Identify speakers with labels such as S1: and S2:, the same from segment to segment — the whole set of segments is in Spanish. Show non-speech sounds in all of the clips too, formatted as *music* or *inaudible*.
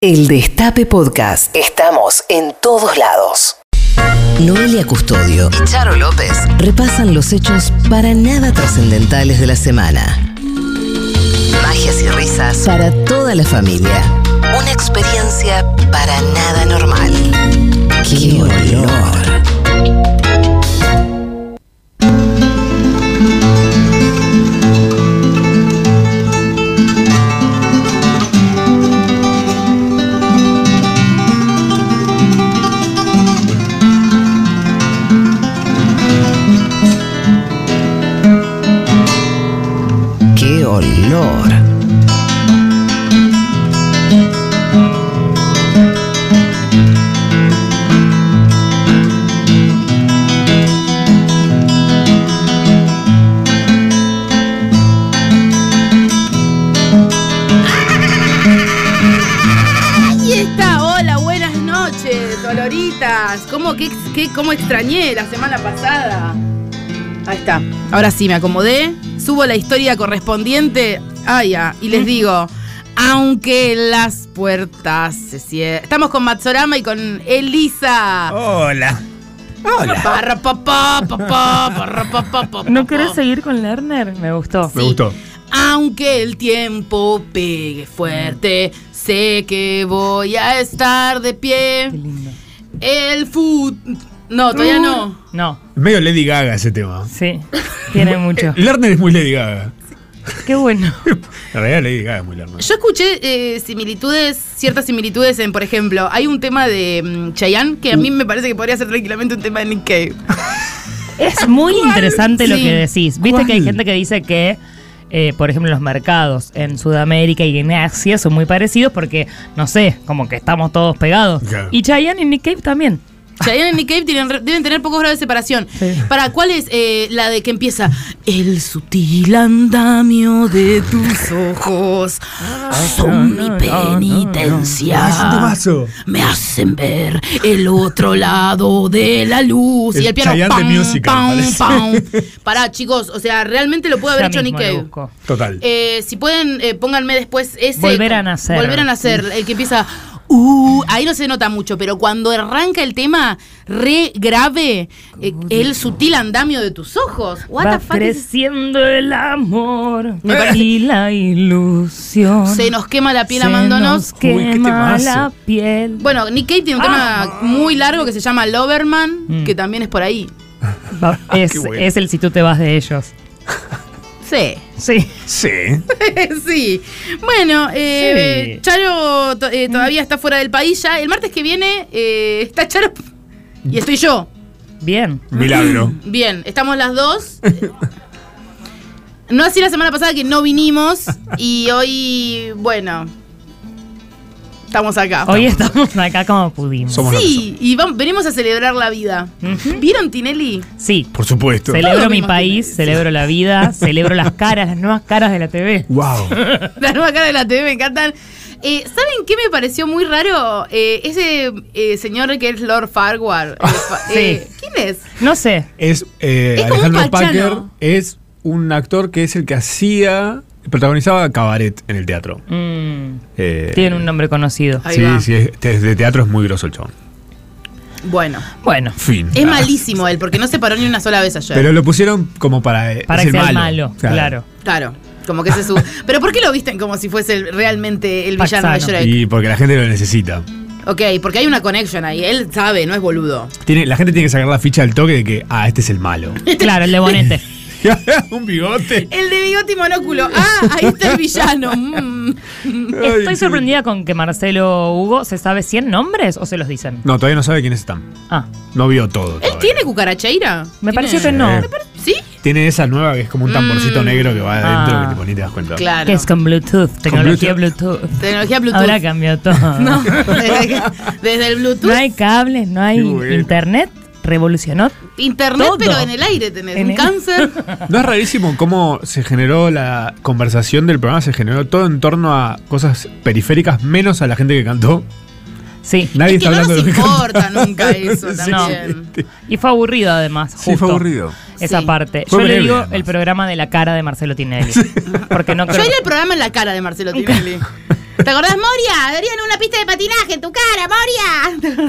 S1: El Destape Podcast. Estamos en todos lados. Noelia Custodio y Charo López repasan los hechos para nada trascendentales de la semana. Magias y risas para toda la familia. Una experiencia para nada normal. ¡Qué olor! ¡Qué olor!
S2: Ahí está, hola, buenas noches, doloritas. ¿Cómo, que ex- qué- cómo extrañé la semana pasada? Ahí está, ahora sí me acomodé, subo la historia correspondiente ay, ah, y les digo, aunque las puertas se cierren. Estamos con Matsorama y con Elisa.
S3: Hola.
S2: Parra, pa, pa, pa, pa, parra, pa, pa, pa,
S4: ¿No
S2: pa,
S4: querés
S2: pa.
S4: seguir con Lerner? Me gustó.
S3: Me gustó.
S2: Aunque el tiempo pegue fuerte, sé que voy a estar de pie.
S4: Qué lindo.
S2: El fut... No, todavía no.
S4: No,
S3: Medio Lady Gaga ese tema.
S4: sí,
S2: *laughs*
S4: tiene mucho.
S3: Lerner es muy Lady Gaga.
S4: Qué bueno.
S3: La realidad Lady Gaga es muy Lerner.
S2: Yo escuché eh, similitudes, ciertas similitudes en, por ejemplo, hay un tema de mm, Chayanne que a mí me parece que podría ser tranquilamente un tema de Nick Cave.
S4: Es muy interesante lo
S2: Sí.
S4: que decís. Viste que hay
S3: ¿Cuál?
S4: gente que dice que, eh, por ejemplo, los mercados en Sudamérica y en Asia son muy parecidos porque, no sé, como que estamos todos pegados.
S3: Claro.
S4: Y Chayanne y Nick Cave también.
S2: Chayanne y Nick Cave tienen re- deben tener pocos grados de separación.
S4: Sí.
S2: ¿Para cuál es eh, la de que empieza? El sutil andamio de tus ojos son mi penitencia.
S3: Es un temazo.
S2: Me hacen ver el otro lado de la luz.
S3: El
S2: y el piano.
S3: Chayanne de
S2: pam,
S3: musical,
S2: pam,
S3: parece.
S2: pam. Pará, chicos, o sea, realmente lo puede haber
S4: Ya
S2: hecho Nick
S4: mismo lo
S2: Cave.
S4: busco.
S3: Total.
S2: Eh, si pueden, eh, pónganme después ese.
S4: Volver a nacer.
S2: Volver a nacer, el que empieza. Uh, ahí no se nota mucho, pero cuando arranca el tema re grave, eh, el sutil andamio de tus ojos. What
S4: Va
S2: the fuck is-
S4: creciendo el amor
S2: Me parece-
S4: y la ilusión.
S2: Se nos quema la piel
S4: Se nos
S2: amándonos.
S3: Uy, qué
S4: quema
S3: temazo.
S4: la piel.
S2: Bueno, Nick Cave tiene un tema muy largo que se llama Loverman,
S4: Ah. Mm.
S2: que también es por ahí.
S4: Va- es,
S3: Ah, Qué bueno.
S4: es el si tú te vas de ellos.
S2: Sí.
S4: Sí.
S3: Sí.
S2: *laughs* sí. Bueno,
S4: Sí.
S2: eh,
S4: Mm.
S2: Charo to- eh, todavía está fuera del país ya. El martes que viene eh, está Charo
S4: Mm.
S2: y estoy yo.
S4: Bien.
S3: Milagro.
S2: Bien, estamos las dos. No así la semana pasada que no vinimos y hoy, bueno, estamos acá.
S4: Hoy estamos acá como pudimos.
S3: Somos lo que
S2: sí, y vam- venimos a celebrar la vida.
S4: Ujú.
S2: ¿Vieron Tinelli? *laughs*
S4: Sí.
S3: Por supuesto.
S4: Celebro
S2: Todos
S4: mi
S2: vimos
S4: país,
S2: Tinelli,
S4: celebro la vida, celebro las caras, las nuevas caras de la TV.
S3: Wow.
S2: La nueva cara de la TV me encantan. Eh, ¿Saben qué me pareció muy raro? Eh, ese eh, señor que es Lord Farquhar.
S4: *laughs*
S2: eh, fa-
S4: Sí.
S2: eh, ¿Quién es?
S4: No sé.
S3: Es, eh,
S2: Es como un
S3: Alejandro Packer.
S2: pachano.
S3: Es un actor que es el que hacía, protagonizaba cabaret en el teatro.
S4: Mm,
S3: Eh,
S4: tiene un nombre conocido.
S5: Ah.
S2: Ahí
S3: sí,
S2: va.
S3: sí. es- te- de teatro es muy grosso el chabón.
S2: Bueno,
S4: Bueno,
S3: Fin.
S2: es
S3: Ah.
S2: malísimo él, porque no se paró ni una sola vez ayer.
S3: Pero lo pusieron como para. eh,
S4: para
S3: es
S4: que
S3: el
S4: sea el malo, claro.
S2: Claro, como que
S4: *laughs*
S2: se su. Pero ¿por qué lo visten como si fuese el- realmente el villano de
S4: Paxano.
S2: Shrek?
S3: Y porque la gente lo necesita.
S2: Ok, porque hay una conexión ahí. Él sabe, no es boludo.
S3: Tiene, la gente tiene que sacar la ficha al toque de que, ah, este es el malo.
S4: Claro, el de Bonete.
S3: un
S2: *laughs*
S3: bigote.
S2: El de bigote y *laughs* monóculo. Ah, ahí está el villano. Mm.
S4: Estoy sorprendida con que Marcelo Hugo se sabe 100 nombres o se los dicen.
S3: No, todavía no sabe quiénes están.
S4: Ah,
S3: No vio todo.
S2: *laughs* ¿Él
S3: todavía.
S2: tiene cucaracheira?
S4: me
S2: ¿Tiene-
S4: pareció que no.
S3: Sí.
S2: ¿Sí?
S3: Tiene esa nueva que es como un tamborcito
S2: Mm.
S3: negro que va adentro
S4: Ah.
S3: que tipo, ni te das cuenta.
S2: Claro.
S4: Que es con Bluetooth, tecnología Bluetooth.
S2: Tecnología Bluetooth.
S4: Ahora cambió todo.
S2: *laughs* No, desde, desde el Bluetooth.
S4: No hay cables, no hay
S3: Qué bueno.
S4: internet. Revolucionó.
S2: Internet,
S4: todo.
S2: pero en el aire tenés.
S4: En
S2: un
S4: el-
S2: cáncer.
S5: *laughs*
S3: No es rarísimo cómo se generó la conversación del programa, se generó todo en torno a cosas periféricas, menos a la gente que cantó.
S4: Sí.
S3: Nadie
S2: es que
S3: está
S2: no
S3: hablando
S2: nos
S3: de lo que
S2: importa
S3: cantó.
S2: nunca eso
S3: Sí,
S2: también.
S3: sí, sí.
S4: Y fue aburrido además.
S3: Sí, fue
S4: justo.
S3: aburrido.
S4: Esa
S2: Sí.
S4: parte.
S3: Fue
S4: Yo le
S3: breve,
S4: digo
S3: además.
S4: el programa de la cara de Marcelo Tinelli. Porque no
S2: Yo
S4: creo.
S2: era el programa en la cara de Marcelo Tinelli. ¿Te acordás, Moria? Darían una pista de patinaje en tu cara,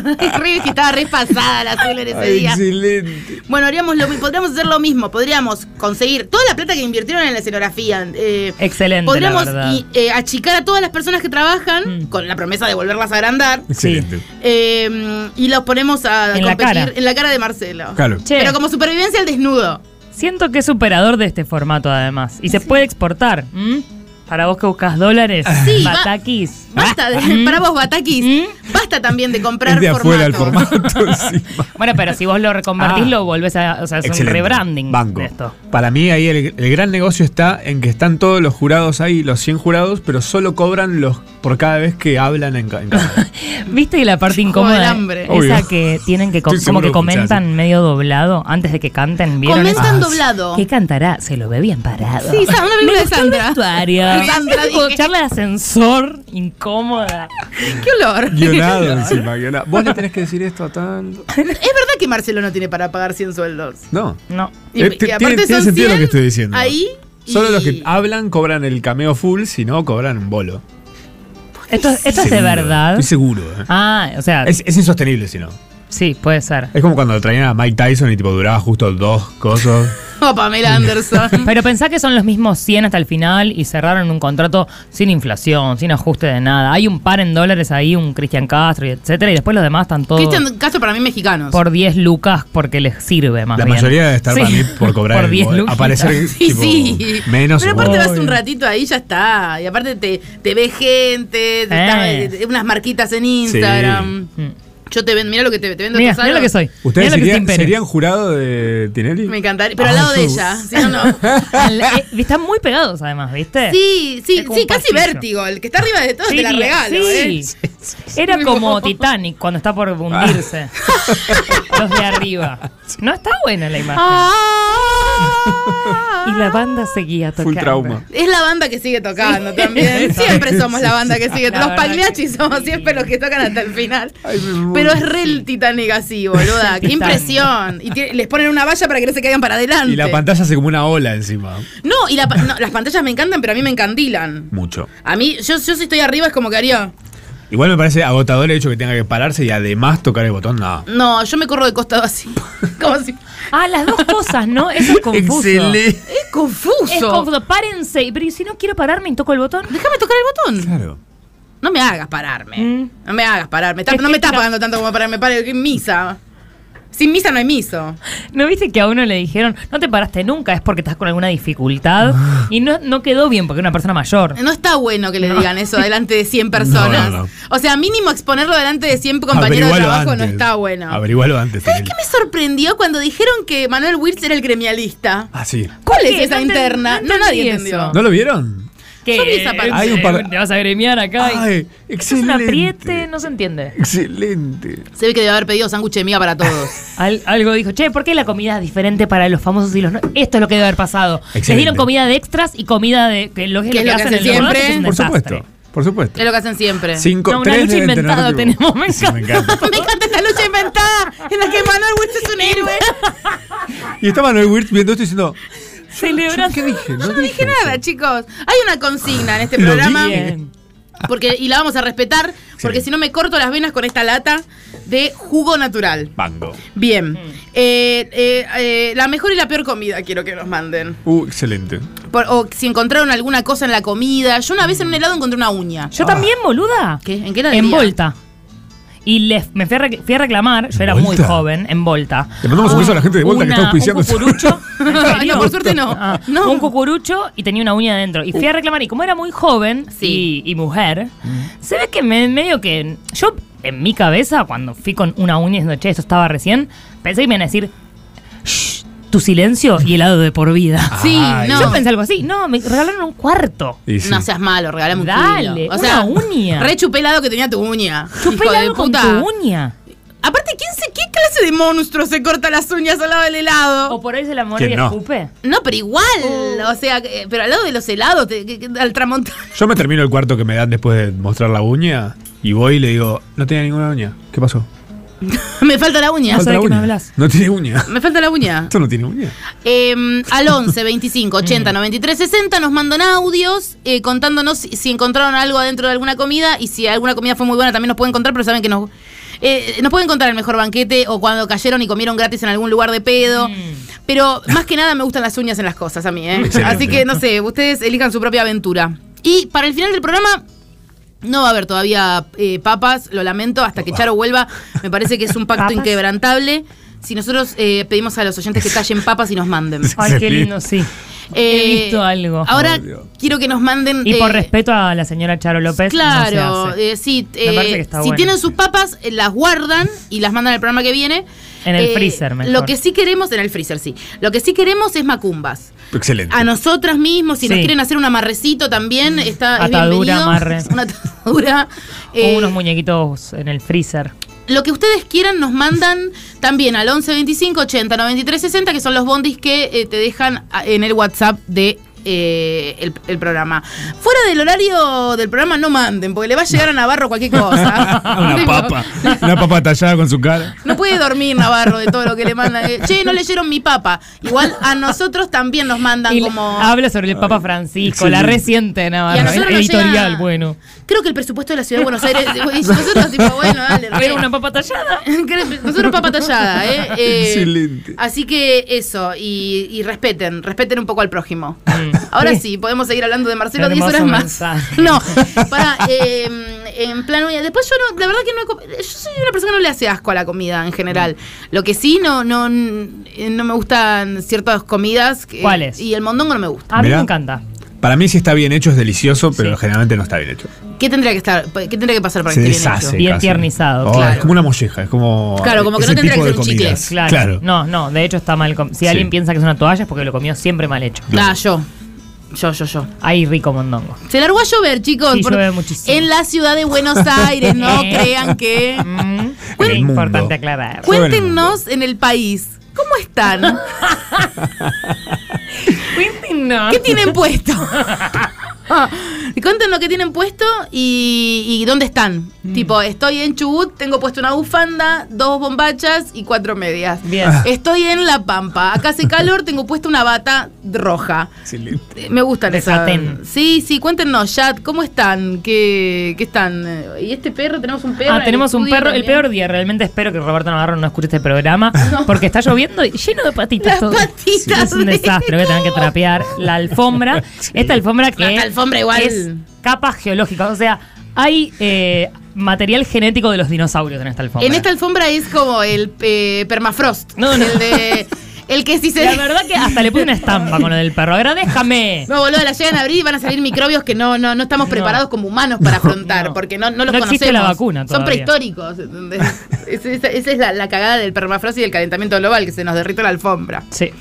S2: Moria. *laughs* ¿Te acordás? Que estaba re pasada la azul en ese
S5: Ay,
S2: día.
S5: Excelente.
S2: Bueno, haríamos lo, podríamos hacer lo mismo. Podríamos conseguir toda la plata que invirtieron en la escenografía. eh,
S4: Excelente, la
S2: podríamos
S4: verdad.
S2: y- eh, achicar a todas las personas que trabajan
S4: Mm.
S2: con la promesa de volverlas a agrandar.
S5: Excelente.
S2: eh, y los ponemos a
S4: En la
S2: competir
S4: cara. Ah.
S2: en la cara de Marcelo.
S5: Claro.
S4: Che,
S2: Pero como supervivencia al desnudo.
S4: siento que es superador de este formato además. Y se puede exportar. ¿m? Para vos que buscas dólares, *laughs*
S2: Sí, va-
S4: bataquis.
S2: Basta, de,
S4: Mm.
S2: para vos, Batakis.
S4: Mm.
S2: Basta también de comprar
S5: Es de afuera el
S2: formatos.
S5: formato.
S3: *laughs*
S5: encima.
S4: Bueno, pero si vos lo reconvertís,
S5: Ah.
S4: lo volvés a. O sea, es un rebranding
S5: Banco.
S4: de esto.
S5: Para mí ahí el, el gran negocio está en que están todos los jurados ahí, los 100 jurados, pero solo cobran los por cada vez que hablan en, ca-
S4: *laughs*
S5: en cámara.
S4: ¿Viste la parte
S2: Como del
S4: incómoda?
S2: hambre.
S5: Obvio.
S4: Esa que tienen que com-
S5: Estoy
S4: como que
S5: seguro que
S4: comentan
S5: escuchás.
S4: medio doblado antes de que canten. ¿Vieron eso?
S2: Comentan
S5: Ah,
S2: doblado.
S4: ¿Qué cantará? Se lo ve bien parado.
S2: Sí, Sandra,
S4: Me
S2: una película de
S4: gustó
S2: Sandra.
S4: el vestuario.
S2: *laughs* Sandra, dije.
S4: Como charla de ascensor incómoda.
S2: ¿Qué olor?
S5: Guionado encima, guionado. Vos le tenés que decir esto a tal.
S2: Es verdad que Marcelo no tiene para pagar 100 sueldos.
S5: No.
S4: No.
S2: Y,
S5: Eh, ti-
S2: y
S5: tiene-
S2: aparte
S5: tiene
S2: son
S5: sentido lo
S2: 100
S5: que estoy diciendo.
S2: Ahí. y-
S5: Solo los que hablan cobran el cameo full, si no cobran un bolo.
S4: Esto, esto es de
S5: Seguro,
S4: verdad.
S5: Estoy seguro. eh.
S4: Ah, o sea,
S5: Es, es insostenible si no.
S4: sí, puede ser.
S5: Es como cuando traían a Mike Tyson y tipo duraba justo dos cosas.
S2: *laughs* Oh, Pamela Anderson.
S4: *laughs* Pero pensá que son los mismos 100 hasta el final y cerraron un contrato sin inflación, sin ajuste de nada. Hay un par en dólares ahí, un Cristian Castro y etcétera, y después los demás están todos
S2: *laughs* Cristian Castro para mí mexicanos.
S4: por 10 lucas porque les sirve más
S5: La
S4: bien.
S5: mayoría debe estar
S4: Sí.
S5: para mí por
S4: *laughs*
S5: cobrar
S4: por
S5: el
S4: 10
S5: bolo.
S4: lucas. *laughs*
S5: Aparecer
S2: *laughs* Sí,
S5: tipo,
S2: sí.
S5: menos.
S2: Pero aparte
S5: bolo.
S2: vas un ratito ahí, ya está. Y aparte te, te ve gente, te
S4: Eh.
S2: está- te- unas marquitas en Instagram. Yo te vendo, mira lo que te, te vendo.
S4: Mira,
S2: estos
S4: mira lo
S2: aros.
S4: que soy.
S5: ¿Ustedes
S4: Mirá lo que es
S5: serían,
S4: Tim Pérez.
S5: serían jurado de Tinelli? Ah,
S2: Me encantaría. Pero al lado de
S5: Ay,
S2: ella. Si no, no.
S4: *laughs* Al- eh, Están muy pegados además, ¿viste?
S2: Sí, sí,
S4: Es como
S2: sí,
S4: un
S2: casi
S4: pastillo.
S2: vértigo. El que está arriba de todo
S4: Sí,
S2: te la
S4: sí,
S2: regalo, ¿eh?
S4: sí. Era como Titanic cuando está por hundirse. *laughs* Los de arriba. No está buena la imagen. Ah. *laughs* Y la banda seguía tocando.
S5: Full trauma.
S2: Ah. Es la banda que sigue tocando también. Siempre somos la banda que
S4: *laughs*
S2: sigue.
S4: La
S2: los
S4: verdad
S2: Pagliacci
S4: que
S2: somos
S4: sí.
S2: siempre los que tocan hasta el final.
S5: Ay, me muero.
S2: Pero es re el Titanic así, boluda. Qué
S4: Titanic.
S2: impresión. Y tiene- les ponen una valla para que no se caigan para adelante.
S5: Y la pantalla hace como una ola encima.
S2: No, y la pa- no, las pantallas me encantan, pero a mí me encandilan.
S5: Mucho.
S2: A mí, yo, yo si estoy arriba es como que haría.
S5: Igual me parece agotador el hecho que tenga que pararse y además tocar el botón. No.
S2: No, yo me corro de costado así. Como si.
S4: Ah, las dos cosas, ¿no? Eso es confuso.
S5: Excelente.
S2: Es confuso.
S4: Es confuso. Párense. Y- Pero ¿y si no quiero pararme y toco el botón.
S2: Déjame tocar el botón.
S5: Claro.
S2: No me hagas pararme.
S4: Mm.
S2: No me hagas pararme. Está-
S4: Es
S2: no
S4: que
S2: me estás
S4: ca-
S2: pagando tanto como para que me pare. Que misa. Sin misa no hay miso.
S4: *laughs* ¿No viste que a uno le dijeron, no te paraste nunca, es porque estás con alguna dificultad?
S5: Ah.
S4: Y no, no quedó bien porque era una persona mayor.
S2: No está bueno que le digan eso delante de 100 personas.
S5: No, no, no.
S2: O sea, mínimo exponerlo delante de 100 compañeros de
S5: Averigualo
S2: trabajo no
S5: antes.
S2: está bueno.
S5: Averigualo antes.
S2: ¿Sabes
S5: Tinelli.
S2: qué me sorprendió cuando dijeron que Manuel Wirtz era el gremialista?
S5: Ah, sí.
S2: ¿Cuál
S4: ¿Por
S2: es
S4: qué?
S2: esa
S4: No enten-
S2: interna?
S4: no
S2: No, nadie
S4: entendí
S2: entendió.
S4: eso.
S5: ¿No lo vieron?
S2: Yo vi esa parte.
S5: Hay un par-
S4: Te vas a gremiar acá. y- Es un
S5: excelente.
S4: apriete, no se entiende.
S5: Excelente.
S2: Se ve que debe haber pedido sándwich de miga
S4: *laughs*
S2: para todos.
S4: Al- algo dijo, che, ¿por qué la comida es diferente para los famosos y los no? Esto es lo que debe haber pasado. Les
S5: Excelente.
S4: dieron comida de extras y comida de que lo, que,
S2: Que es
S4: lo que hacen en los
S2: siempre.
S4: rodajes es un
S5: Por
S4: desastre. Eh,
S5: supuesto. Por supuesto.
S2: es lo que hacen siempre.
S5: Cinco,
S4: No, una
S5: tres
S4: lucha
S5: deben tener
S4: inventada
S5: tipo-
S4: tenemos, me
S5: Sí, me encanta.
S2: *laughs* Me encanta esta lucha inventada en la que Manuel Wirtz es un héroe.
S5: Y está Manuel Wirtz viendo esto y diciendo,
S4: Celebran-
S5: ¿qué dije?
S2: Yo no dije nada,
S5: eso".
S2: chicos. Hay una consigna en este
S5: Lo
S2: programa.
S5: dije.
S4: Bien.
S2: Porque, y la vamos a respetar, porque
S5: Sí.
S2: si no me corto las venas con esta lata de jugo natural.
S5: Bango.
S2: Bien.
S4: Mm.
S2: Eh, eh, eh, la mejor y la peor comida quiero que nos manden.
S5: Uh, excelente.
S2: Por- o si encontraron alguna cosa en la comida. Yo una vez en
S4: Mm.
S2: un helado encontré una uña.
S5: Ah.
S4: Yo también, boluda.
S2: ¿Qué? ¿En qué la
S4: En
S2: diría?
S4: Volta. Y le- me fui a, rec- fui a reclamar, yo era muy
S5: Volta?
S4: joven, en Volta.
S5: Le mandamos
S2: Ah,
S5: un beso a la gente *laughs* de Volta que está
S4: Un
S5: auspiciando esto. *laughs*
S3: *laughs*
S4: cucurucho. *laughs*
S2: Ay, no, por suerte no.
S4: Ah,
S2: No.
S4: Un cucurucho y tenía una uña adentro. Y fui
S5: Uh.
S4: a reclamar. Y como era muy joven
S2: Sí.
S4: y, y mujer,
S5: Mm.
S4: se ve que me- medio que. Yo, en mi cabeza, cuando fui con una uña diciendo, che, esto estaba recién, pensé que me iban a decir, "Shh, tu silencio y helado de por vida.
S2: Sí,
S5: Ay.
S2: no.
S4: *laughs* Yo pensé algo así. No, me regalaron un cuarto.
S5: *laughs* Y sí.
S2: No seas malo, regálame un
S4: Dale,
S2: kilo.
S4: una uña.
S2: Re chupé el helado que tenía tu uña.
S4: Chupé
S2: hijo de
S4: helado con
S2: puta.
S4: tu uña.
S2: Aparte, ¿quién se, ¿qué clase de monstruo se corta las uñas al lado del helado?
S4: O por Oh. ahí se la
S5: Que
S4: mordí y
S5: no. *laughs*
S4: escupé.
S2: No, pero igual. O sea, que- pero al lado de los helados, te- que- que- al tramontano.
S5: Yo me termino el cuarto que me dan después de mostrar la uña y voy y le digo, no tenía ninguna uña. ¿Qué pasó?
S2: *laughs* Me falta la uña.
S4: No sé
S3: Falta
S4: de
S3: la
S4: qué me
S3: uña.
S4: hablas.
S3: No tiene uña. *laughs*
S2: Me falta la uña.
S3: Esto no tiene uña.
S2: Eh, al 11 25 80 93 60 nos mandan audios eh, contándonos si, si encontraron algo adentro de alguna comida y si alguna comida fue muy buena también nos pueden contar, pero saben que nos, eh, nos pueden contar el mejor banquete o cuando cayeron y comieron gratis en algún lugar de pedo. Pero más que nada me gustan las uñas en las cosas a mí, ¿eh?
S3: Excelente.
S2: Así que no sé, ustedes elijan su propia aventura. Y para el final del programa, no va a haber todavía eh, papas, lo lamento, hasta que Charo vuelva. Me parece que es un pacto
S4: ¿Papas?
S2: inquebrantable. Si nosotros eh, pedimos a los oyentes que tallen papas y nos manden.
S4: Ay, qué lindo, sí.
S2: Eh,
S4: He visto algo.
S2: Ahora
S3: Oh, Dios.
S2: quiero que nos manden.
S4: Y por
S2: eh,
S4: respeto a la señora Charo López. no se
S2: Claro,
S4: hace.
S2: eh, sí,
S4: Me
S2: eh,
S4: parece que está
S2: si
S4: bueno.
S2: tienen sus papas, eh, las guardan y las mandan al programa que viene. Eh,
S4: En el freezer, mejor.
S2: Lo que sí queremos, en el freezer, sí. Lo que sí queremos es macumbas.
S3: Excelente.
S2: A nosotras mismos, si nos
S4: Sí.
S2: quieren hacer un amarrecito también, está es
S4: Atadura,
S2: bienvenido.
S4: amarre.
S2: *laughs* Una atadura.
S4: O
S2: eh,
S4: unos muñequitos en el freezer.
S2: lo que ustedes quieran nos mandan también al 11 25 80 93 60, que son los bondis que eh, te dejan a- en el WhatsApp de eh, el, el programa. Fuera del horario del programa no manden, porque le va a llegar a Navarro cualquier
S3: *laughs*
S2: cosa.
S3: Una
S2: *laughs* Tipo,
S3: papa. Una papa tallada con su cara.
S2: No puede dormir Navarro de todo lo que le mandan. Eh, Che, no leyeron mi papa. Igual a nosotros también nos mandan
S4: Y le-
S2: como...
S4: Habla sobre el Papa Francisco, la
S3: Excelente.
S4: reciente
S2: Y a
S4: Navarro.
S2: nosotros nos
S4: Editorial,
S2: llega-
S4: bueno.
S2: Creo que el presupuesto de la Ciudad de Buenos Aires... y nosotros tipo, bueno, dale. re.
S4: Era una papa
S2: *laughs*
S4: tallada.
S2: Nosotros papa tallada, ¿eh? Eh,
S3: Excelente.
S2: Así que eso, y, y respeten, respeten un poco al prójimo. Mm. Ahora sí, podemos seguir hablando de Marcelo 10
S4: Hermoso
S2: horas más.
S4: mensaje.
S2: *laughs* No, para, em, en plan, oye, después yo no, la verdad que no he com- yo soy una persona que no le hace asco a la comida en general. Lo que sí, no, no, eh, no me gustan ciertas comidas. que-
S4: ¿Cuáles?
S2: Y el mondongo no me gusta.
S4: A mí
S3: Mirá.
S4: me encanta.
S3: Para mí, si está bien hecho, es delicioso, pero
S4: Sí.
S3: generalmente no está bien hecho.
S2: ¿Qué tendría que estar, qué tendría que pasar este para
S3: Se
S2: que esté bien
S3: deshace.
S2: hecho?
S4: Bien
S3: casi.
S4: tiernizado,
S3: Oh,
S2: claro.
S3: Es como una molleja, es como.
S2: Claro, como que
S3: ese
S2: no tendría
S3: tipo
S2: que
S3: de
S2: ser un
S3: comidas.
S2: chicle,
S4: Claro. No, no, de hecho está mal. com- Si
S3: Sí.
S4: alguien piensa que es una toalla es porque lo comió siempre mal hecho.
S2: Ah, yo. Yo, yo, yo.
S4: Ahí rico mondongo.
S2: Se largó a llover, chicos.
S4: Sí, llueve muchísimo.
S2: En la ciudad de Buenos
S4: *laughs*
S2: Aires, no crean que.
S4: Mm,
S3: En el
S4: es
S3: mundo.
S4: importante aclarar.
S3: Cué-
S2: Cuéntenos en el país. ¿Cómo están?
S4: Cuéntenos.
S2: ¿Qué
S4: *laughs*
S2: tienen puesto? Cuéntenos lo que tienen puesto y, y dónde están.
S4: Mm.
S2: Tipo, estoy en Chubut, tengo puesto una bufanda, dos bombachas y cuatro medias.
S4: Bien.
S2: Estoy en La Pampa, acá hace calor, tengo puesto una bata roja.
S3: Excelente.
S2: Eh, Me gustan
S4: De
S2: esas.
S4: satén.
S2: Sí, sí, cuéntenos, chat, ¿cómo están? ¿Qué, qué están? Eh, ¿Y este perro? ¿Tenemos un perro? en
S4: Ah,
S2: el
S4: tenemos un
S2: estudio
S4: perro. El
S2: también?
S4: peor día. Realmente espero que Roberto Navarro no escuche este
S2: *laughs*
S4: programa. Porque está lloviendo y lleno de patitas
S2: Las
S4: todo.
S2: patitas
S4: Sí, es un
S2: de-
S4: desastre. Voy a tener que trapear la
S2: *laughs*
S4: alfombra. Esta alfombra que.
S2: Esta alfombra igual.
S4: Es capa geológica. O sea, hay eh, material genético de los dinosaurios en esta alfombra.
S2: En esta alfombra es como el eh, permafrost.
S4: No, no.
S2: El de. El que si se.
S4: La verdad que hasta le puse una estampa con lo del perro. Agradezcame.
S2: *laughs* No, boludo, la llegan a abrir y van a salir microbios que no, no, no estamos preparados como humanos para afrontar,
S4: no.
S2: porque no, no los
S4: No
S2: conocemos.
S4: existe la vacuna
S2: Son
S4: todavía.
S2: prehistóricos. ¿entendés? *laughs* Es- Esa esa es la, la cagada del permafrost y del calentamiento global, que se nos derrite la alfombra.
S4: Sí.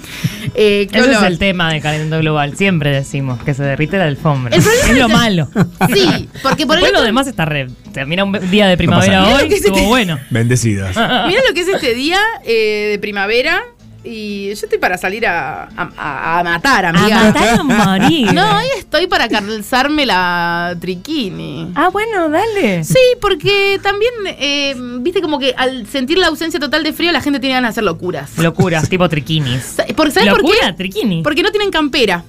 S2: Eh, qué
S4: Ese es
S2: olor.
S4: el tema de calentamiento global. Siempre decimos que se derrite la alfombra.
S2: El problema
S4: es lo
S2: es- *laughs*
S4: malo.
S2: Sí, porque por el
S4: Después lo
S2: otro-
S4: demás está re. Termina un día de primavera
S3: nada.
S2: Mira lo
S4: hoy.
S2: *laughs* que se
S4: Estuvo
S2: te-
S4: bueno.
S3: Bendecidas.
S2: Mira lo que es este día eh, de primavera y yo estoy para salir a, a- a- a matar, amiga.
S4: A
S2: *laughs*
S4: matar o morir.
S2: No, hoy estoy para calzarme la triquini.
S4: Ah, bueno, dale.
S2: Sí, porque también, eh, viste, como que al sentir la ausencia total de frío, la gente tiene ganas de hacer locuras.
S4: Locuras, tipo triquinis.
S2: Sa- por- ¿Sabes por
S4: Locura,
S2: qué?
S4: triquini.
S2: Porque no tienen campera.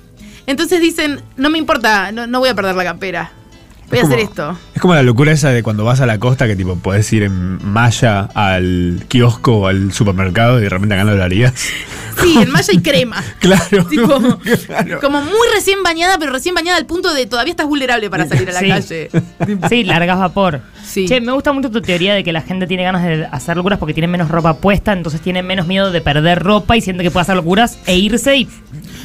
S2: Entonces dicen, no me importa, no, no voy a perder la campera. ah, Voy
S3: Es
S2: a
S3: como-
S2: hacer esto.
S3: Es como la locura esa de cuando vas a la costa que tipo podés ir en malla al kiosco o al supermercado y de repente acá no lo
S2: *laughs*
S3: harías.
S2: Sí, en malla y
S4: *laughs*
S2: crema.
S3: Claro. *laughs*
S2: Tipo,
S3: Claro.
S2: como muy recién bañada, pero recién bañada al punto de todavía estás vulnerable para salir a la
S4: Sí.
S2: calle.
S4: Sí, largas vapor.
S2: Sí.
S4: Che, me gusta mucho tu teoría de que la gente tiene ganas de hacer locuras porque tiene menos ropa puesta, entonces tiene menos miedo de perder ropa y siente que puede hacer locuras e irse y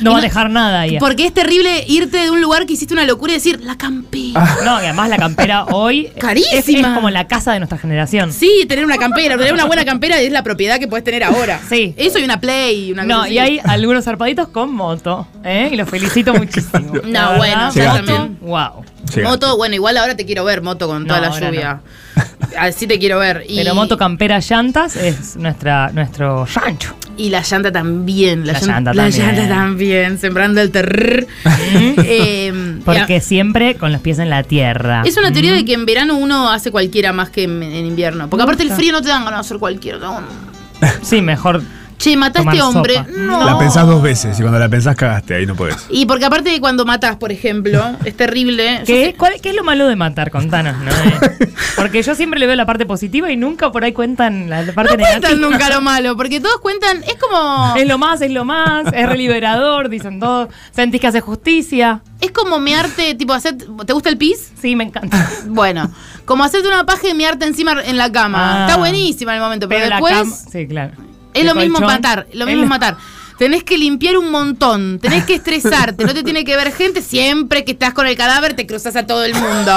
S4: no va a dejar nada ahí.
S2: Porque es terrible irte de un lugar que hiciste una locura y decir, la campera.
S4: No, y además la
S2: *laughs*
S4: campera hoy es- Es,
S2: Carísima.
S4: como la casa de nuestra generación.
S2: Sí, tener una campera, tener una buena campera es la propiedad que puedes tener ahora.
S4: Sí.
S2: Eso y una Play, una
S4: No,
S2: cosa
S4: y
S2: así.
S4: hay algunos zarpaditos con moto, ¿eh? Y los
S2: *laughs*
S4: felicito muchísimo. La verdad,
S2: bueno,
S3: ya
S4: moto,
S2: también.
S4: wow.
S3: Llegaste.
S2: Moto, bueno, igual ahora te quiero ver, moto, con toda
S4: No,
S2: la
S4: ahora
S2: lluvia. *laughs* Así te quiero ver. Y,
S4: Pero moto campera llantas es nuestra nuestro rancho.
S2: y la llanta también. La,
S4: La
S2: llan-
S4: llanta
S2: la
S4: también. *laughs*
S2: llanta también, sembrando el terror. Eh,
S4: Porque siempre con los pies en la tierra.
S2: Es una teoría de que en verano uno hace cualquiera más que en, en invierno. Porque aparte el frío no te dan ganas de hacer cualquiera. no.
S4: Sí, mejor.
S2: Che, mata a
S4: Tomar
S2: este hombre.
S4: sopa.
S2: No.
S3: La pensás dos veces y cuando la pensás cagaste, ahí no
S2: *laughs*
S3: podés.
S2: Y porque aparte de cuando matas, por ejemplo, es terrible. Yo
S4: ¿Qué,
S2: sé-
S4: cuál- qué es lo malo de matar? Contanos, ¿no?
S2: *laughs*
S4: Eh, Porque yo siempre le veo la parte positiva y nunca por ahí cuentan la parte
S2: No cuentan
S4: negativa.
S2: nunca lo malo, porque todos cuentan, es como
S4: Es lo más, es lo más, es reliberador, dicen todos. Sentís que hace justicia.
S2: es como mearte, tipo hacer, ¿te gusta el pis?
S4: Sí, me encanta.
S2: Bueno, como hacerte una paja y mearte encima en la cama.
S4: Ah.
S2: Está buenísima en el momento, pero,
S4: Pero la
S2: después
S4: cama. Sí, claro.
S2: es
S4: El
S2: lo mismo
S4: colchón,
S2: matar, lo mismo
S4: el-
S2: matar. Tenés que limpiar un montón, tenés que estresarte, no te tiene que ver gente, siempre que estás con el cadáver te cruzas a todo el mundo.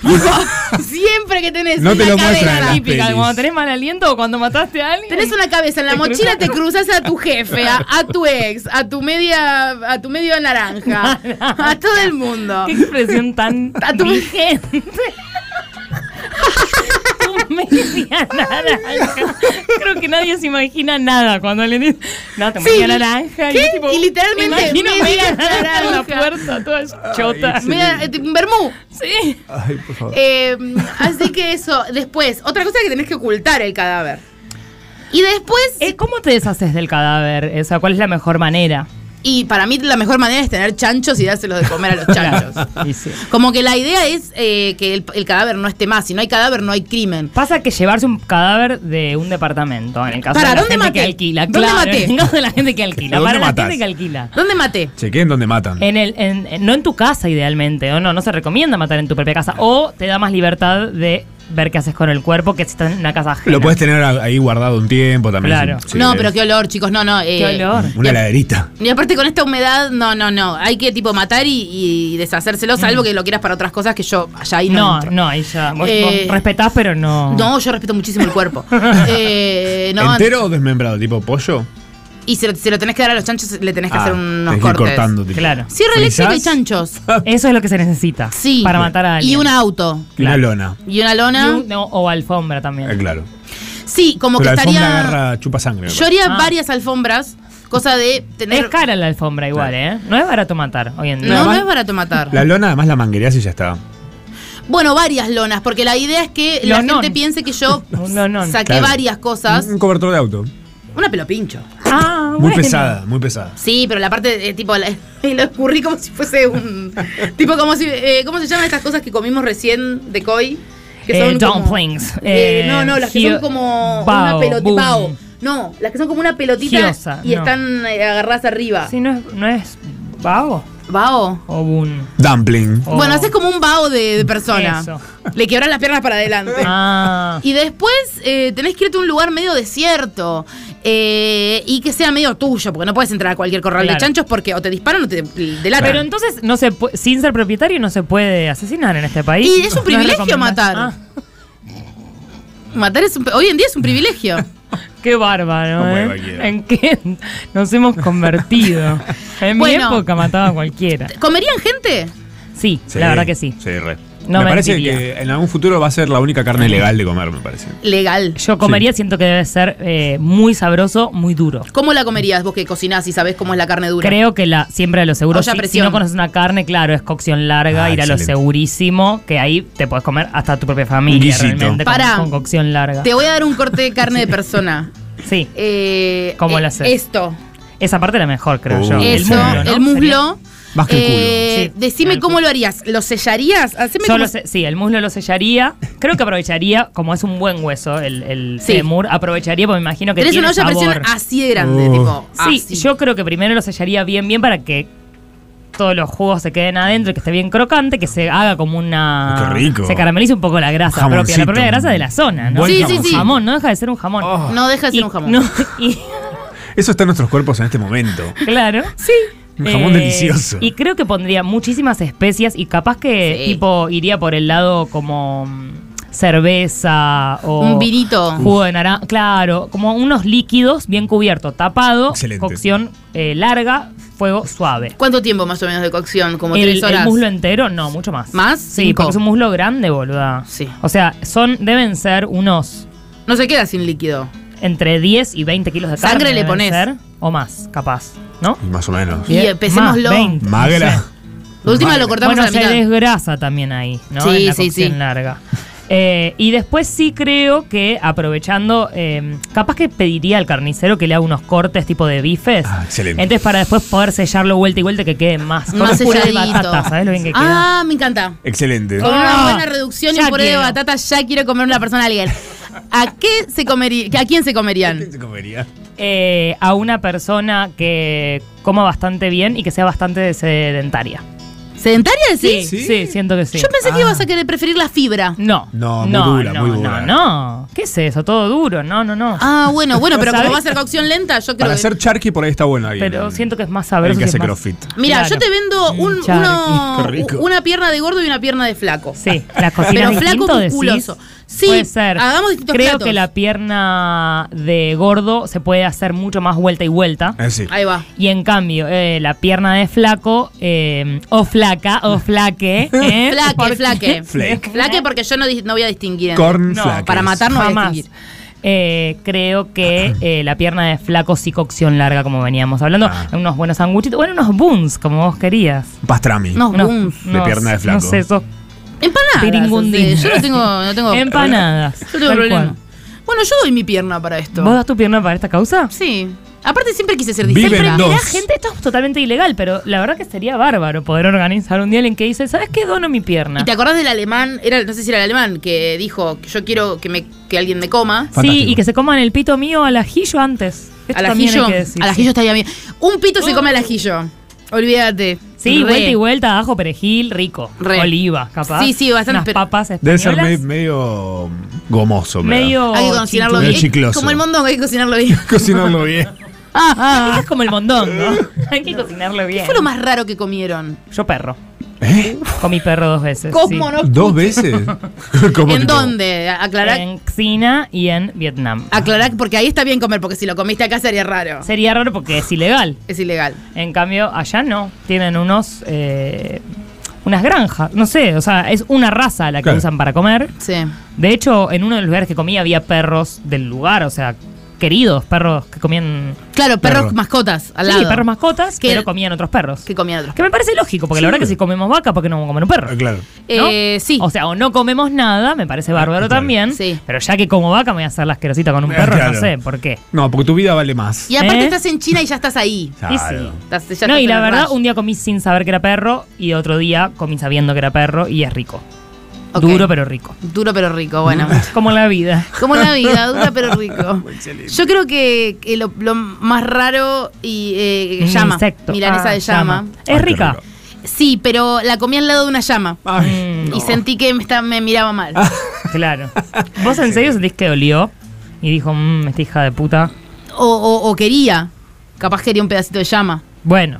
S2: Tipo, *laughs* siempre que tenés
S3: No te
S2: una
S3: lo muestran en
S2: cabeza,
S3: las
S4: Típica,
S3: pelis.
S4: cuando tenés mal aliento o cuando mataste a alguien.
S2: tenés una cabeza en la
S4: Te
S2: mochila,
S4: cruzás.
S2: te cruzas a tu jefe, a, a tu ex, a tu media, a tu
S4: *laughs*
S2: medio naranja, a todo el mundo.
S4: Qué expresión tan
S2: Oh. *laughs* A tu-
S4: vigente.
S2: *laughs*
S4: Tu media naranja. Creo que nadie se imagina nada cuando le dicen, no, tu
S2: Sí.
S4: media naranja.
S2: ¿Qué?
S4: yo tipo,
S2: Y literalmente,
S4: me imagino
S2: media
S4: media naranja en la
S2: naranja.
S4: puerta, toda chota.
S3: sí.
S2: Mira, eh, Bermú.
S4: Sí.
S3: Ay, por favor.
S2: Eh, así que eso, después, otra cosa es que tenés que ocultar el cadáver. Y después,
S4: Eh, ¿Cómo te deshaces del cadáver? O sea, ¿cuál es la mejor manera?
S2: y para mí la mejor manera es tener chanchos y dárselos de comer a los chanchos.
S4: *laughs* Y sí.
S2: Como que la idea es eh, que el, el cadáver no esté más. Si no hay cadáver, no hay crimen.
S4: Pasa que llevarse un cadáver de un departamento, en el caso
S2: Para,
S4: de la
S2: ¿dónde
S4: gente que
S2: maté?
S4: alquila.
S2: ¿Dónde
S4: claro,
S2: maté?
S4: en el caso de la gente que alquila.
S3: ¿Dónde
S4: Para la
S3: matás?
S4: gente que alquila.
S2: ¿Dónde maté?
S3: Chequeen donde matan.
S2: Eh,
S4: En el, en- en- no en tu casa, idealmente, o no, no se recomienda matar en tu propia casa. O te da más libertad de ver qué haces con el cuerpo que si estás en una casa ajena.
S3: Lo puedes tener ahí guardado un tiempo también.
S4: Claro.
S3: Sí,
S2: no,
S3: es
S2: pero qué olor, chicos. No, no. eh,
S4: Qué olor.
S3: Una heladerita.
S2: Y aparte con esta humedad, no, no, no. Hay que tipo matar y, y deshacérselo, salvo que lo quieras para otras cosas que yo allá ahí no.
S4: Mm. No,
S2: entro.
S4: no, ahí ya. Vos,
S2: Eh,
S4: vos respetás, pero no.
S2: No, yo respeto muchísimo el
S4: *laughs*
S2: cuerpo. Eh, no,
S3: ¿Entero o desmembrado? ¿Tipo pollo?
S2: Y se lo, se lo tenés que dar a los chanchos, le tenés que
S3: Ah,
S2: hacer unos
S3: tenés que ir
S2: cortes.
S3: cortando, tipo.
S4: Claro.
S2: Sierra eléctrica y
S3: ¿Frisás?
S2: chanchos.
S4: Eso es lo que se necesita.
S2: Sí.
S4: *laughs* Para matar a alguien.
S2: Y un auto.
S3: Y Una
S4: Claro.
S3: lona.
S2: Y una
S4: Y
S2: lona.
S4: un- no, o alfombra también.
S3: Eh, claro.
S2: Sí, como
S3: Pero
S2: que
S3: la alfombra
S2: estaría.
S3: agarra chupa sangre.
S2: Yo haría
S4: Ah.
S2: varias alfombras, cosa de tener.
S4: Es cara la alfombra igual, ¿eh? No es barato matar hoy en día.
S2: No, no
S3: va-
S2: es barato matar.
S3: La lona además la manguereas y ya está.
S2: Bueno, varias lonas, porque la idea es que la
S4: Lonón.
S2: gente piense que yo
S4: Un lonón.
S2: saqué
S3: Claro.
S2: varias cosas.
S3: Un, un cobertor de auto.
S2: Una pelopincho.
S4: Ah,
S3: Muy
S4: bueno.
S3: pesada, muy pesada.
S2: Sí, pero la parte, eh, tipo, la, *laughs* lo escurrí como si
S4: *laughs*
S2: fuese un. tipo, como si. eh, ¿Cómo se llaman estas cosas que comimos recién de koi? Que
S4: Eh,
S2: como-
S4: dumplings.
S2: eh,
S4: Eh,
S2: no, no, las que
S4: gio-
S2: son como una
S4: bao, boom.
S2: pelotita. No, las que son como una pelotita
S4: Giosa,
S2: y
S4: no.
S2: están eh, agarradas arriba.
S4: Sí, no es, no es vago
S2: ¿Bao?
S4: o un.
S3: Dumpling.
S4: o-
S2: Bueno, haces como un bao de, de persona.
S4: Oh. Eso.
S2: Le quebran las piernas para adelante.
S4: Ah.
S2: Y después eh, tenés que irte a un lugar medio desierto eh, y que sea medio tuyo, porque no puedes entrar a cualquier corral de
S4: Claro.
S2: chanchos porque o te disparan o te delatan.
S4: Pero entonces, no se pu- sin ser propietario, no se puede asesinar en este país.
S2: Y es un
S4: No Ah,
S2: privilegio
S4: recomendás.
S2: matar. Matar es un- hoy en día es
S4: *laughs*
S2: un privilegio.
S4: qué bárbaro,
S3: No puede
S4: ¿eh?
S3: cualquiera.
S4: ¿En qué nos hemos
S2: *laughs*
S4: convertido? En
S2: Bueno.
S4: mi época mataba a cualquiera.
S2: ¿Comerían gente?
S4: Sí,
S3: Sí,
S4: la verdad que sí.
S3: Sí, re.
S4: No
S3: me parece
S4: mentiría.
S3: que en algún futuro va a ser la única carne legal de comer, me parece.
S2: Legal.
S4: Yo comería, siento que debe ser eh, muy sabroso, muy duro.
S2: ¿Cómo la comerías vos que cocinás y sabés cómo es la carne dura?
S4: Creo que la siempre a lo seguro.
S2: Olla a
S4: Si- si,
S2: presión.
S4: no conoces una carne, claro, es cocción larga,
S3: Ah,
S4: ir a lo
S3: excelente.
S4: segurísimo, que ahí te puedes comer hasta tu propia
S3: Un
S4: familia
S3: guisito.
S4: realmente con-
S2: Pará.
S4: con, cocción larga.
S2: Te voy a dar un corte de
S4: *laughs*
S2: carne de persona.
S4: Sí,
S2: Eh,
S4: ¿Cómo
S2: eh,
S4: lo haces?
S2: Esto.
S4: esa parte era mejor, creo
S3: Uh,
S4: yo.
S3: El
S2: Eso,
S3: muslo,
S4: ¿no?
S2: el muslo.
S3: Más que el culo.
S2: Eh,
S4: Sí.
S2: Decime
S4: El
S2: cómo
S4: culo.
S2: lo harías. ¿Lo sellarías? Haceme
S4: Yo
S2: como-
S4: lo sé- sí, el muslo lo sellaría. Creo que aprovecharía, como es un buen hueso, el, el
S2: Sí.
S4: fémur, aprovecharía porque me imagino que
S2: Tenés
S4: tiene
S2: una olla a presión
S4: sabor.
S2: así de grande,
S3: Uh.
S2: tipo.
S4: Sí,
S2: así.
S4: yo creo que primero lo sellaría bien, bien para que todos los jugos se queden adentro y que esté bien crocante, que se haga como una...
S3: Qué rico.
S4: Se caramelice un poco la grasa propia,
S3: Jamoncito.
S4: la propia grasa de la zona, ¿no?
S3: Buen
S2: Sí, sí, sí.
S4: Un jamón, no deja de ser un jamón.
S3: Oh.
S2: No deja de ser
S4: Y-
S2: un jamón.
S4: no, *laughs* y-
S3: Eso está en nuestros cuerpos en este momento.
S4: claro. Sí.
S3: Un jamón delicioso.
S4: Eh, Y creo que pondría muchísimas especias y capaz que
S2: Sí.
S4: tipo iría por el lado como mm, cerveza o
S2: Un vinito.
S4: jugo de naranja, claro, como unos líquidos bien cubiertos, tapado,
S3: Excelente.
S4: cocción eh, larga, fuego suave.
S2: ¿Cuánto tiempo más o menos de cocción? ¿Como
S4: El,
S2: tres horas?
S4: el muslo entero, no, mucho más.
S2: ¿Más?
S4: Sí,
S2: Cinco.
S4: porque es un muslo grande, boluda.
S2: Sí.
S4: O sea, son, deben ser unos
S2: No se queda sin líquido.
S4: entre 10 y 20 kilos de carne.
S2: Sangre le
S4: deben
S2: ponés.
S4: ser, o más, capaz, ¿no?
S3: Más o menos.
S2: Y
S4: Bien,
S2: empesémoslo.
S4: más, 20, no
S3: Magra.
S4: sé.
S2: La última lo cortamos
S4: bueno,
S2: a la
S4: se
S2: mitad.
S4: desgrasa también ahí, ¿no?
S2: Sí,
S4: en la
S2: sí,
S4: cocción
S2: sí.
S4: larga. Eh, y después sí creo que aprovechando, eh, capaz que pediría al carnicero que le haga unos cortes tipo de bifes.
S5: Ah, excelente.
S4: Entonces para después poder sellarlo vuelta y vuelta que quede más. Con
S2: Más
S4: puré de
S2: selladito.
S4: batata, ¿sabes lo bien que queda?
S2: Ah, me encanta.
S5: Excelente.
S2: Con una
S4: Ah,
S2: buena reducción y
S4: ya
S2: un puré de
S4: quiero.
S2: batata ya quiero comer una persona alguien. ¿A qué se comería? ¿A quién se comerían?
S5: Se comería.
S4: Eh, a una persona que coma bastante bien y que sea bastante sedentaria.
S2: ¿Sedentaria decís?
S4: sí, siento que sí. Ah.
S2: Yo pensé que ibas a querer preferir la fibra.
S4: No.
S5: No, muy
S4: no,
S5: dura,
S4: no,
S5: muy dura.
S4: No, no. ¿Qué es eso? Todo duro. No, no, no.
S2: Ah, bueno, bueno,
S4: ¿No
S2: pero como
S4: sabes?
S2: va a ser cocción lenta, yo creo
S5: Para
S2: que-
S5: hacer charqui por ahí está bueno ahí.
S4: pero siento que es más sabroso.
S5: El que
S4: y es
S5: hace
S4: más-
S5: crossfit.
S2: Mira,
S4: Claro.
S2: yo te vendo un-
S4: Mm, charqui.
S2: uno-
S5: Qué rico.
S2: una pierna de gordo y una pierna de flaco.
S4: Sí, las
S2: Pero
S4: cocinas
S2: flaco
S4: distinto, decís.
S2: musculoso. Sí,
S4: Puede ser.
S2: hagamos distintos
S4: Creo
S2: platos.
S4: que la pierna de gordo se puede hacer mucho más vuelta y vuelta.
S3: Eh,
S5: Es decir,
S2: Ahí va.
S4: Y en cambio, eh, la pierna de flaco, eh, o flaca, o
S2: *laughs*
S4: flaque. ¿eh?
S2: Flaque,
S4: *laughs* Porque-
S2: flaque.
S5: Flake.
S2: Flaque porque yo no, di- no voy a distinguir. entre-
S5: Corn
S4: No,
S5: flack.
S2: para matar no voy a
S4: Jamás.
S2: distinguir.
S4: Eh, creo que eh, la pierna de flaco sí cocción larga, como veníamos hablando.
S5: Ah.
S4: Unos buenos sanguchitos. Bueno, unos buns, como vos querías.
S5: Pastrami.
S2: No.
S4: Unos-
S2: buns.
S5: De
S4: unos-
S5: pierna de flaco.
S4: No sé, esos
S2: Empanadas.
S4: Piringundín.
S2: o sea, Yo no tengo, no tengo
S4: empanadas.
S2: Yo tengo
S4: tal
S2: problema.
S4: cual.
S2: Bueno, yo doy mi pierna para esto.
S4: ¿Vos das tu pierna para esta causa?
S2: Sí. Aparte siempre quise ser
S5: Viven
S2: distinta.
S5: dos.
S4: La gente, esto es totalmente ilegal, pero la verdad que sería bárbaro poder organizar un día en que dice, ¿sabes qué? Dono mi pierna.
S2: ¿Y te acordás del alemán? Era, no sé si era el alemán que dijo que yo quiero que me que alguien me coma.
S5: Fantástico.
S4: Sí, y que se coman el pito mío al ajillo antes. Esto
S2: Al
S4: también hay
S2: ajillo.
S4: que decir,
S2: Al ajillo estaría bien. Un pito se
S4: Uh.
S2: come al ajillo. Olvídate.
S4: Sí,
S2: Re.
S4: vuelta y vuelta, ajo, perejil, rico.
S2: Re.
S4: Oliva, capaz.
S2: Sí, sí, bastante,
S4: Unas
S2: pero-
S4: papas
S5: Debe ser
S4: españolas.
S5: me- medio mm, gomoso. me da.
S4: medio...
S2: Hay que cocinarlo
S5: Medio
S2: bien.
S4: chinchulín.
S5: chicloso.
S2: Como el mondongo, hay que cocinarlo
S4: *laughs*
S2: bien.
S5: *laughs* Cocinarlo bien.
S2: Ah, ah,
S4: Es como el mondón, ¿no? *laughs* Hay que cocinarlo bien.
S2: ¿Qué fue lo más raro que comieron?
S4: Yo perro.
S5: ¿Eh?
S4: Comí perro dos veces.
S2: ¿Cómo
S4: sí.
S2: no?
S5: ¿Dos
S2: *laughs*
S5: veces? Como
S2: ¿En
S5: tipo,
S2: dónde? Aclará,
S4: En China y en Vietnam.
S2: aclará, porque ahí está bien comer, porque si lo comiste acá sería raro.
S4: Sería raro porque es ilegal.
S2: Es ilegal.
S4: En cambio, allá no. Tienen unos. eh, unas granjas. No sé, o sea, es una raza la que
S5: Claro.
S4: usan para comer.
S2: Sí.
S4: De hecho, en uno de los lugares que comía había perros del lugar, o sea, queridos perros que comían.
S2: Claro, perros
S5: Perro.
S2: mascotas al lado.
S4: Sí, perros mascotas,
S2: Que-
S4: pero comían otros perros.
S2: Que
S4: Que,
S2: comían otros.
S4: me parece lógico, porque la
S5: Sí.
S4: verdad que si comemos vaca, ¿por qué no vamos a comer un
S5: Ah,
S4: perro?
S5: Claro. Ah,
S4: ¿no?
S2: Eh, sí.
S4: O sea, o no comemos nada, me parece bárbaro
S5: claro.
S4: también.
S2: Sí.
S4: Pero ya que como vaca, me voy a hacer la asquerosita con un
S5: Eh,
S4: perro,
S5: claro.
S4: no sé por qué.
S5: No, porque tu vida vale más.
S2: y aparte
S4: ¿eh?
S2: estás en China y ya estás ahí.
S4: Y sí.
S5: Claro.
S2: Estás- ya
S4: no,
S2: estás
S4: y
S2: en
S4: la
S2: el
S4: verdad,
S2: rayo.
S4: un día comí sin saber que era perro y otro día comí sabiendo que era perro y es rico.
S2: Ok.
S4: Duro pero
S2: *laughs*
S4: rico.
S2: Duro pero
S5: *laughs*
S2: rico, bueno.
S4: Como la vida.
S2: Como la vida, dura pero rico. Yo creo que, que lo, lo más raro y eh,
S4: Un
S2: llama.
S4: insecto.
S2: Milanesa
S4: Ah,
S2: de llama.
S5: Ay,
S4: Es
S5: qué
S4: rica.
S5: rico.
S2: Sí, pero la comí al lado de una llama.
S5: Ay,
S2: Y sentí que me, está- me miraba mal.
S4: Mm,
S5: *laughs*
S2: *laughs*
S4: Claro. Vos en serio sentís que dolió y dijo, mmm, esta hija de puta.
S2: O, o- o quería. Capaz quería un pedacito de llama.
S4: Bueno,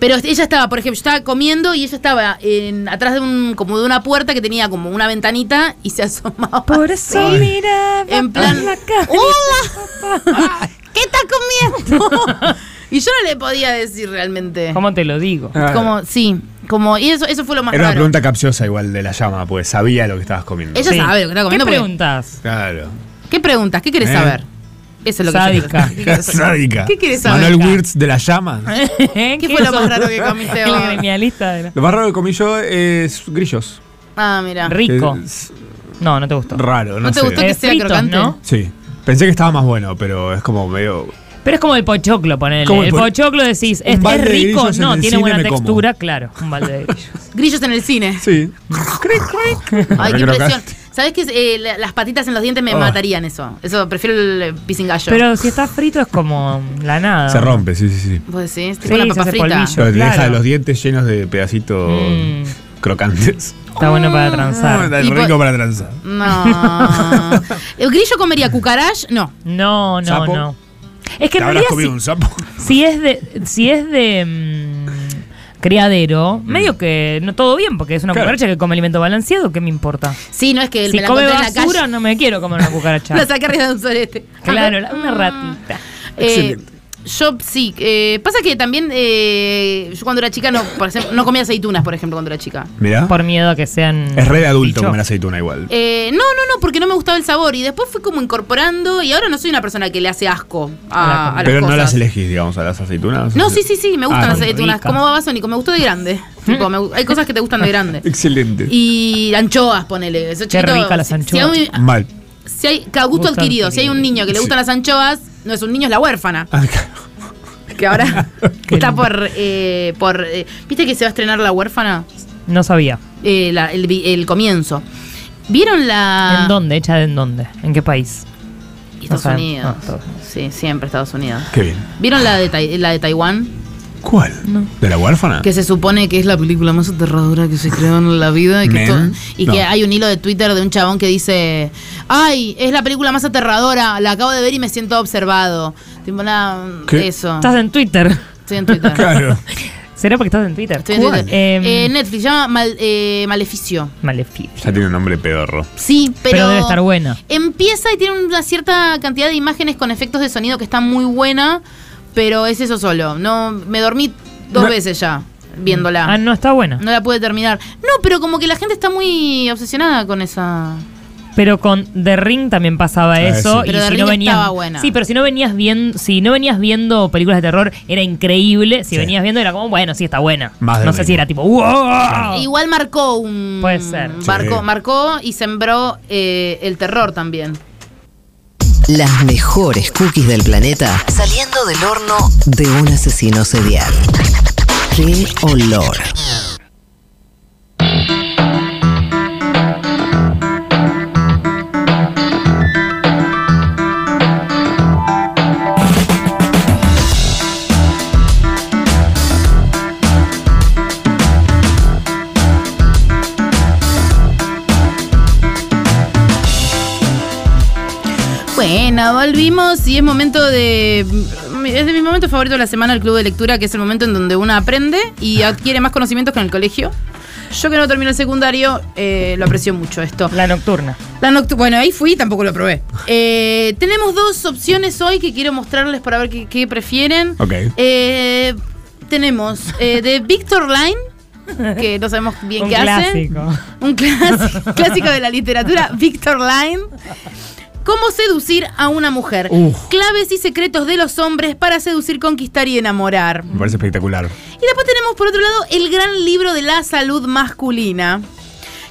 S2: Pero ella estaba, por ejemplo, yo estaba comiendo y ella estaba en, atrás de un, como de una puerta que tenía como una ventanita y se asomaba.
S4: *laughs* por eso mira,
S2: En
S4: *laughs*
S2: plan. ¡Hola! ¿Qué estás comiendo? *laughs* y yo no le podía decir realmente.
S4: ¿Cómo te lo digo?
S5: Ah,
S2: Como, sí. Como, y eso, eso fue lo más
S5: Era una
S2: raro.
S5: pregunta capciosa igual de la llama, pues sabía lo que estabas comiendo.
S2: Ella sabe lo que está comiendo.
S4: ¿Qué
S2: porque-
S4: preguntas?
S5: Claro.
S2: ¿Qué preguntas? ¿Qué querés
S5: Eh.
S2: saber? Eso es lo que yo
S4: Sádica.
S5: *laughs*
S2: quiero saber.
S5: Sádica.
S2: ¿Qué quieres
S5: Manuel
S2: saber? ¿Eh?
S5: Wirtz de la llama.
S4: *laughs* ¿Qué,
S2: ¿Qué fue lo
S4: sos?
S2: más raro que
S4: *laughs*
S2: comiste
S4: El
S2: vos?
S4: gremialista de la-
S5: Lo más raro que comí yo es grillos.
S2: Ah, mira.
S4: Rico.
S5: Es
S4: No, no te gustó.
S5: raro, no,
S2: ¿No te
S5: sé.
S2: gustó? que sea
S4: fritos,
S2: crocante.
S5: Sí. Pensé que estaba más bueno, pero es como medio.
S4: Pero es como el pochoclo, ponele.
S5: Como el
S4: el,
S5: po-
S4: pochoclo decís,
S5: Un
S4: ¿es,
S5: balde
S4: es
S5: de
S4: rico?
S5: grillos en
S4: No,
S5: el
S4: tiene
S5: cine
S4: buena
S5: me como.
S4: textura, claro. Un balde de
S5: *laughs*
S4: grillos.
S2: Grillos en el cine.
S5: Sí.
S2: Ay, qué
S5: Creo que-
S2: impresión. ¿Sabés que eh, la- las patitas en los dientes me
S5: Ah.
S2: matarían eso? Eso prefiero el eh, pisingallo.
S4: Pero si está frito es como la nada.
S5: Se rompe, sí, sí, sí.
S2: Vos decís,
S4: Sí,
S2: tipo la
S4: se
S2: papa
S4: hace
S2: frita.
S4: polvillo.
S5: Pero te
S4: Claro.
S5: deja los dientes llenos de pedacitos
S4: Mm.
S5: crocantes.
S4: Está bueno para
S5: *laughs*
S4: transar.
S5: Ah,
S2: Y po-
S5: rico para tranzar.
S4: *laughs*
S2: No. ¿El grillo comería cucarach? No.
S4: No, no,
S5: ¿Sapo?
S4: no. Es que
S5: ¿Te
S4: en
S5: habrás
S4: realidad
S5: comido
S4: si-
S5: un sapo? *laughs*
S4: Si es de, si es de mm, criadero, medio que no todo bien, porque es una
S5: Claro.
S4: cucaracha que come alimento balanceado, ¿qué me importa?
S2: Sí, no es que el
S4: si
S2: me la
S4: come
S2: encontré en la
S4: basura,
S2: calle. *laughs*
S4: no me quiero comer una
S2: La
S4: cucaracha.
S2: saqué arriba de un sorete.
S4: claro, la- una ratita.
S2: Ah. Eh,
S5: Excelente.
S2: yo sí. eh, pasa que también eh, yo cuando era chica no, por ejemplo, no comía aceitunas, por ejemplo, cuando era chica.
S5: Mirá.
S4: Por miedo a que sean.
S5: Ah. Es re de adulto
S4: bicho.
S5: comer aceituna igual.
S2: Eh, no, no, no, porque no me gustaba el sabor. Y después fui como incorporando y ahora no soy una persona que le hace asco a, a las
S5: Pero no las
S2: cosas.
S5: elegís, digamos, a las aceitunas.
S2: No, sí, sí, sí, me gustan
S5: Ah,
S2: las
S5: qué
S2: aceitunas.
S4: rica. ¿Mm?
S2: Como babasónico, me gustó de grande. Tipo, me gu- hay cosas que te gustan
S4: *laughs*
S2: de grande.
S5: Excelente.
S2: Y anchoas, ponele. Eso,
S4: Qué
S2: chiquito,
S4: rica las
S2: si-
S4: anchoas.
S2: Si hay,
S5: Mal.
S2: si hay- cada gusto
S4: Gusto
S2: adquirido, si hay un niño que le
S5: Sí.
S2: gustan las anchoas, no es un niño, es la huérfana.
S5: Ah, *laughs* claro.
S2: Que ahora
S4: *laughs* Qué
S2: *laughs* está
S4: lindo.
S2: por. eh, por eh, ¿Viste que se va a estrenar la huérfana?
S4: No sabía.
S2: Eh, la- el, vi- el comienzo. ¿Vieron la.
S4: ¿En dónde? ¿Hecha de en dónde? ¿En qué país?
S2: Estados
S4: No saben.
S2: Unidos.
S4: Ah, todo.
S2: sí, siempre Estados Unidos.
S5: Qué bien.
S2: ¿Vieron la de, Tai- la de Taiwán?
S5: ¿Cuál? ¿De la huérfana?
S2: Que se supone que es la película más aterradora que se creó en la vida. Y, que,
S5: Men.
S2: todo- y que
S5: No.
S2: hay un hilo de Twitter de un chabón que dice: Ay, es la película más aterradora, la acabo de ver y me siento observado. Tipo, nada,
S5: ¿Qué?
S2: eso.
S4: Estás en Twitter. *laughs*
S2: Estoy
S5: *laughs*
S2: en Twitter.
S5: Claro.
S4: ¿Será porque estás en Twitter?
S2: Estoy en Twitter.
S4: Eh,
S2: Eh, Netflix llama Mal- eh, Maleficio.
S4: Maleficio.
S5: Ya tiene un nombre pedorro.
S2: Sí, pero.
S4: Pero, debe estar buena.
S2: Empieza y tiene una cierta cantidad de imágenes con efectos de sonido que está muy buena, pero es eso solo. No, me dormí dos
S5: No.
S2: veces ya viéndola.
S4: Ah, no, está buena.
S2: No la pude terminar. No, pero como que la gente está muy obsesionada con esa.
S4: Pero con The Ring también pasaba eso.
S5: Ah, sí.
S4: Y
S2: Pero The
S4: si
S2: Ring
S4: no venías,
S2: estaba buena.
S4: Sí, pero si no venías viendo, si no venías viendo películas de terror, era increíble. Si
S5: Sí.
S4: venías viendo, era como, bueno, sí está buena.
S5: Más de
S4: no
S5: lo
S4: sé si
S5: mismo.
S4: era tipo, wow.
S2: Igual marcó un.
S4: Oh. Puede ser.
S2: Marcó,
S5: Sí.
S2: marcó y sembró eh, el terror también.
S1: Las mejores cookies del planeta saliendo del horno de un asesino serial. ¡Qué olor!
S2: Bueno, volvimos y es momento de. Es de mi momento favorito de la semana el club de lectura, que es el momento en donde uno aprende y adquiere más conocimientos que en el colegio. Yo que no terminé el secundario, eh, lo aprecio mucho esto.
S4: La nocturna.
S2: La noctu- bueno, ahí fui, tampoco lo probé. *laughs* Eh, tenemos dos opciones hoy que quiero mostrarles para ver qué, qué prefieren.
S5: Ok.
S2: Eh, tenemos eh, de Victor Line, que no sabemos bien
S4: Un
S2: qué hace.
S4: clásico. *laughs*
S2: Un clásico, clásico de la literatura, Victor Line. ¿Cómo seducir a una mujer?
S5: Uf.
S2: Claves y secretos de los hombres para seducir, conquistar y enamorar.
S5: Me parece espectacular.
S2: Y después tenemos por otro lado el gran libro de la salud masculina,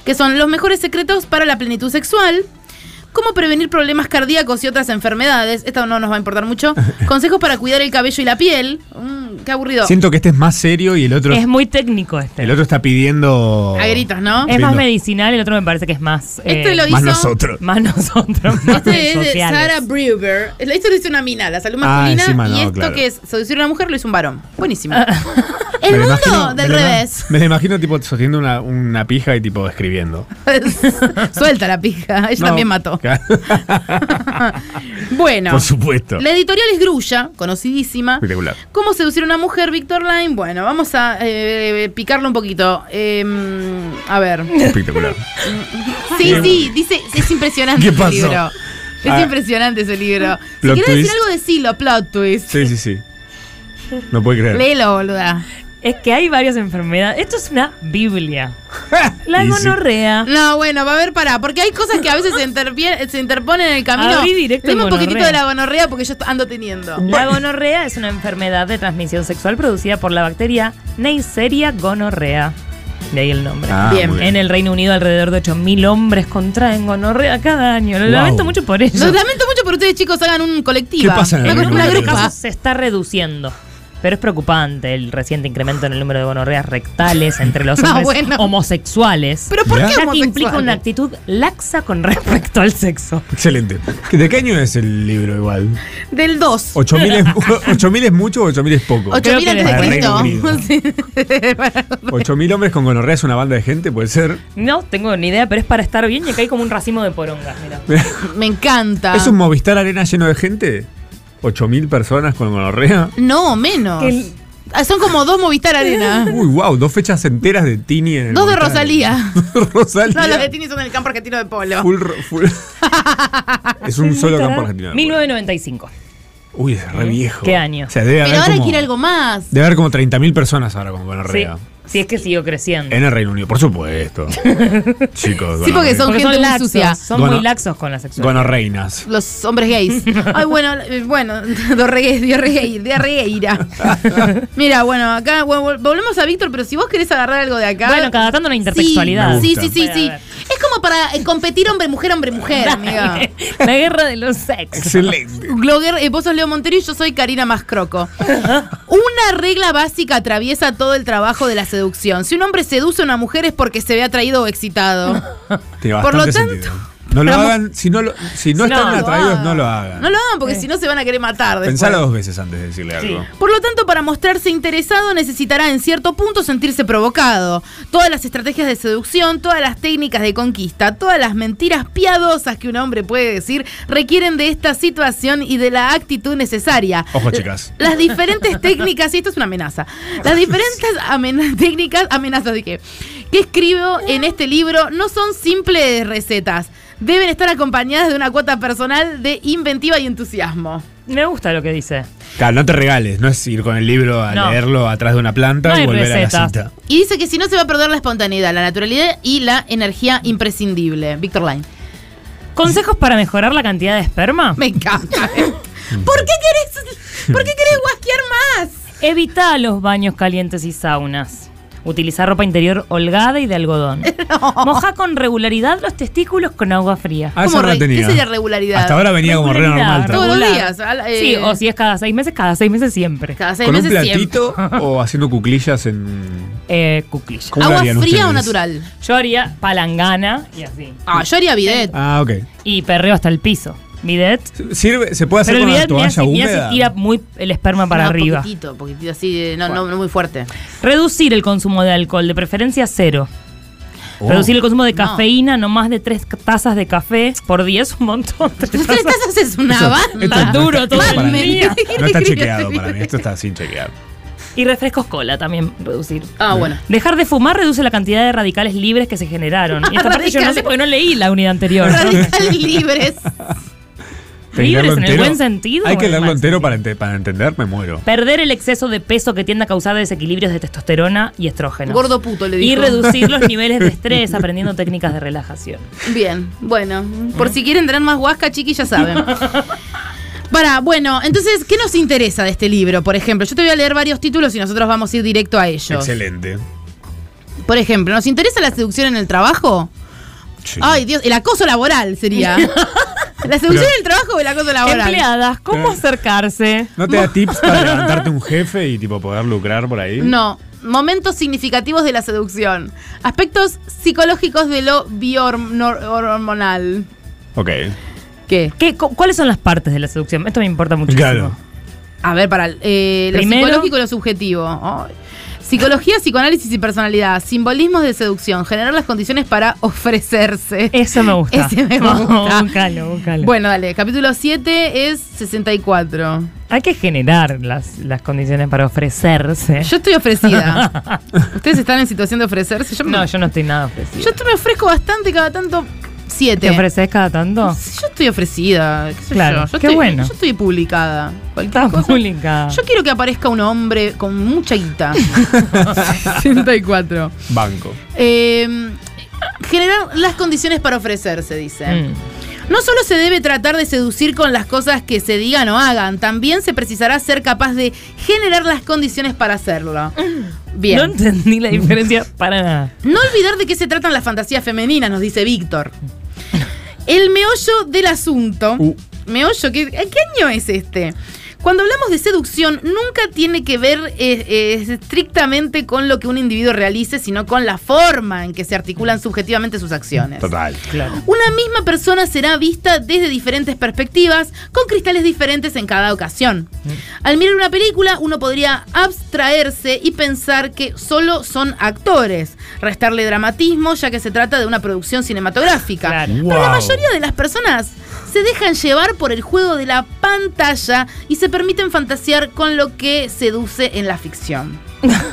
S2: que son los mejores secretos para la plenitud sexual, cómo prevenir problemas cardíacos y otras enfermedades, esto no nos va a importar
S5: *laughs*
S2: mucho, consejos para cuidar el cabello y la piel, Mm, qué aburrido,
S5: Siento que este es más serio y el otro,
S4: Es muy técnico este.
S5: el otro está pidiendo.
S2: a gritos, ¿no?
S4: Es más
S5: Lindo.
S4: medicinal, el otro me parece que es más. eh,
S2: Este lo
S5: Más
S2: hizo-
S5: nosotros.
S4: Más nosotros. Más
S2: Este es de
S4: sociales.
S2: Sarah Brewer. Esto lo hizo una mina, la salud
S5: Ah,
S2: masculina.
S5: encima
S2: y
S5: no,
S2: esto
S5: claro. Ah.
S2: que es seducir a una mujer lo hizo un varón. Buenísimo.
S5: Me
S2: El
S5: lo
S2: mundo
S5: imagino-
S2: del
S5: me lo ima-
S2: revés.
S5: Me lo imagino tipo sosteniendo una, una pija y tipo
S2: *laughs*
S5: escribiendo.
S2: Suelta la pija. Ella
S5: No.
S2: también
S5: *laughs*
S2: mató.
S5: Claro.
S2: Bueno.
S5: Por supuesto.
S2: La editorial es Grulla, conocidísima.
S5: Espectacular.
S2: ¿Cómo seducir a una mujer, Victor Line? Bueno, vamos a eh, picarlo un poquito. Eh, a ver.
S5: Espectacular.
S2: Sí, sí, dice, es impresionante
S5: ¿Qué
S2: ese
S5: pasó?
S2: libro. Es
S5: Ah.
S2: impresionante ese libro. Si
S5: Plot
S2: quieres decir
S5: twist.
S2: algo, decilo, plot twist.
S5: Sí, sí, sí. No puedo creer. *laughs*
S2: Léelo, boluda.
S4: Es que hay varias enfermedades. Esto es una Biblia. La
S5: Y sí.
S4: gonorrea.
S2: No, bueno, va a ver, pará, porque hay cosas que a veces se, interpie- se interponen en el camino.
S4: Abrí directo
S2: Leeme
S4: en
S2: un poquitito
S4: gonorrea.
S2: de la gonorrea porque yo ando teniendo.
S4: La gonorrea es una enfermedad de transmisión sexual producida por la bacteria Neisseria gonorrea. De ahí el nombre.
S5: Ah,
S2: Bien.
S5: muy
S4: En el Reino Unido alrededor de 8.000 hombres contraen gonorrea cada año. Lo
S5: Wow.
S4: lamento mucho por ello.
S2: Lo lamento mucho por ustedes, chicos, hagan un colectivo.
S5: ¿Qué pasa en el
S2: Una,
S5: Reino
S2: una
S5: Unido?
S4: En
S2: grupa.
S4: casos se está reduciendo. Pero es preocupante el reciente incremento en el número de gonorreas rectales entre los
S2: *laughs* No,
S4: hombres
S2: Ah, bueno.
S4: homosexuales.
S2: ¿Pero por
S5: Ya
S2: qué
S4: ya que
S2: homosexuales?
S4: implica una actitud laxa con respecto al sexo.
S5: Excelente. ¿De qué año es el libro igual?
S2: Del 2.
S5: 8000 es, *laughs* 8000 es mucho o 8000 es poco.
S2: 8000
S4: Creo que
S2: antes de
S5: para Reino
S2: Cristo.
S5: Unido.
S2: Sí.
S5: 8000 hombres con gonorrea es una banda de gente, puede ser.
S4: No tengo ni idea, pero es para estar bien y acá hay como un racimo de porongas, mira.
S2: *laughs* Me
S5: *laughs*
S2: encanta.
S5: ¿Es un Movistar Arena lleno de gente? 8000 personas con gonorrea.
S2: No, menos.
S4: El-
S2: Ah, Son como dos Movistar Arena.
S5: Uy, wow, dos fechas enteras de Tini en el
S2: Dos de
S5: Movistar
S2: Rosalía.
S3: *laughs*
S5: Arena. Dos de Rosalía.
S2: No, los de Tini son del campo argentino de
S4: *laughs*
S2: polo. *laughs*
S5: Full ro- full- es un solo campo argentino.
S4: 1995.
S3: Uy, es re viejo.
S4: Eh, ¿Qué año?
S3: O sea, debe
S2: Pero
S3: haber
S2: ahora
S3: como-
S2: quiere algo más.
S3: Debe haber como 30.000 personas ahora con
S4: Sí,
S3: gonorrea.
S4: si es que siguió creciendo.
S3: En el Reino Unido, por
S4: *laughs*
S3: supuesto. Chicos,
S2: Sí, porque son-
S4: Porque
S2: gente
S4: son
S2: muy
S4: laxos,
S2: sucia.
S4: son
S3: Gono-
S4: muy laxos con la sexualidad.
S3: gonorreinas.
S2: Los hombres gays. Ay, bueno, eh, bueno, *laughs* dorregué- diarregué- diarregueira. Mira, bueno, acá bueno, vol- volvemos a Víctor, pero si vos querés agarrar algo de acá.
S4: Bueno, cada tanto una intertextualidad.
S3: Me
S2: Sí, sí,
S3: gusta.
S2: sí, sí.
S4: Puede
S2: sí.
S4: haber.
S2: Es como para eh, competir hombre-mujer,
S4: *laughs*
S2: hombre-mujer, amiga.
S4: la guerra de los sexos.
S3: Excelente.
S2: Gloger, eh, vos sos Leo Montero y yo soy Karina Mascroco. Una regla básica atraviesa todo el trabajo de la seducción. Si un hombre seduce a una mujer es porque se ve atraído o excitado.
S3: Tiene
S2: Por lo
S3: bastante
S2: tanto,
S3: sentido. No lo
S2: vamos-
S3: hagan, si no, lo- si no
S4: No,
S3: están
S4: no lo
S3: atraídos, no lo
S2: No
S3: hagan.
S2: lo hagan porque si no se van a querer matar después.
S3: Pensalo dos veces antes de decirle
S4: Sí.
S3: algo.
S2: Por lo tanto, para mostrarse interesado necesitará en cierto punto sentirse provocado. Todas las estrategias de seducción, todas las técnicas de conquista, todas las mentiras piadosas que un hombre puede decir requieren de esta situación y de la actitud necesaria.
S3: Ojo, chicas. *laughs*
S2: Las diferentes técnicas, y esto es una amenaza, las diferentes amena- técnicas, amenazas de que, que escribo en este libro no son simples recetas, deben estar acompañadas de una cuota personal de inventiva y entusiasmo.
S4: Me gusta lo que dice.
S3: Claro, no te regales, no es ir con el libro a
S4: No.
S3: leerlo atrás de una planta
S4: No hay
S3: y volver a
S4: receta.
S3: la cita.
S2: Y dice que si no se va a perder la espontaneidad, la naturalidad y la energía imprescindible. Víctor Line.
S4: ¿Consejos para mejorar la cantidad de esperma?
S3: *laughs*
S2: Me encanta. ¿Por qué querés, por qué querés guasquear más?
S4: Evita los baños calientes y saunas. Utiliza ropa interior holgada y de
S2: *laughs*
S4: algodón. Moja con regularidad los testículos con agua fría.
S3: Ah, eso
S2: Como
S3: no
S2: re-
S3: tenía.
S2: ¿qué sería regularidad?
S3: Hasta ahora venía como re
S4: Regularidad,
S3: normal. tal.
S2: Todos los
S4: regular.
S2: días, al- eh.
S4: Sí, o si es cada seis meses, cada seis meses siempre.
S2: Cada seis
S3: ¿Con un
S2: meses siempre.
S3: platito
S4: *laughs*
S3: o haciendo cuclillas en.
S4: Eh, cuclilla.
S3: ¿Cómo lo
S2: ¿Agua fría
S3: harían
S2: o
S3: ustedes?
S2: natural?
S4: Yo haría palangana y así.
S2: Ah, yo haría bidet.
S3: Ah, ok.
S4: Y perreo hasta el piso. Bidet.
S3: Sirve, se puede hacer
S4: Pero el
S3: con una
S4: bidet mira
S3: toalla
S4: si, mirá si
S3: húmeda.
S4: tira muy el esperma para
S2: No,
S4: arriba.
S2: Poquitito, poquitito, así, de- no, no, no muy fuerte.
S4: Reducir el consumo de alcohol, de preferencia cero.
S3: Oh.
S4: Reducir el consumo de
S2: No.
S4: cafeína, no más de tres tazas de café por día es un montón. *laughs* Tres
S2: Tres
S4: tazas.
S2: tazas es una
S3: Eso-
S2: banda.
S3: esto no
S4: Duro
S3: está-
S4: todo
S3: esto
S4: el
S3: para mí
S4: día.
S3: No
S4: *laughs*
S3: está chequeado para mí, esto está sin chequear.
S4: Y refrescos cola también reducir.
S2: Ah, bueno.
S4: Dejar de fumar reduce la cantidad de radicales libres que se generaron. Y
S2: *laughs*
S4: esta parte yo no
S2: Radicales.
S4: sé porque no leí la unidad anterior.
S2: Radicales libres.
S4: Libres
S3: leerlo
S4: en el buen sentido
S3: Hay
S4: o
S3: que
S4: en el
S3: leerlo
S4: mal
S3: entero para, ente- para entender, me muero.
S4: Perder el exceso de peso que tiende a causar desequilibrios de testosterona y estrógenos.
S2: Gordo puto, le
S4: Y
S2: dijo.
S4: reducir
S2: *laughs*
S4: los niveles de estrés aprendiendo técnicas de relajación.
S2: Bien, bueno. Por si quieren tener más guasca, chiqui, ya saben. Para, bueno, entonces, ¿qué nos interesa de este libro? Por ejemplo, yo te voy a leer varios títulos y nosotros vamos a ir directo a ellos.
S3: Excelente.
S2: Por ejemplo, ¿nos interesa la seducción en el trabajo?
S3: Sí.
S2: Ay, Dios, el acoso laboral sería. ¿La seducción
S3: Pero-
S2: en el trabajo o el acoso laboral?
S4: Empleadas,
S2: eh.
S4: ¿cómo acercarse?
S3: ¿No te da
S4: *laughs*
S3: tips para levantarte un jefe y tipo poder lucrar por ahí?
S2: No. Momentos significativos de la seducción. Aspectos psicológicos de lo biohormonal.
S3: Ok.
S2: ¿Qué?
S4: ¿Qué, cu- ¿Cuáles son las partes de la seducción? Esto me importa muchísimo.
S3: Claro.
S2: A ver, para eh, lo
S4: Primero-
S2: psicológico y lo subjetivo. Ay. Psicología, psicoanálisis y personalidad. Simbolismos de seducción. Generar las condiciones para ofrecerse.
S4: Eso me gusta. *laughs*
S2: Ese me gusta.
S4: Búscalo, búscalo.
S2: Bueno, dale. Capítulo 7 es 64.
S4: Hay que generar las, las condiciones para ofrecerse.
S2: Yo
S4: *laughs*
S2: estoy ofrecida. ¿Ustedes están en situación de ofrecerse? Yo me-
S4: no, yo no estoy nada ofrecida.
S2: yo te- me ofrezco bastante cada tanto.
S4: ¿Te
S2: 7.
S4: ofreces cada tanto? *laughs*
S2: Yo estoy ofrecida. qué sé
S4: Claro,
S2: yo. Yo
S4: qué
S2: estoy,
S4: bueno.
S2: Yo estoy publicada. Cualquier
S4: Estás
S2: cosa.
S4: pública.
S2: Yo quiero que aparezca un hombre con mucha
S4: *laughs*
S2: guita. 64.
S3: Banco.
S2: Eh, generar las condiciones para ofrecerse, dice.
S4: Mm.
S2: No solo se debe tratar de seducir con las cosas que se digan o hagan, también se precisará ser capaz de generar las condiciones para hacerlo. Bien.
S4: Mm. No entendí la
S2: *laughs*
S4: diferencia para nada.
S2: No olvidar de qué se tratan las fantasías femeninas, nos
S4: *laughs*
S2: dice Víctor. El meollo del asunto.
S3: Uh.
S2: Meollo, ¿qué, ¿qué año es este? Cuando hablamos de seducción, nunca tiene que ver eh, eh, estrictamente con lo que un individuo realice, sino con la forma en que se articulan subjetivamente sus acciones.
S3: Total.
S4: Claro.
S2: Una misma persona será vista desde diferentes perspectivas, con cristales diferentes en cada ocasión. Al mirar una película, uno podría abstraerse y pensar que solo son actores, restarle dramatismo ya que se trata de una producción cinematográfica.
S4: Claro.
S2: Pero la
S3: Wow.
S2: mayoría de las personas se dejan llevar por el juego de la pantalla y se permiten fantasear con lo que seduce en la ficción.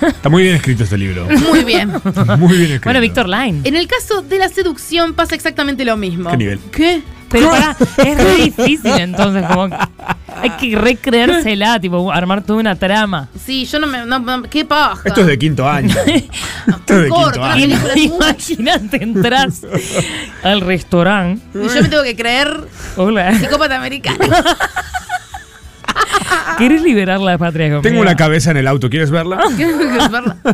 S3: Está muy bien escrito este
S4: *laughs*
S3: libro.
S2: Muy bien.
S5: *laughs*
S3: Muy bien escrito.
S4: Bueno, Víctor Line.
S2: En el caso de la seducción pasa exactamente lo mismo.
S3: ¿Qué nivel?
S2: ¿Qué? *laughs*
S4: Pero pará, es re difícil entonces. Como, hay Hay que recreérsela, tipo, armar toda una trama.
S2: Sí, yo no me. no- no- qué paja.
S5: Esto es de quinto
S4: *laughs*
S5: año. Esto es de
S2: Corto,
S5: quinto
S2: una
S5: año.
S2: película
S5: *laughs*
S2: es mucho.
S4: Imagínate, entras al restaurante.
S2: Y yo me tengo que creer
S4: Hola.
S2: psicópata americano. Ah.
S4: ¿Quieres liberar la patria conmigo?
S5: Tengo una cabeza en el auto, ¿quieres verla?
S4: Ah.
S2: *laughs*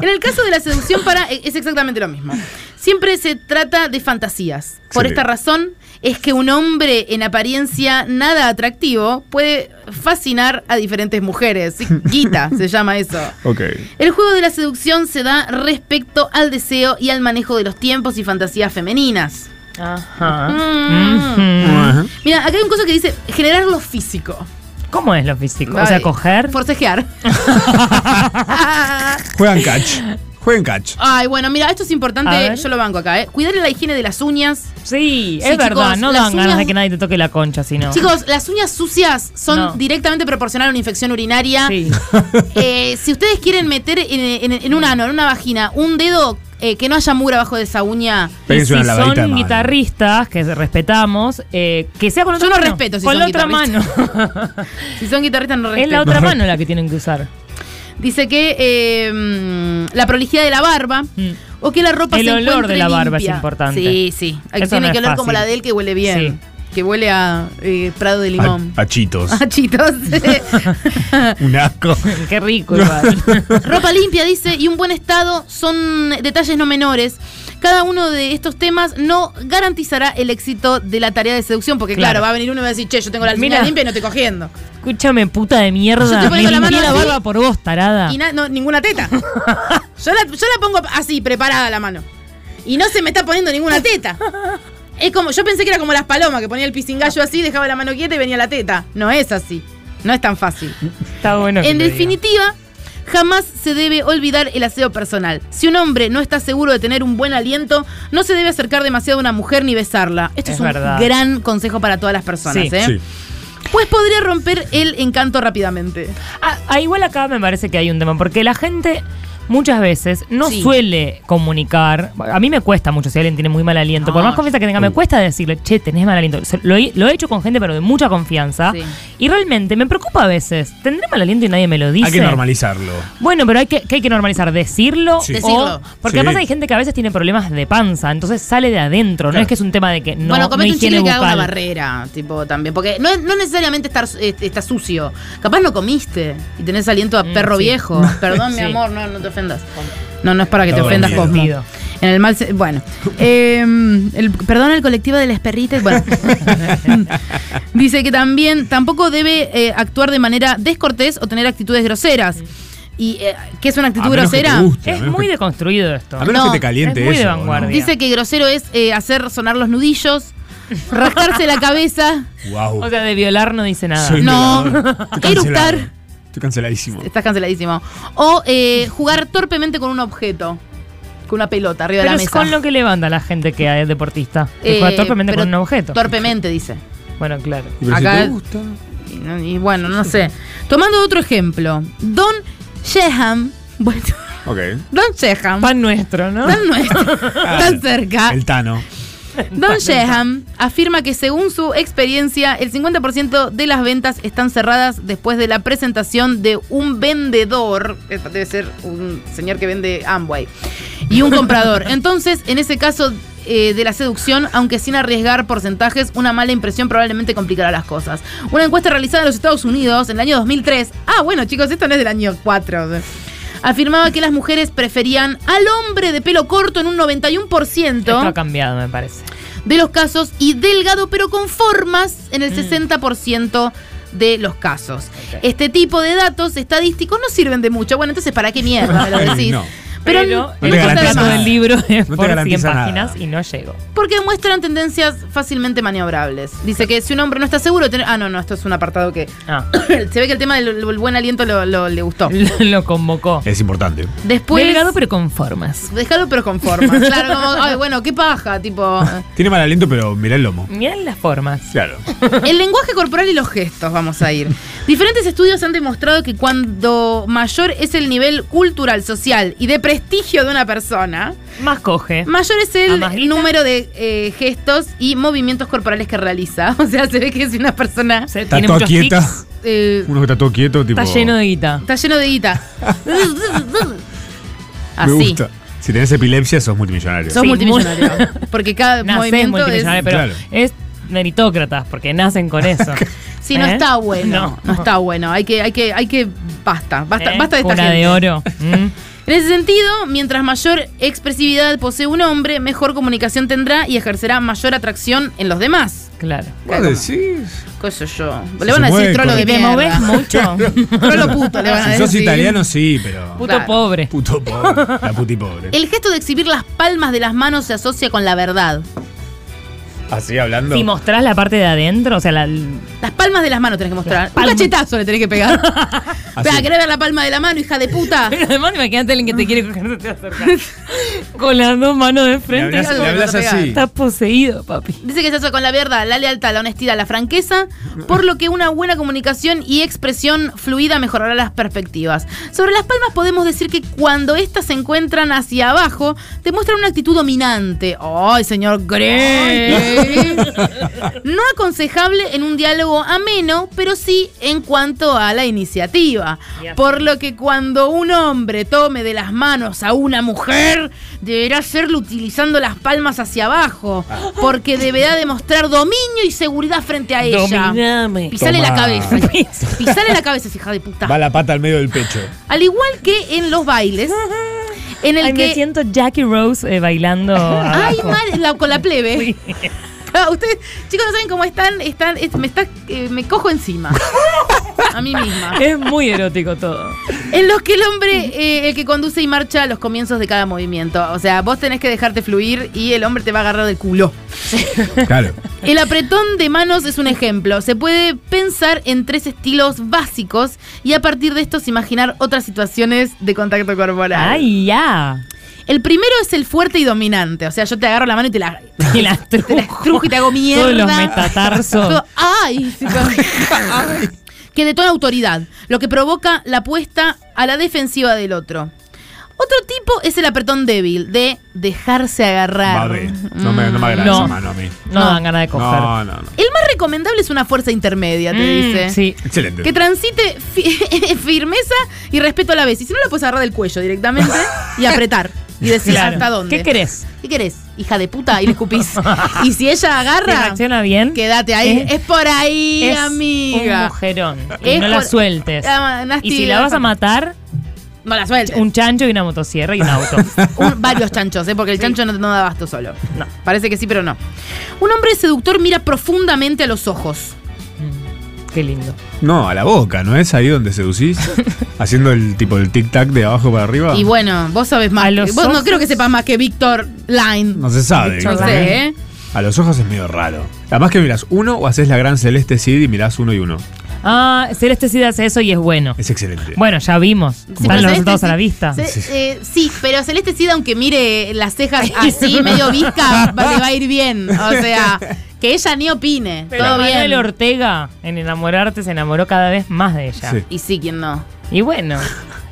S2: en el caso de la seducción para eh, es exactamente lo mismo. Siempre se trata de fantasías. Por
S5: Sí.
S2: esta razón es que un hombre en apariencia nada atractivo puede fascinar a diferentes mujeres. Sí,
S4: *laughs*
S2: Guita se llama eso.
S5: Ok.
S2: El juego de la seducción se da respecto al deseo y al manejo de los tiempos y fantasías femeninas.
S4: Ajá.
S2: Mm.
S5: Ajá.
S2: Mira, acá hay un cosa que dice generar lo físico.
S4: ¿Cómo es lo físico? O sea,
S2: Ay,
S4: coger. *laughs*
S2: Forcejear. *laughs* Ah.
S5: Juegan catch. Juegan catch.
S2: Ay, bueno, mira, esto es
S4: A
S2: importante,
S4: ver.
S2: yo lo banco acá, ¿eh? Cuidar la higiene de las uñas.
S4: Sí,
S2: Sí,
S4: es verdad.
S2: chicos,
S4: No
S2: las
S4: dan ganas de
S2: uñas-
S4: que nadie te toque la concha, sino.
S2: Chicos, las uñas sucias son
S4: No.
S2: directamente proporcional a una infección urinaria. *laughs*
S4: Sí.
S2: Eh, si ustedes quieren meter en, en- en un ano, en una vagina, un dedo eh, que no haya mugre abajo de esa uña,
S4: Y si
S5: Péguense una lavadita de
S4: son
S5: mano.
S4: guitarristas que respetamos, eh, que sea con otra
S2: Yo no
S4: mano.
S2: respeto si
S4: con
S2: son
S4: la otra mano.
S2: guitarristas. *laughs* si son guitarristas no
S4: es la
S2: respeto.
S4: otra mano la que tienen que usar.
S2: Dice que eh, mm, la prolijidad de la barba
S4: Mm.
S2: o que la ropa
S4: El
S2: se
S4: olor
S2: encuentre
S4: de la barba
S2: limpia.
S4: es importante.
S2: Sí, sí. Hay-
S4: Eso
S2: tiene
S4: no
S2: que
S4: es
S2: oler como
S4: fácil.
S2: la de él que huele bien. Que huele a eh, Prado de
S5: A,
S2: Limón.
S4: *laughs*
S5: a chitos.
S2: *laughs* Ah, chitos.
S5: Un asco.
S4: Qué rico igual.
S5: *laughs*
S2: Ropa limpia, dice, y un buen estado son detalles no menores. Cada uno de estos temas no garantizará el éxito de la tarea de seducción, porque claro,
S4: Claro.
S2: va a venir uno y va a decir, che, yo tengo la línea
S4: Mira.
S2: limpia y no estoy cogiendo.
S4: Escúchame, puta de
S2: Yo
S4: mierda. Me
S2: te pongo la
S4: limpié
S2: mano
S4: la
S2: así.
S4: barba por vos, tarada.
S2: Y na- no, ninguna teta. Yo la, yo la pongo así, preparada la mano. Y no se me está poniendo ninguna teta. Es como, yo pensé que era como las palomas, que ponía el pisingallo así, dejaba la mano quieta y venía la teta. No es así. No es tan fácil.
S4: Está *laughs* bueno. que
S2: En
S4: te diga.
S2: definitiva, jamás se debe olvidar el aseo personal. Si un hombre no está seguro de tener un buen aliento, no se debe acercar demasiado a una mujer ni besarla. Esto es,
S4: Es
S2: un
S4: verdad.
S2: gran consejo para todas las personas,
S4: Sí.
S2: ¿eh?
S5: Sí.
S2: Pues podría romper el encanto rápidamente.
S4: Ah, ah, igual acá me parece que hay un tema, porque la gente muchas veces no
S2: Sí.
S4: suele comunicar. A mí me cuesta mucho si alguien tiene muy mal aliento. Por
S2: No,
S4: más confianza que tenga, me cuesta decirle, che, tenés mal aliento. Se- Lo he, lo he hecho con gente, pero de mucha confianza.
S2: Sí.
S4: Y realmente me preocupa a veces. Tendré mal aliento y nadie me lo dice.
S5: Hay que normalizarlo.
S4: Bueno, pero hay que, ¿qué hay que normalizar? ¿Decirlo?
S5: Sí.
S2: Decirlo.
S4: O, porque
S5: Sí.
S4: además hay gente que a veces tiene problemas de panza, entonces sale de adentro. No
S5: Claro.
S4: es que es un tema de que no,
S2: bueno, comete
S4: no
S2: un chicle
S4: higiene
S2: que haga una
S4: bucal.
S2: barrera, tipo también. Porque no, no necesariamente estar, eh, está sucio. Capaz no comiste y tenés aliento a
S4: Mm,
S2: perro
S4: sí. *laughs*
S2: viejo. Perdón, mi
S4: Sí.
S2: amor, no, no te ofendas. No, no es para que te
S5: Todo
S2: ofendas,
S5: bien.
S2: Cosmo. En el mal.
S4: *laughs*
S2: se- Bueno. Eh, el, perdón al colectivo de las
S4: *laughs*
S2: perritas. Bueno. Dice que también tampoco debe eh, actuar de manera descortés o tener actitudes groseras.
S4: Mm.
S2: ¿Y eh, qué es una
S5: A
S2: actitud
S5: menos que
S2: grosera?
S5: te guste, a
S4: Es
S5: menos
S4: muy
S5: que-
S4: deconstruido esto.
S5: A menos
S2: No,
S5: que te caliente
S4: es muy de
S5: eso, ¿no?
S4: vanguardia.
S2: Dice que grosero es eh, hacer sonar
S4: *laughs*
S2: los nudillos, rascarse la cabeza.
S5: Guau.
S4: O sea, de violar no dice nada.
S5: Soy
S4: *laughs*
S2: No.
S5: violador. Estoy
S2: Eructar.
S5: cancelado. Estoy canceladísimo.
S2: Estás canceladísimo. O eh, jugar torpemente con un objeto. Con una pelota arriba
S4: Pero
S2: de la
S4: es
S2: mesa.
S4: con lo que levanta la gente que es deportista. Que
S2: Eh,
S4: juega torpemente
S2: pero
S4: con un objeto.
S2: Torpemente, dice.
S4: bueno, claro.
S5: Y pero si
S2: Acá-
S5: te gusta.
S2: Y, no- y bueno, no sé. Tomando otro ejemplo. Don Sheham. *laughs* Bueno,
S5: Ok.
S2: Don Sheham.
S4: Pan nuestro, ¿no?
S2: Tan
S4: *laughs*
S2: nuestro. Tan
S4: Ah.
S2: cerca.
S5: El Tano.
S2: Don Sheham afirma que según su experiencia, el 50% de las ventas están cerradas después de la presentación de un vendedor, eh, debe ser un señor que vende Amway, y un comprador. Entonces, en ese caso eh, de la seducción, aunque sin arriesgar porcentajes, una mala impresión probablemente complicará las cosas. Una encuesta realizada en los Estados Unidos en el año 2003, ah bueno chicos, esto no es del año 4. Afirmaba que las mujeres preferían al hombre de pelo corto en un 91%
S4: Esto ha cambiado, me parece.
S2: de los casos y delgado pero con formas en
S4: Mm.
S2: el 60% de los casos. Este tipo de datos estadísticos no sirven de mucho. Bueno, entonces, ¿para qué mierda me lo decís?
S5: No.
S2: Pero,
S5: te
S4: el
S5: garantiza
S4: contrato
S5: nada.
S4: del libro es
S5: No te
S4: por 100
S5: garantiza
S4: páginas
S5: nada.
S4: y no llego.
S2: porque muestran tendencias fácilmente maniobrables. Dice que si un hombre no está seguro, de tener- ah, no, no, esto es un apartado que *coughs*
S4: Ah,
S2: se ve que el tema del del buen aliento lo- lo- le gustó.
S4: *laughs* lo, lo convocó.
S5: Es importante.
S2: Después,
S4: Delgado pero con formas.
S2: dejarlo pero con formas. Claro, como, ay, bueno, qué paja, tipo.
S5: Tiene mal aliento, pero mirá el lomo.
S4: Mirá las formas.
S5: Claro.
S2: El lenguaje corporal y los gestos, vamos a ir. Diferentes estudios han demostrado que cuando mayor es el nivel cultural, social y de prestigio de una persona,
S4: Más coge.
S2: mayor es
S4: ¿A
S2: el
S4: más guita?
S2: número de eh, gestos y movimientos corporales que realiza. *laughs* O sea, se ve que es una persona.
S4: Se-
S5: Está
S4: tiene
S5: toda
S4: muchos
S5: quieta.
S4: tics,
S2: eh,
S5: Uno que está todo quieto, tipo.
S4: Está lleno de guita.
S2: está lleno
S5: *laughs*
S2: de guita. Así.
S5: Me gusta. Si tenés epilepsia, sos multimillonario.
S2: Sos
S4: Sí, *laughs*
S2: multimillonario. Porque cada
S4: Nacés
S2: movimiento es.
S4: multimillonario, pero
S5: Claro.
S4: es meritócratas, porque nacen con eso.
S2: Sí, no
S4: ¿Eh?
S2: está bueno. No.
S4: No.
S2: está bueno. Hay que, hay que, hay que. Basta, basta,
S4: ¿Eh?
S2: basta de esta
S4: Cuna
S2: gente.
S4: de oro. Mm.
S2: En ese sentido, mientras mayor expresividad posee un hombre, mejor comunicación tendrá y ejercerá mayor atracción en los demás.
S4: Claro.
S5: ¿Vos decís?
S2: ¿Qué sé yo?
S5: Si
S2: le van
S5: se
S2: a decir
S5: mueve
S2: trolo
S5: con-
S2: de
S4: ¿Y te
S2: mierda.
S4: moves
S5: *laughs*
S2: *laughs*
S4: mucho?
S2: Trolo puto, le van a
S5: Si
S2: decir.
S5: sos italiano, sí, pero.
S4: Puto
S2: Claro.
S4: pobre.
S5: Puto pobre. La puti pobre.
S2: El gesto de exhibir las palmas de las manos se asocia con la verdad.
S5: Así hablando.
S4: Si mostrás la parte de adentro, o sea, la,
S2: Las palmas de las manos tenés que mostrar. Un
S4: palmas.
S2: cachetazo le tenés que pegar.
S5: *laughs* Así.
S2: Vea, ¿Querés ver la palma de la mano, hija de
S5: *laughs*
S2: puta?
S4: Pero *laughs* además imagínate a alguien que
S2: Ah.
S4: te quiere coger, se te acerca. *laughs* Con las dos manos de
S5: Le
S4: frente.
S5: hablas,
S2: algo
S5: le hablas
S2: que te
S5: así.
S4: Estás poseído, papi.
S2: Dice que se hace con la verdad, la lealtad, la honestidad, la franqueza, por lo que una buena comunicación y expresión fluida mejorará las perspectivas. Sobre las palmas podemos decir que cuando éstas se encuentran hacia abajo, demuestran una actitud dominante. ¡Ay, señor Grey! No aconsejable en un diálogo ameno, pero sí en cuanto a la iniciativa.
S4: Yes.
S2: Por lo que cuando un hombre tome de las manos a una mujer, deberá hacerlo utilizando las palmas hacia abajo,
S5: Ah.
S2: porque deberá demostrar dominio y seguridad frente a ella.
S4: Dominame.
S2: Pisale la
S5: Tomá.
S2: cabeza.
S5: *laughs*
S2: Pisale la cabeza, hija de puta.
S5: Va la pata al medio del pecho.
S2: Al igual que en los bailes, en el
S4: Ay, me
S2: que...
S4: siento Jackie Rose eh, bailando.
S2: *laughs* Ay,
S4: abajo.
S2: mal, la- con la plebe.
S4: Sí.
S2: *laughs* Ah, Ustedes, chicos, no saben cómo están, están, es- me está, eh, me cojo
S4: *laughs*
S2: encima. A mí misma.
S4: Es muy erótico todo.
S2: En los que el hombre, eh, el que conduce y marcha a los comienzos de cada movimiento. O sea, vos tenés que dejarte fluir y el hombre te va a agarrar del culo.
S5: Claro.
S2: El apretón de manos es un ejemplo. Se puede pensar en tres estilos básicos y a partir de estos imaginar otras situaciones de contacto corporal.
S4: Ay,
S5: *laughs*
S4: ya.
S2: El primero es el fuerte y dominante. O sea, yo te agarro la mano y te la,
S4: Y las
S2: te la estrujo y te hago mierda.
S4: Todos los metatarsos.
S2: Todo- ¡Ay!
S4: *laughs*
S2: sí, con- que detona autoridad, lo que provoca la apuesta a la defensiva del otro. Otro tipo es el apretón débil, de dejarse agarrar.
S5: Babe. No me, no me agrada
S4: No.
S5: esa mano a mí.
S4: No,
S2: No.
S4: dan ganas de coger.
S5: No, no, no.
S2: El más recomendable es una fuerza intermedia, te
S4: Mm,
S2: dice.
S4: Sí.
S5: Excelente.
S2: Que transite fi- *laughs* firmeza y respeto a la vez. Y si no, la puedes agarrar del cuello directamente y apretar. Y decir
S4: Claro.
S2: hasta dónde.
S4: ¿Qué querés?
S2: ¿Qué querés? Hija de puta, y
S4: *laughs*
S2: le escupís. y si ella
S4: ¿Te
S2: agarra,
S4: reacciona bien?
S2: quédate ahí.
S4: Es-
S2: Es, por ahí,
S4: es un
S2: amiga.
S4: mujerón. Y
S2: Es
S4: no la
S2: por-
S4: sueltes.
S2: Ah, nasty,
S4: Y si la vas a matar,
S2: No la sueltes.
S4: un chancho y una motosierra y un
S5: *laughs*
S4: auto.
S2: Un- varios chanchos, ¿eh? porque el chancho no, no da abasto solo.
S4: No.
S2: Parece que sí, pero no. Un hombre seductor mira profundamente a los ojos.
S4: Mm, Qué lindo.
S5: No, a la boca, ¿no es ahí donde seducís? Haciendo el tipo el tic-tac de abajo para arriba.
S2: Y bueno, vos sabés más.
S4: A los
S2: vos no
S4: ojos.
S2: creo que sepas más que Víctor Line.
S5: No se sabe.
S2: No
S5: ¿no?
S2: sé, ¿eh?
S5: A los ojos es medio raro. Además que mirás uno o haces la gran celeste Cid y mirás uno y uno.
S4: Ah, Celeste Cid hace eso y es bueno.
S5: Es excelente.
S4: Bueno, ya vimos.
S2: Sí,
S4: Están
S2: pero
S4: los
S2: Celeste
S4: resultados a la
S2: sí-
S4: vista.
S2: Ce- eh, sí, pero Celeste Cid, aunque mire las cejas así, medio visca, va- le va a ir bien.
S4: *laughs*
S2: O sea, que ella ni opine.
S4: Pero
S2: todo
S4: Manuel
S2: bien.
S4: Ortega, en enamorarte, se enamoró cada vez más de ella.
S5: Sí.
S2: Y sí, quien no.
S4: Y bueno,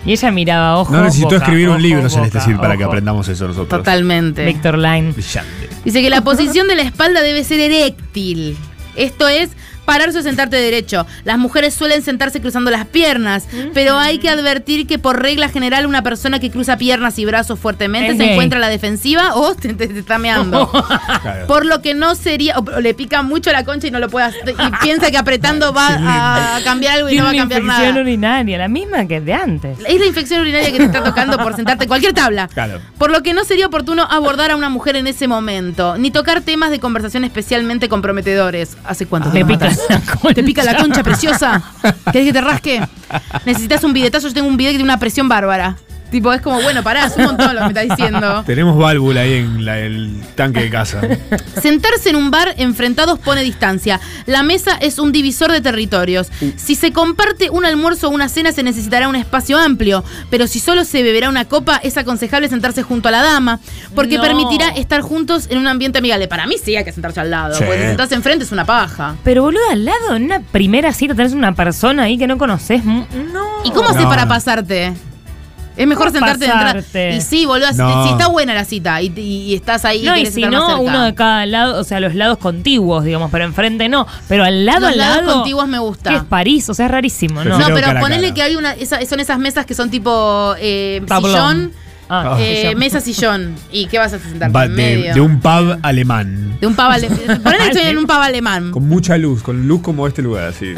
S4: y ella miraba ojo.
S5: no necesitó
S4: boca,
S5: escribir un
S4: ojo,
S5: libro celeste
S4: boca,
S5: Cid para que
S4: ojo.
S5: aprendamos eso nosotros.
S2: Totalmente.
S4: Víctor Line. *laughs*
S5: Brillante.
S2: Dice que la posición de la espalda debe ser eréctil. Esto es pararse o sentarte derecho. Las mujeres suelen sentarse cruzando las piernas, pero hay que advertir que por regla general una persona que cruza piernas y brazos fuertemente
S4: Es
S2: se
S4: gay.
S2: encuentra a la defensiva o *laughs* te, te- te
S4: *laughs*
S2: está meando.
S5: Claro.
S2: Por lo que no sería, o o le pica mucho la concha y no lo puede hacer, y piensa que apretando va a cambiar algo y
S4: Tiene
S2: no va a
S4: una
S2: cambiar
S4: infección
S2: nada.
S4: urinaria, la misma que de antes.
S2: Es la infección urinaria que te está tocando por sentarte en cualquier tabla.
S5: Claro.
S2: Por lo que no sería oportuno abordar a una mujer en ese momento, ni tocar temas de conversación especialmente comprometedores. ¿Hace cuánto
S4: Te Ah,
S2: no
S4: pica
S2: matas?
S4: la *laughs* concha.
S2: ¿Te pica la concha preciosa? ¿Querés que te rasque? ¿Necesitas un bidetazo? Yo tengo un bidet que tiene una presión bárbara. Tipo, es como, bueno, pará, es un montón lo que me está diciendo.
S5: Tenemos válvula ahí en la- el tanque
S4: *laughs*
S5: de casa.
S2: Sentarse en un bar enfrentados pone distancia. La mesa es un divisor de territorios.
S5: Uh.
S2: Si se comparte un almuerzo o una cena se necesitará un espacio amplio, pero si solo se beberá una copa es aconsejable sentarse junto a la dama, porque
S4: No.
S2: permitirá estar juntos en un ambiente amigable. Para mí sí hay que sentarse al lado,
S5: Sí.
S2: porque sentarse enfrente es una paja.
S4: Pero boludo, al lado, en una primera cita tenés una persona ahí que no conoces. Mm, No.
S2: ¿Y cómo haces
S5: No,
S2: para
S5: no.
S2: pasarte? Es mejor
S4: ¿Cómo
S2: sentarte en
S4: pasarte?
S2: entrar. Y sí, boludo, si-
S5: No.
S2: si está buena la cita y, y- y estás ahí
S4: No, y
S2: querés
S4: si
S2: estar más
S4: no,
S2: cerca.
S4: uno de cada lado, o sea, los lados contiguos, digamos, pero enfrente no. Pero al lado,
S2: Los
S4: al
S2: lados
S4: lado.
S2: contiguos me gusta.
S4: Que es París, o sea, es rarísimo, ¿no?
S5: Pero
S2: No,
S5: Creo
S2: pero
S5: cara a
S2: ponele
S5: cara.
S2: que hay una. esa- son esas mesas que son tipo eh,
S4: Tablón.
S2: sillón,
S4: Ah,
S5: Ah.
S2: eh,
S4: sillón.
S2: mesa sillón. ¿Y qué vas a sentarte
S5: Va
S2: en
S5: de,
S2: medio?
S5: de un Ah, pub alemán.
S2: De
S5: *laughs*
S2: un pavo alemán. Ponele que estoy en un pavo alemán.
S5: Con mucha luz, con luz como este
S4: *laughs*
S5: lugar, así.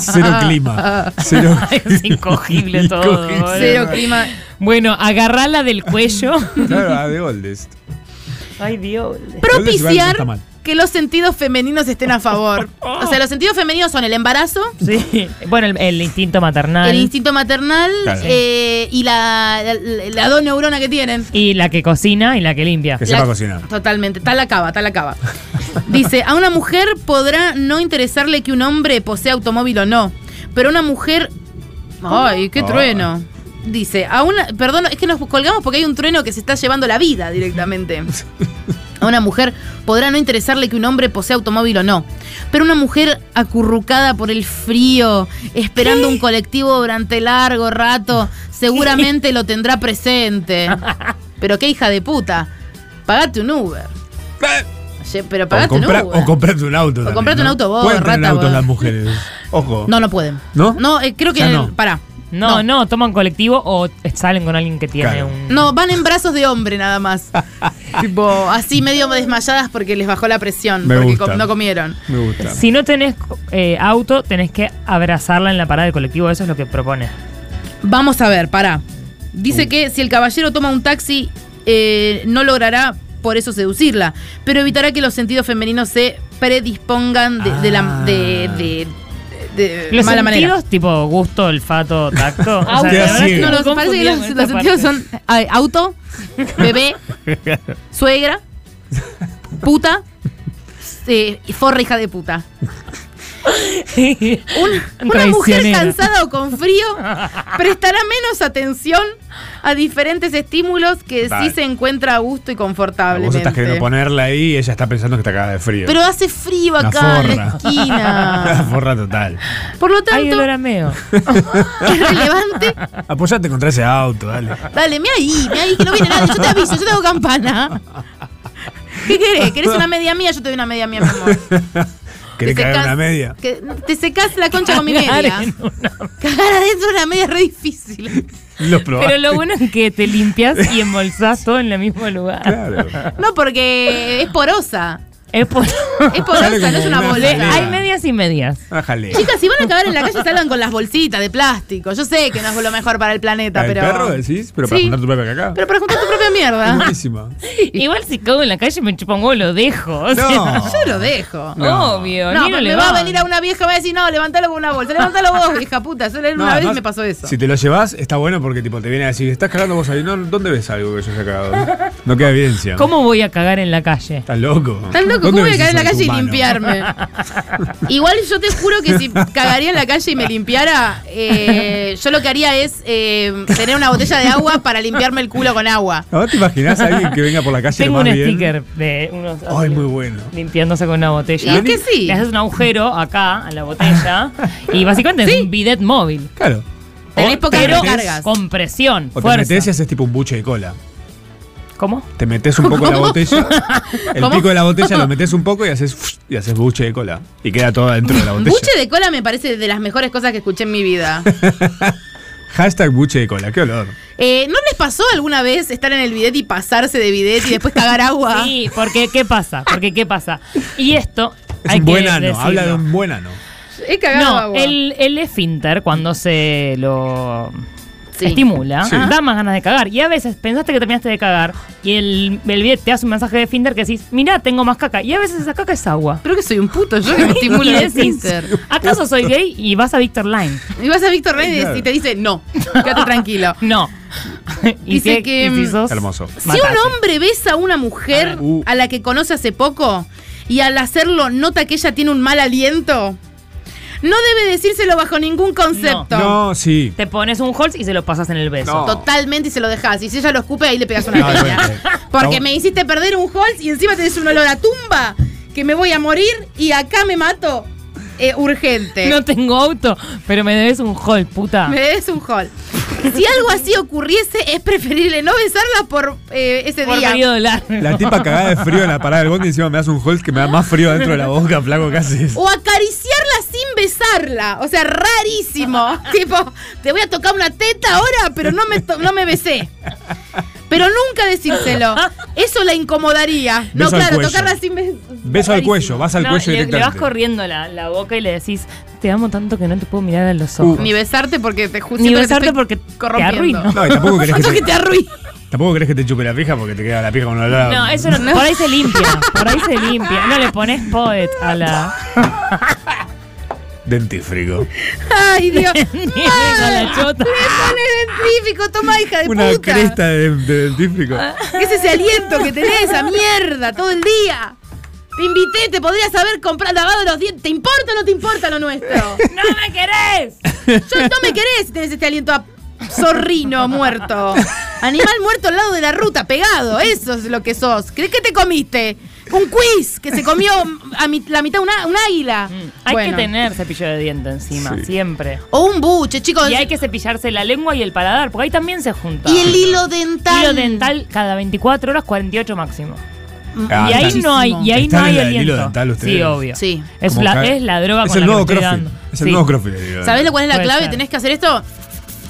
S5: Cero clima. Cero.
S4: *laughs* Es incogible
S5: *laughs*
S4: todo.
S5: Incogible.
S4: boludo.
S2: Cero clima.
S4: Bueno, agarrala del
S2: *laughs*
S4: cuello.
S5: Claro, ah, de Oldest.
S4: Ay, Dios.
S5: igual no
S2: Propiciar
S4: *laughs*
S5: está mal. Oh.
S2: que los sentidos femeninos estén
S5: *laughs*
S2: a favor. O sea, los sentidos femeninos son el embarazo,
S4: Sí. Bueno, el, el instinto maternal.
S2: el instinto maternal
S5: Claro.
S2: eh, y la, la, la dos neurona que tienen.
S4: y la que cocina y la que limpia.
S5: Que
S2: La-
S5: sepa cocinar.
S2: Totalmente, tal acaba, tal acaba. Dice, a una mujer podrá no interesarle que un hombre posea automóvil o no, pero una mujer... ¡Ay, qué
S5: Ay.
S2: trueno! Dice, a una... Perdón, es que nos colgamos porque hay un trueno que se está llevando la
S5: *laughs*
S2: vida directamente. A una mujer podrá no interesarle que un hombre posea automóvil o no, pero una mujer acurrucada por el frío, esperando un colectivo durante largo rato, seguramente lo tendrá *laughs* presente. Pero qué hija de puta. Pagate un Uber.
S5: Eh.
S2: Oye, Pero
S5: O,
S2: pagate un
S5: compra-
S2: Uber.
S5: o comprate un auto. también,
S2: eh. comprate un
S5: ¿no?
S2: auto vos,
S5: Pueden tener
S2: rata,
S5: autos
S2: vos.
S5: las mujeres.
S2: *laughs*
S5: Ojo.
S2: no, no pueden.
S5: ¿No?
S2: No, eh, creo que.
S5: Ya no.
S2: Pará.
S4: No, no, toman colectivo o salen con alguien que tiene
S5: Claro.
S4: un.
S2: No, van en brazos de hombre
S5: *laughs*
S2: nada más. tipo, así medio desmayadas porque les bajó la presión.
S5: Me
S2: porque
S5: gusta.
S2: com- no comieron.
S5: Me gusta.
S4: Si no tenés eh, auto, tenés que abrazarla en la parada del colectivo. Eso es lo que propone.
S2: Vamos a ver, pará. Dice
S5: Uh.
S2: que si el caballero toma un taxi, eh, no logrará por eso seducirla, pero evitará que los sentidos femeninos se predispongan de, de la.
S5: Ah.
S2: de. de, de
S4: Los
S2: mala
S4: sentidos,
S2: manera.
S4: tipo gusto, olfato,
S5: *laughs*
S4: tacto.
S2: Auto,
S5: Te
S4: la verdad
S5: ciega.
S4: es que
S2: no,
S4: me
S2: los, parece
S4: confundí
S2: que los,
S4: con
S2: los
S4: esta
S2: sentidos
S4: parte. *laughs*
S2: son ay,
S5: *laughs*
S2: auto, bebé, suegra, puta, eh, forra hija de puta.
S4: *laughs*
S2: Un- una mujer
S4: Traicionera.
S2: cansada o
S5: *laughs*
S2: con frío prestará menos atención a diferentes estímulos que
S5: Dale.
S2: sí se encuentra a gusto y
S5: Vos estás queriendo
S2: confortablemente.
S5: ponerla ahí y ella está pensando que está cagada de frío. *laughs*
S2: Pero hace frío
S5: Una
S2: acá en la
S5: forra. *laughs*
S2: esquina.
S5: Forra
S2: *laughs*
S5: total.
S2: Por lo
S4: Ay,
S2: tanto,
S4: olor a meo.
S2: *laughs* es relevante.
S5: Apoyate contra ese auto, dale.
S2: Dale, me ahí, me ahí, que no viene nadie. Yo te aviso, yo te hago campana. ¿Qué querés? ¿Querés una media mía? Yo te doy una media mía, mi amor.
S5: *laughs* ¿Querés
S2: Te
S5: cagar
S2: secás-
S5: una media?
S2: Que te secás la concha con mi
S4: Cagar
S2: media.
S4: en
S2: Cagar adentro de una media es re difícil.
S5: Los probaste.
S4: Pero lo bueno es que te limpias y embolsás todo en el mismo lugar.
S5: Claro.
S2: No, porque es porosa.
S4: Es *laughs* por-
S2: Es porosa,
S5: Sale como
S2: no es una
S5: una
S2: bolera.
S5: jalea.
S4: Hay medias y medias.
S5: Bájale.
S2: Chicas, si van a cagar en la calle, salgan con las bolsitas de plástico. Yo sé que no es lo mejor para el planeta,
S5: ¿Al
S2: pero.
S5: perro decís? Pero para
S2: Sí.
S5: juntar tu propia caca.
S2: Pero para juntar tu
S5: *laughs*
S2: propia mierda. *laughs*
S5: Buenísima.
S4: Igual si cago en la calle me chupa un huevo, lo dejo. O sea,
S5: No.
S2: Yo lo dejo.
S5: No.
S4: Obvio.
S2: No,
S4: ni
S2: pero
S4: le
S2: me va a
S4: va.
S2: venir a una vieja y va a decir, no, levantalo con una bolsa. Levantalo vos, vieja puta. Solo
S5: No,
S2: una vez
S5: además,
S2: me pasó eso.
S5: Si te lo llevas, está bueno porque tipo te viene a decir, estás cagando vos ahí. No, ¿Dónde ves algo que yo haya cagado? No queda evidencia.
S4: ¿Cómo voy a cagar en la calle?
S5: Estás loco.
S2: Estás loco,
S5: ¿Dónde
S2: ¿cómo voy a
S5: ves
S2: cagar en la
S5: eso
S2: calle y
S5: humano? *laughs*
S2: limpiarme? Igual yo te juro que si cagaría en la calle y me limpiara, eh, yo lo que haría es eh, tener una botella de agua para limpiarme el culo con agua.
S5: ¿Ahora te imaginás a alguien que venga por la calle
S4: Tengo
S5: más
S4: un
S5: bien?
S4: sticker de unos.
S5: Ay, muy bueno.
S4: Limpiándose con una botella.
S2: Y es que sí.
S4: Le haces un agujero acá a la
S2: *laughs*
S4: botella. y básicamente es un bidet móvil.
S5: Claro.
S2: Tenés
S5: O
S2: poca
S5: te
S4: Pero
S5: metés-
S2: cargas.
S4: con presión,
S5: O te
S4: fuerza.
S5: metés y haces tipo un buche de cola.
S4: ¿Cómo?
S5: Te metes un poco en
S4: *laughs*
S5: la botella, el
S2: ¿Cómo?
S5: pico de la botella lo metes un poco y haces y haces buche de cola. Y queda todo dentro de la botella.
S2: Buche de cola me parece de las mejores cosas que escuché en
S5: *laughs*
S2: mi vida.
S5: Hashtag buche de cola, qué olor.
S2: Eh, ¿No les pasó alguna vez estar en el bidet y pasarse de bidet y después cagar agua?
S4: *laughs* Sí, porque ¿qué pasa? Porque ¿qué pasa? Y esto.
S5: Es
S4: hay
S5: un
S4: que
S5: buen ano,
S4: decirlo.
S5: habla de un buen ano.
S2: He cagado
S4: No,
S2: agua.
S4: el, el esfínter, cuando se lo.
S2: Sí.
S4: estimula,
S5: Sí.
S4: da más ganas de cagar. Y a veces pensaste que terminaste de cagar y el, el bidet te hace un mensaje de Finder que decís, mirá, tengo más caca. Y a veces esa caca es agua.
S2: Creo que soy un
S4: *laughs*
S2: puto, yo este que me estimulo
S4: Y
S2: de
S4: decís,
S2: Tinder.
S4: ¿acaso soy gay? Y vas a Victor Line.
S2: Y vas a Víctor Reyes y te dice, no,
S5: *laughs*
S2: quédate tranquilo.
S4: *laughs* No. Y
S2: Dice
S4: si-
S2: que,
S4: y si sos-
S5: Hermoso.
S2: Si
S4: Matate.
S2: un hombre besa a una mujer
S5: Ah, uh.
S2: a la que conoce hace poco y al hacerlo nota que ella tiene un mal aliento, no debe decírselo bajo ningún concepto.
S5: No, sí.
S4: Te pones un holz y se lo pasas en el beso.
S5: No.
S2: Totalmente y se lo dejas. Y si ella lo escupe, ahí le pegas una
S5: No,
S2: piña.
S5: Ah, bueno.
S2: Porque
S5: Está-
S2: me hiciste perder un Halls y encima tenés un olor a tumba que me voy a morir y acá me mato eh, urgente.
S4: No tengo auto, pero me debes un hall, puta.
S2: Me des un hall. Si algo así ocurriese, es preferible no besarla por eh, ese
S4: Por
S2: día.
S4: medio largo.
S5: La tipa cagada de frío en la parada del bondi encima me hace un hold que me da más frío dentro de la boca, flaco, casi.
S4: Uh,
S2: O acariciarla sin besarla. O
S5: *laughs*
S2: sea, rarísimo. tipo, te voy a tocar una teta ahora, pero no me, to- no me besé. Pero nunca decírselo. Eso la incomodaría. No,
S5: Beso al
S2: claro,
S5: cuello.
S2: tocarla sin besar.
S5: Beso al cuello, vas al
S4: No,
S5: cuello
S4: le, le vas
S5: directamente.
S4: corriendo la, la boca y le decís, te amo tanto que no te puedo mirar a los ojos.
S5: Uh.
S2: Ni besarte porque te ju-
S4: Ni
S2: siento que te
S4: besarte
S2: estoy
S4: porque te
S2: corrompiendo. *laughs*
S4: arruino.
S5: no, y tampoco querés,
S2: Siento
S5: que
S2: que
S5: te,
S2: te arruino.
S5: tampoco querés que te chupe la pija porque te queda la pija con olor a-
S4: No, eso no, Por ahí se limpia. Por ahí se limpia. No le pones poet a la. *laughs*
S5: dentífrico.
S4: *laughs*
S2: Ay, Dios.
S4: con la chota.
S2: Ponele dentífico, toma hija de
S5: Una
S2: puta.
S5: cresta de, de dentífrico.
S4: Ah,
S2: Es ese aliento que tenés, esa mierda, todo el día. Te invité, te podrías haber comprado, lavado los dientes. ¿Te importa o no te importa lo nuestro?
S4: ¡No me querés!
S2: Yo no me querés si tenés este aliento a zorrino muerto. Animal muerto al lado de la ruta, pegado. Eso es lo que sos. ¿Crees que te comiste? Un quiz que se comió a mi- la mitad una, un águila.
S4: Mm. Hay
S2: Bueno.
S4: que tener cepillo de diente encima, siempre.
S2: O un buche, chicos.
S4: Y hay que cepillarse la lengua y el paladar, porque ahí también se junta.
S2: Y el hilo dental.
S4: Hilo dental cada 24 horas, 48 máximo.
S5: Ah,
S4: y ahí
S5: está-
S4: no hay, y ahí
S5: Están
S4: no hay
S5: en la del hilo
S4: aliento.
S5: dental ustedes.
S4: Sí, obvio.
S2: Sí.
S4: Es,
S5: Como
S4: la,
S5: cae-
S4: es la droga
S5: Es
S4: con
S5: el
S4: la
S5: nuevo
S4: que me estoy
S5: crossfit.
S4: dando.
S5: Es el
S4: Sí.
S5: nuevo crossfit. el hilo
S2: ¿Sabés lo cuál es la
S4: Puede
S2: clave?
S4: ser.
S2: Tenés que hacer esto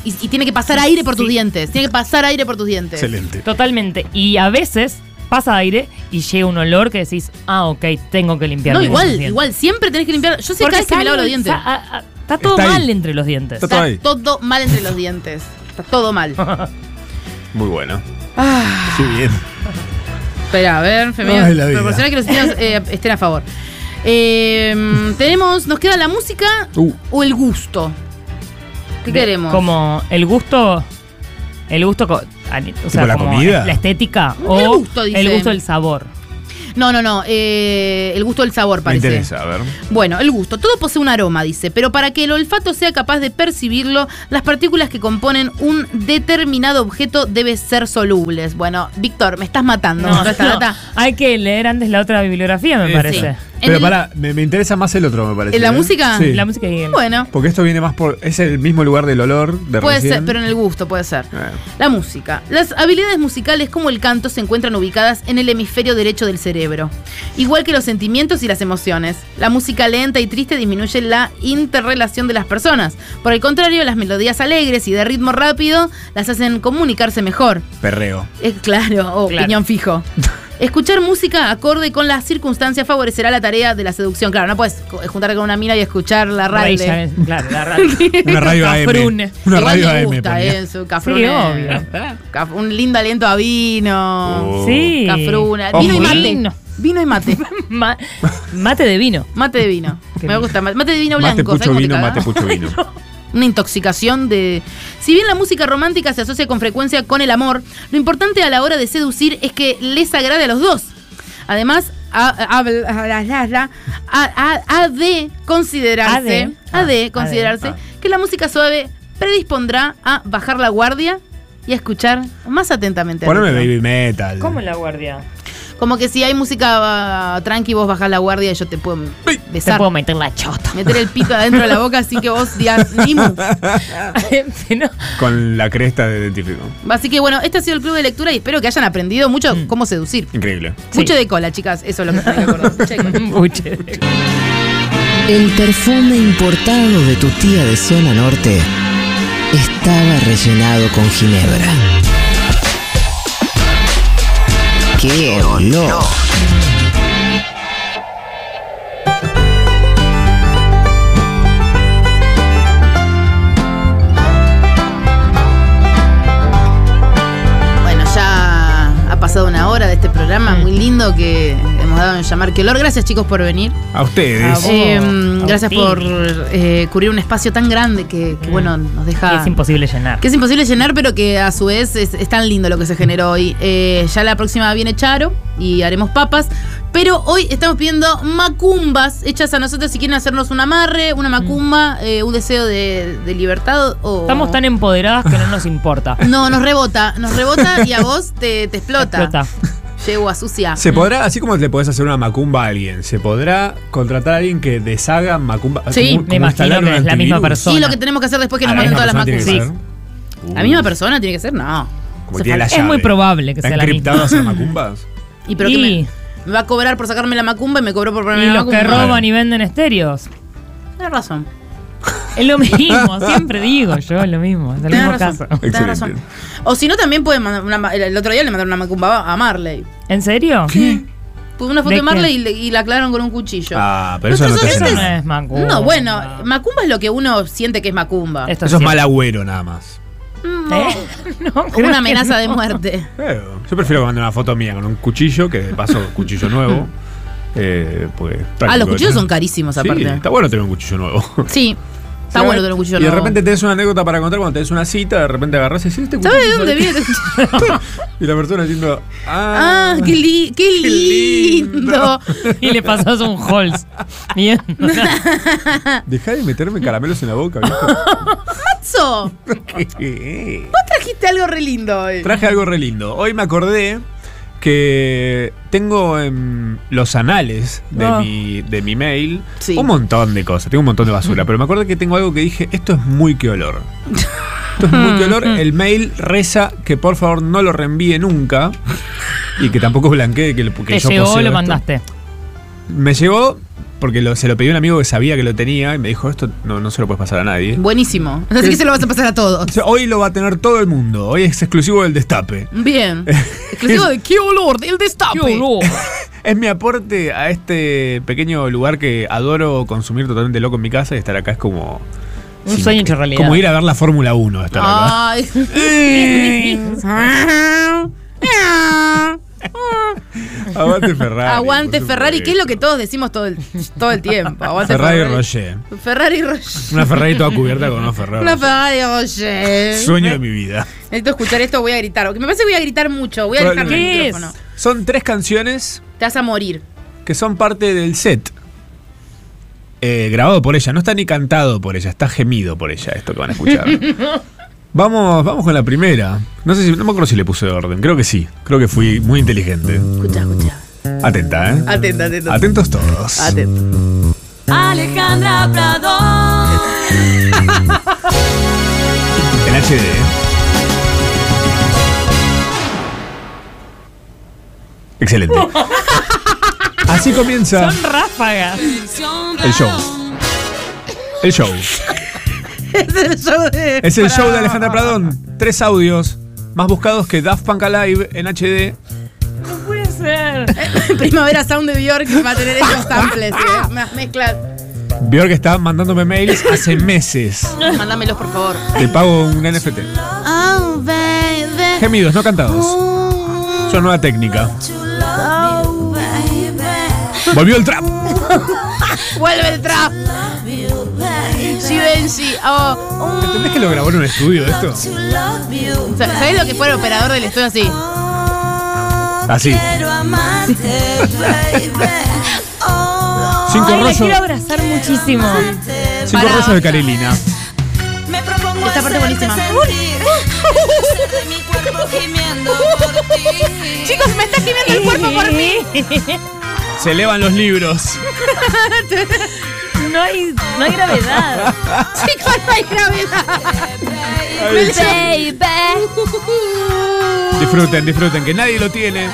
S2: y, y tiene que pasar aire por tus dientes. Tiene que pasar aire por tus dientes.
S5: Excelente.
S4: Totalmente. Y a veces pasa aire y llega un olor que decís, ah, ok, tengo que limpiarme.
S2: No,
S4: los
S2: igual,
S4: dientes.
S2: igual. Siempre tenés que limpiar. Yo sé cada
S4: Porque
S2: vez que me lavo los
S4: sale-
S2: dientes.
S4: sa- a- a- Está todo
S5: Está ahí.
S4: mal entre los dientes.
S5: Está- todo ahí.
S2: Está todo mal entre los dientes. Está todo mal.
S4: *laughs*
S5: Muy bueno.
S4: Ah.
S5: Qué bien.
S2: Espera, a ver,
S5: Ay, la
S2: femenino.
S5: vida.
S2: Proporcionar que los niños eh, estén a favor. Eh, tenemos, nos queda la música
S5: Uh.
S2: o el gusto. ¿Qué
S4: De-
S2: queremos?
S4: Como el gusto. El gusto. co- ani- O sea,
S5: la
S4: como
S5: comida?
S4: La estética.
S2: El
S4: O
S2: gusto, dice.
S4: el gusto del sabor.
S2: No, no, no. eh, el gusto del sabor,
S5: Me
S2: parece.
S5: interesa, a ver.
S2: Bueno, el gusto. Todo posee un aroma, dice, pero para que el olfato sea capaz de percibirlo, las partículas que componen un determinado objeto deben ser solubles. Bueno, Víctor, me estás matando. con esta data.
S4: Hay que leer antes la otra bibliografía, me
S5: Sí.
S4: parece.
S2: En
S5: Pero
S2: el-
S5: pará, me, me interesa más el otro, me parece.
S2: ¿En la
S5: ¿eh?
S2: música?
S5: Sí.
S4: La música y el-
S2: Bueno,
S5: Porque esto viene más por. Es el mismo lugar del olor de
S2: puede
S5: recién.
S2: ser, pero en el gusto puede ser.
S5: Eh,
S2: La música. Las habilidades musicales como el canto se encuentran ubicadas en el hemisferio derecho del cerebro, igual que los sentimientos y las emociones. La música lenta y triste disminuye la interrelación de las personas. Por el contrario, las melodías alegres y de ritmo rápido las hacen comunicarse mejor.
S5: Perreo.
S2: Es Eh, claro, o
S4: Claro. *laughs*
S2: piñón fijo. Escuchar música acorde con las circunstancias favorecerá la tarea de la seducción. Claro, no puedes co- eh, juntarte con una mina y escuchar la
S4: Ray
S2: radio.
S4: ya- claro, la
S2: *laughs*
S4: radio.
S5: Una radio AM.
S4: Cafrune.
S5: Una
S2: Igual
S5: radio
S2: me
S5: AM.
S2: gusta
S5: ponía.
S2: eso,
S4: Sí,
S2: cafrune.
S4: obvio.
S2: Caf- Un lindo aliento a vino.
S5: Oh.
S4: Sí.
S2: Cafruna.
S5: Ojo,
S2: Vino y
S5: ¿eh?
S2: mate.
S4: Vino.
S2: Vino
S4: *laughs*
S2: y mate.
S4: *laughs* Ma- mate de vino.
S2: Mate de vino.
S4: Qué
S2: Me
S4: bien.
S2: gusta. mate. Mate de vino blanco.
S5: Mate
S2: ¿sabes
S5: pucho
S2: cómo te
S5: vino,
S2: caga?
S5: mate
S4: *laughs*
S5: pucho vino.
S2: Una intoxicación de... Si bien la música romántica se asocia con frecuencia con el amor, lo importante a la hora de seducir es que les agrade a los dos. Además, ha, habl- ha- ha- ha de considerarse,
S4: Ha de.
S2: ha de
S4: Ah,
S2: considerarse
S5: ha de.
S2: que la música suave predispondrá a bajar la guardia y a escuchar más atentamente. al
S5: Poneme
S2: otro.
S5: baby metal.
S4: ¿Cómo la guardia?
S2: Como que si hay música ah, tranqui, vos bajás la guardia y yo te puedo
S4: Te
S2: besar.
S4: puedo meter la chota.
S2: Meter el pito adentro de la boca así que vos digas ni mu. Ah,
S4: *laughs* Este, No. *laughs*
S5: Con la cresta de dentífrico.
S2: Así que bueno, este ha sido el club de lectura y espero que hayan aprendido mucho cómo seducir.
S5: Increíble.
S4: Mm. Sí.
S2: Mucho de cola, chicas. Eso es lo que tengo que
S4: *laughs*
S2: acordar. Mucho de cola.
S4: Buche de-
S1: El perfume importado de tu tía de zona norte estaba rellenado con ginebra. ¡Qué olor!
S2: este programa
S4: Mm.
S2: muy lindo que hemos dado en llamar que olor. Gracias, chicos, por venir.
S5: A ustedes.
S4: vos.
S2: Eh,
S4: A
S2: gracias
S4: ti.
S2: por eh, cubrir un espacio tan grande que, que,
S4: Mm.
S2: bueno, nos
S4: Que
S2: deja.
S4: es imposible llenar.
S2: que es imposible llenar, pero que a su vez es, es tan lindo lo que se generó hoy. Eh, ya la próxima viene Charo y haremos papas. Pero hoy estamos pidiendo macumbas hechas a nosotros si quieren hacernos un amarre, una macumba, eh, un deseo de, de libertad o.
S4: Estamos tan empoderadas que no nos importa.
S2: No, nos rebota, nos rebota y a vos te, te *laughs* explota.
S4: Explota.
S2: Llego a sucia.
S5: Se podrá, así como le podés hacer una macumba a alguien, se podrá contratar a alguien que deshaga macumba.
S2: Sí,
S5: como-
S4: me
S5: como
S4: imagino
S5: instalar un
S4: que es la misma
S5: antivirus.
S4: persona.
S2: Y lo que tenemos que hacer después que
S5: A
S2: nos
S5: la
S2: manden
S5: misma
S2: todas las
S5: persona tiene
S2: macumbas.
S5: que
S4: macumbas.
S5: ser.
S2: ¿La misma persona tiene que ser? No.
S5: Como
S2: Se
S5: tiene la
S4: Es
S5: llave.
S4: muy probable que
S5: ¿Está
S4: sea la
S5: encriptado
S4: misma. *laughs*
S5: hacer macumbas?
S2: ¿Y pero qué
S4: Y-
S2: me, me va a cobrar por sacarme la macumba y me cobró por ponerme
S4: Y
S2: la
S4: los
S2: macumba?
S4: que roban y venden estéreos.
S2: Tienes razón.
S4: Es lo
S2: *laughs*
S4: mismo, siempre digo yo, es lo mismo, es el
S2: Tenés
S4: mismo
S2: razón.
S4: caso.
S2: Tenés
S5: Excelente.
S2: razón. O si no, también pueden mandar una ma- El otro día le mandaron una macumba a Marley.
S4: ¿En serio?
S2: Puso una foto
S4: ¿De
S2: de,
S4: qué?
S2: Marley y, le- y la aclararon con un cuchillo.
S5: Ah, pero eso no
S2: Nuestros
S5: te hace
S4: Eso no
S5: nada.
S4: es Macumba. Este,
S2: No, bueno, macumba es lo que uno siente que es macumba.
S4: Esto
S5: Eso es
S4: cierto.
S5: mal agüero nada más.
S2: Mm,
S4: ¿Eh? *laughs*
S2: o
S4: No, creo que
S2: una amenaza
S4: no.
S2: de muerte.
S5: Eh, Yo prefiero que mande una foto mía con un cuchillo, que de paso
S4: *laughs*
S5: cuchillo nuevo. Eh, pues,
S2: Ah,
S5: práctico.
S2: los cuchillos son carísimos
S5: Sí,
S2: aparte.
S5: está bueno tener un cuchillo nuevo.
S2: Sí,
S5: *laughs*
S2: está
S5: Sí,
S2: bueno tener un cuchillo
S5: Y de
S2: nuevo.
S5: repente tenés una anécdota para contar cuando tenés una cita, de repente agarrás y decís, este cuchillo.
S2: ¿Sabes de dónde viene?
S4: *laughs*
S5: Y la persona diciendo, ah,
S2: ah, qué, li- qué
S5: Qué
S2: lindo.
S5: lindo.
S4: *laughs* Y le pasas un Halls.
S5: *laughs*
S4: Bien.
S5: dejá de meterme caramelos en la boca,
S2: *laughs*
S5: *laughs*
S2: Matzo,
S5: viejo.
S2: trajiste algo re lindo hoy.
S5: Traje algo re lindo. Hoy me acordé que tengo en los anales de,
S4: Ah.
S5: mi, de mi mail
S2: Sí.
S5: un montón de cosas, tengo un montón de basura, pero me acuerdo que tengo algo que dije, esto es muy que olor. Esto es muy que olor, el mail reza que por favor no lo reenvíe nunca y que tampoco blanquee que, lo- que
S4: Te
S5: yo
S4: llegó,
S5: poseo
S4: lo
S5: esto.
S4: mandaste.
S5: Me llegó porque lo- se lo pedí a un amigo que sabía que lo tenía y me dijo, esto no, no se lo puedes pasar a
S2: Mm.
S5: nadie.
S2: Buenísimo. Así que se lo vas a pasar a todos.
S5: *laughs* O sea, Hoy lo va a tener todo el mundo, hoy es exclusivo del destape.
S2: Bien. Exclusivo de qué olor, del destape.
S4: ¡Qué olor!
S5: Es mi aporte a este pequeño lugar que adoro consumir totalmente loco en mi casa y estar acá es como...
S4: Un
S5: sí,
S4: sueño
S5: que-
S4: hecho realidad.
S5: Como ir a ver la Fórmula 1 estar acá.
S2: Ay. Ah.
S5: *laughs* Aguante Ferrari.
S2: *laughs* Aguante
S5: por
S2: Ferrari, que es lo que
S5: supuesto.
S2: todos decimos todo el, todo el tiempo. Aguante
S5: Ferrari
S2: Ferrari.
S5: Roger.
S2: Ferrari Rocher.
S5: Una *laughs* Ferrari toda cubierta
S2: *laughs*
S5: con una Ferrari.
S2: Una
S5: Rocher.
S2: Ferrari Rocher.
S5: Sueño de mi vida.
S2: Necesito escuchar esto, voy a gritar. Aunque Me parece que voy a gritar mucho. Voy a gritar en el
S4: ¿Qué es?
S2: micrófono.
S5: Son tres canciones
S2: Te vas a morir.
S5: que son parte del set. Eh, grabado por ella, no está ni cantado por ella, está gemido por ella esto que van a escuchar. vamos, vamos con la primera. No sé si, no me acuerdo si le puse orden, creo que sí, creo que fui muy inteligente.
S2: Escucha, escucha.
S5: Atenta, ¿eh?
S2: Atenta, atenta.
S5: Atentos todos.
S2: Atenta. *laughs*
S6: Alejandra Prado.
S5: En HD. ¿eh? Excelente. Así comienza
S4: Son ráfagas.
S5: el show. El show.
S2: *laughs* Es el show de.
S5: Es el show de Alejandra Pradón. Tres audios más buscados que Daft Punk Alive en HD.
S4: No puede ser.
S2: Primavera Sound de Bjork va a tener esos samples.
S5: *laughs*
S2: ¿eh? Unas mezclas.
S5: Bjork está mandándome mails hace meses.
S2: Mándamelos, por favor.
S5: Te pago un NFT.
S2: Oh, baby. Mm.
S5: Gemidos, no cantados. Es una nueva técnica. Volvió el trap.
S2: Vuelve el trap. Givenchy. Oh.
S5: ¿Entendés que lo grabó en un estudio esto?
S2: mm. ¿Sabés lo que fue el operador del estudio así?
S5: Así. Cinco
S4: Ay, la
S5: rollos.
S4: quiero abrazar muchísimo.
S5: Cinco
S2: Pará.
S5: rollos de Carolina.
S6: Me propongo
S2: Esta parte
S6: hacerte
S2: buenísima.
S6: sentir el placer de mi cuerpo gimiendo por ti.
S2: Chicos, me está gimiendo el cuerpo por mí.
S5: Se elevan los libros.
S4: No hay, no hay gravedad.
S2: Chicos, no hay gravedad.
S5: Disfruten, disfruten, que nadie lo tiene.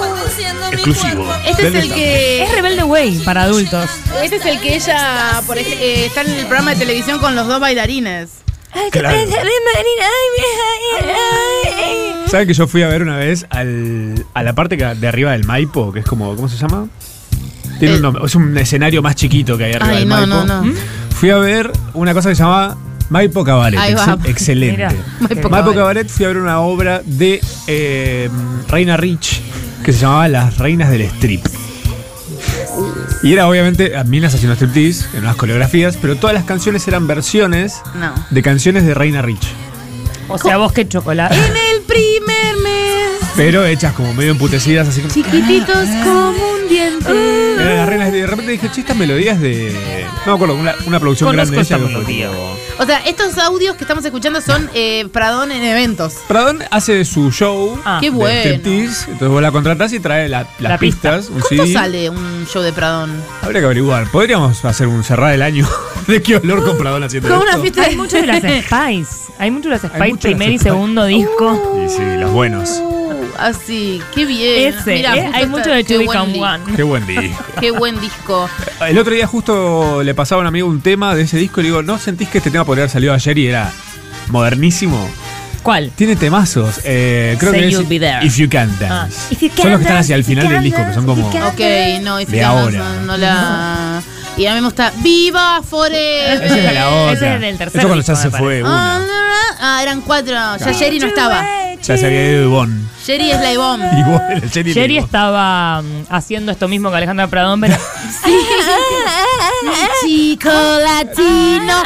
S6: Convenciendo mi
S5: Exclusivo.
S6: cuerpo.
S2: Este es el que.
S4: Es rebelde güey para adultos.
S2: Este es el que ella por ej- eh, está en el programa de televisión con los dos bailarines.
S5: Claro. ¿Saben que yo fui a ver una vez al- a la parte que- de arriba del Maipo? Que es como, ¿cómo se llama? Tiene un nombre, es un escenario más chiquito que hay arriba
S2: Eh. Ay,
S5: del
S2: no,
S5: Maipo. Mm.
S2: no, no.
S5: Fui a ver una cosa que se llamaba Maipo Cabaret,
S2: Ahí va.
S5: ex- excelente.
S4: Mirá.
S5: Maipo
S2: Maipo Cabaret.
S5: Cabaret fui a ver una obra de eh, Reina Rich que se llamaba Las Reinas del Strip. Y era obviamente a minas haciendo striptease en unas coreografías, pero todas las canciones eran versiones
S2: No.
S5: de canciones de Reina Rich,
S4: O sea, vos que chocolate.
S2: En el primer mes,
S5: pero hechas como medio emputecidas, así como.
S2: chiquititos como un diente.
S5: Eran las reinas. Y de repente dije, che, estas melodías de. No me acuerdo, una, una producción
S4: Conozco
S5: grande
S4: esta
S5: de ella. que
S4: melodía.
S5: fue tipo-
S2: O sea, estos audios que estamos escuchando son eh, Pradón en eventos.
S5: Pradón hace su show.
S4: Ah.
S2: Qué
S5: de
S2: bueno.
S5: striptease, entonces vos la contratás y trae la- las
S4: La pista.
S5: pistas. Un
S2: ¿Cuánto
S5: CD.
S2: sale un show de Pradón?
S5: Habría que averiguar. Podríamos hacer un cerrar el año *laughs* de qué olor con Pradón haciendo
S2: Como una
S5: esto?
S2: fiesta
S4: Hay
S2: de
S4: muchos de
S2: *laughs*
S4: las Spice. Hay muchos de las
S5: Hay
S4: Spice,
S5: mucho de las
S4: primer y
S5: Spice. Uh,
S4: segundo disco.
S5: Y sí, los buenos.
S2: Uh, Así, qué bien.
S4: Ese,
S2: Mirá,
S4: eh,
S2: justo
S4: hay
S2: está-
S4: mucho de
S2: qué
S4: Two
S2: buen
S4: Become
S2: di-
S4: One.
S5: Qué buen disco.
S2: Qué
S4: *laughs*
S2: buen disco.
S5: El otro día justo le pasaba a un amigo un tema de ese disco y le digo, ¿no sentís que este tema podría haber salido ayer y era modernísimo?
S4: ¿Cuál?
S5: Tiene temazos. Eh, creo
S4: Say
S5: que es
S4: You'll Be There.
S5: If You Can
S4: Ah.
S5: Dance. Son los que están hacia el final del disco, que son como...
S2: Ok, no, ese
S5: De
S2: tema
S5: ahora.
S2: No, no la. Y a mí me gusta. ¡Viva Forever!
S5: Esa es la
S4: Ese
S5: otra.
S4: es del tercer
S5: Eso cuando ya
S4: disco,
S5: se
S4: me
S5: fue una.
S2: Ah, eran cuatro. Ya Jerry no estaba.
S5: Ya se había ido Ivonne.
S2: Jerry es la *laughs* Ivonne.
S5: *laughs* Igual, el Jenny
S4: Jerry
S5: Lego.
S4: estaba mm, haciendo esto mismo que Alejandra Pradón,
S5: *laughs*
S4: pero
S2: Chico latino,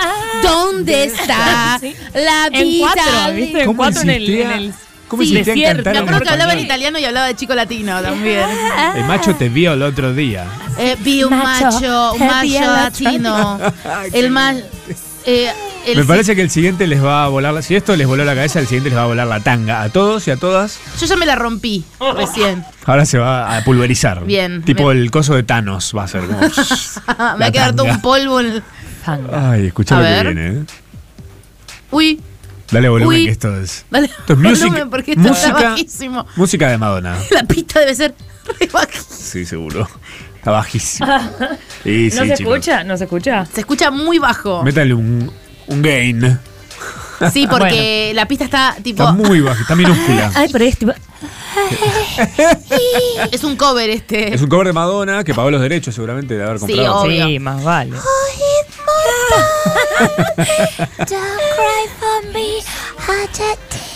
S4: *laughs*
S2: ¿dónde está la
S4: en
S2: vida?
S4: cuatro, ¿viste? En
S5: ¿Cómo
S4: cuatro en el, en
S5: insistía?
S4: el
S5: ¿Cómo insistía en
S4: desierto.
S5: cantar
S2: Me
S5: en
S2: acuerdo que hablaba en
S5: español?
S2: italiano y hablaba de chico latino también.
S4: *laughs*
S5: El macho te vio el otro día.
S2: Eh, vi un
S4: Macho,
S2: macho, un
S4: happy
S2: macho
S4: and
S2: latino. El más. eh,
S5: Me parece que el siguiente les va a volar. la- Si esto les voló la cabeza, el siguiente les va a volar la tanga. A todos y a todas.
S2: Yo ya me la rompí
S5: *laughs*
S2: recién. *laughs*
S5: Ahora se va a pulverizar.
S2: Bien,
S5: Tipo
S2: bien.
S5: el coso de Thanos va a ser.
S2: *laughs*
S5: como-
S2: me va a quedar todo
S5: tanga.
S2: un polvo. en el-
S4: Fanga.
S5: Ay, escuchá
S2: A
S5: lo
S2: ver.
S5: que viene. eh.
S2: Uy,
S5: Dale volumen
S2: Uy.
S5: que esto es.
S2: dale.
S5: Esto es music-
S2: volumen, porque esto está
S5: música-
S2: bajísimo.
S5: Música de Madonna.
S2: La pista debe ser re bajísima.
S5: Sí, seguro. Está bajísimo. Sí,
S4: ¿No
S5: sí,
S4: se
S5: chicos.
S4: escucha? ¿No se escucha?
S2: Se escucha muy bajo.
S5: Métale un, un gain.
S2: Sí, porque la pista está tipo.
S5: Está muy bajo, está minúscula.
S4: *laughs* Ay, pero este es tipo-
S2: Es un cover este.
S5: Es un cover de Madonna que pagó los derechos seguramente de haber
S2: Sí,
S5: comprado.
S2: Obvio.
S4: Sí, más vale.
S5: Ah,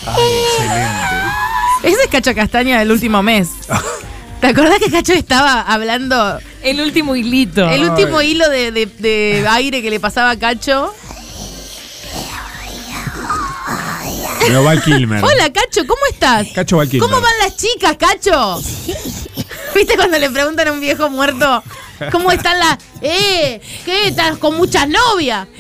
S5: Excelente.
S2: Ese es Cacho Castaña del
S5: *laughs*
S2: último mes. ¿Te acordás que Cacho estaba hablando
S4: El último hilito.
S2: el último hilo de, de- de aire que le pasaba a Cacho?
S5: Pero Val Kilmer.
S2: Hola, Cacho, ¿cómo estás?
S5: Cacho Val Kilmer.
S2: ¿Cómo van las chicas, Cacho? *laughs* ¿Viste cuando le preguntan a un viejo muerto? ¿Cómo están las... Eh, ¿qué? ¿Estás con muchas novias? *laughs*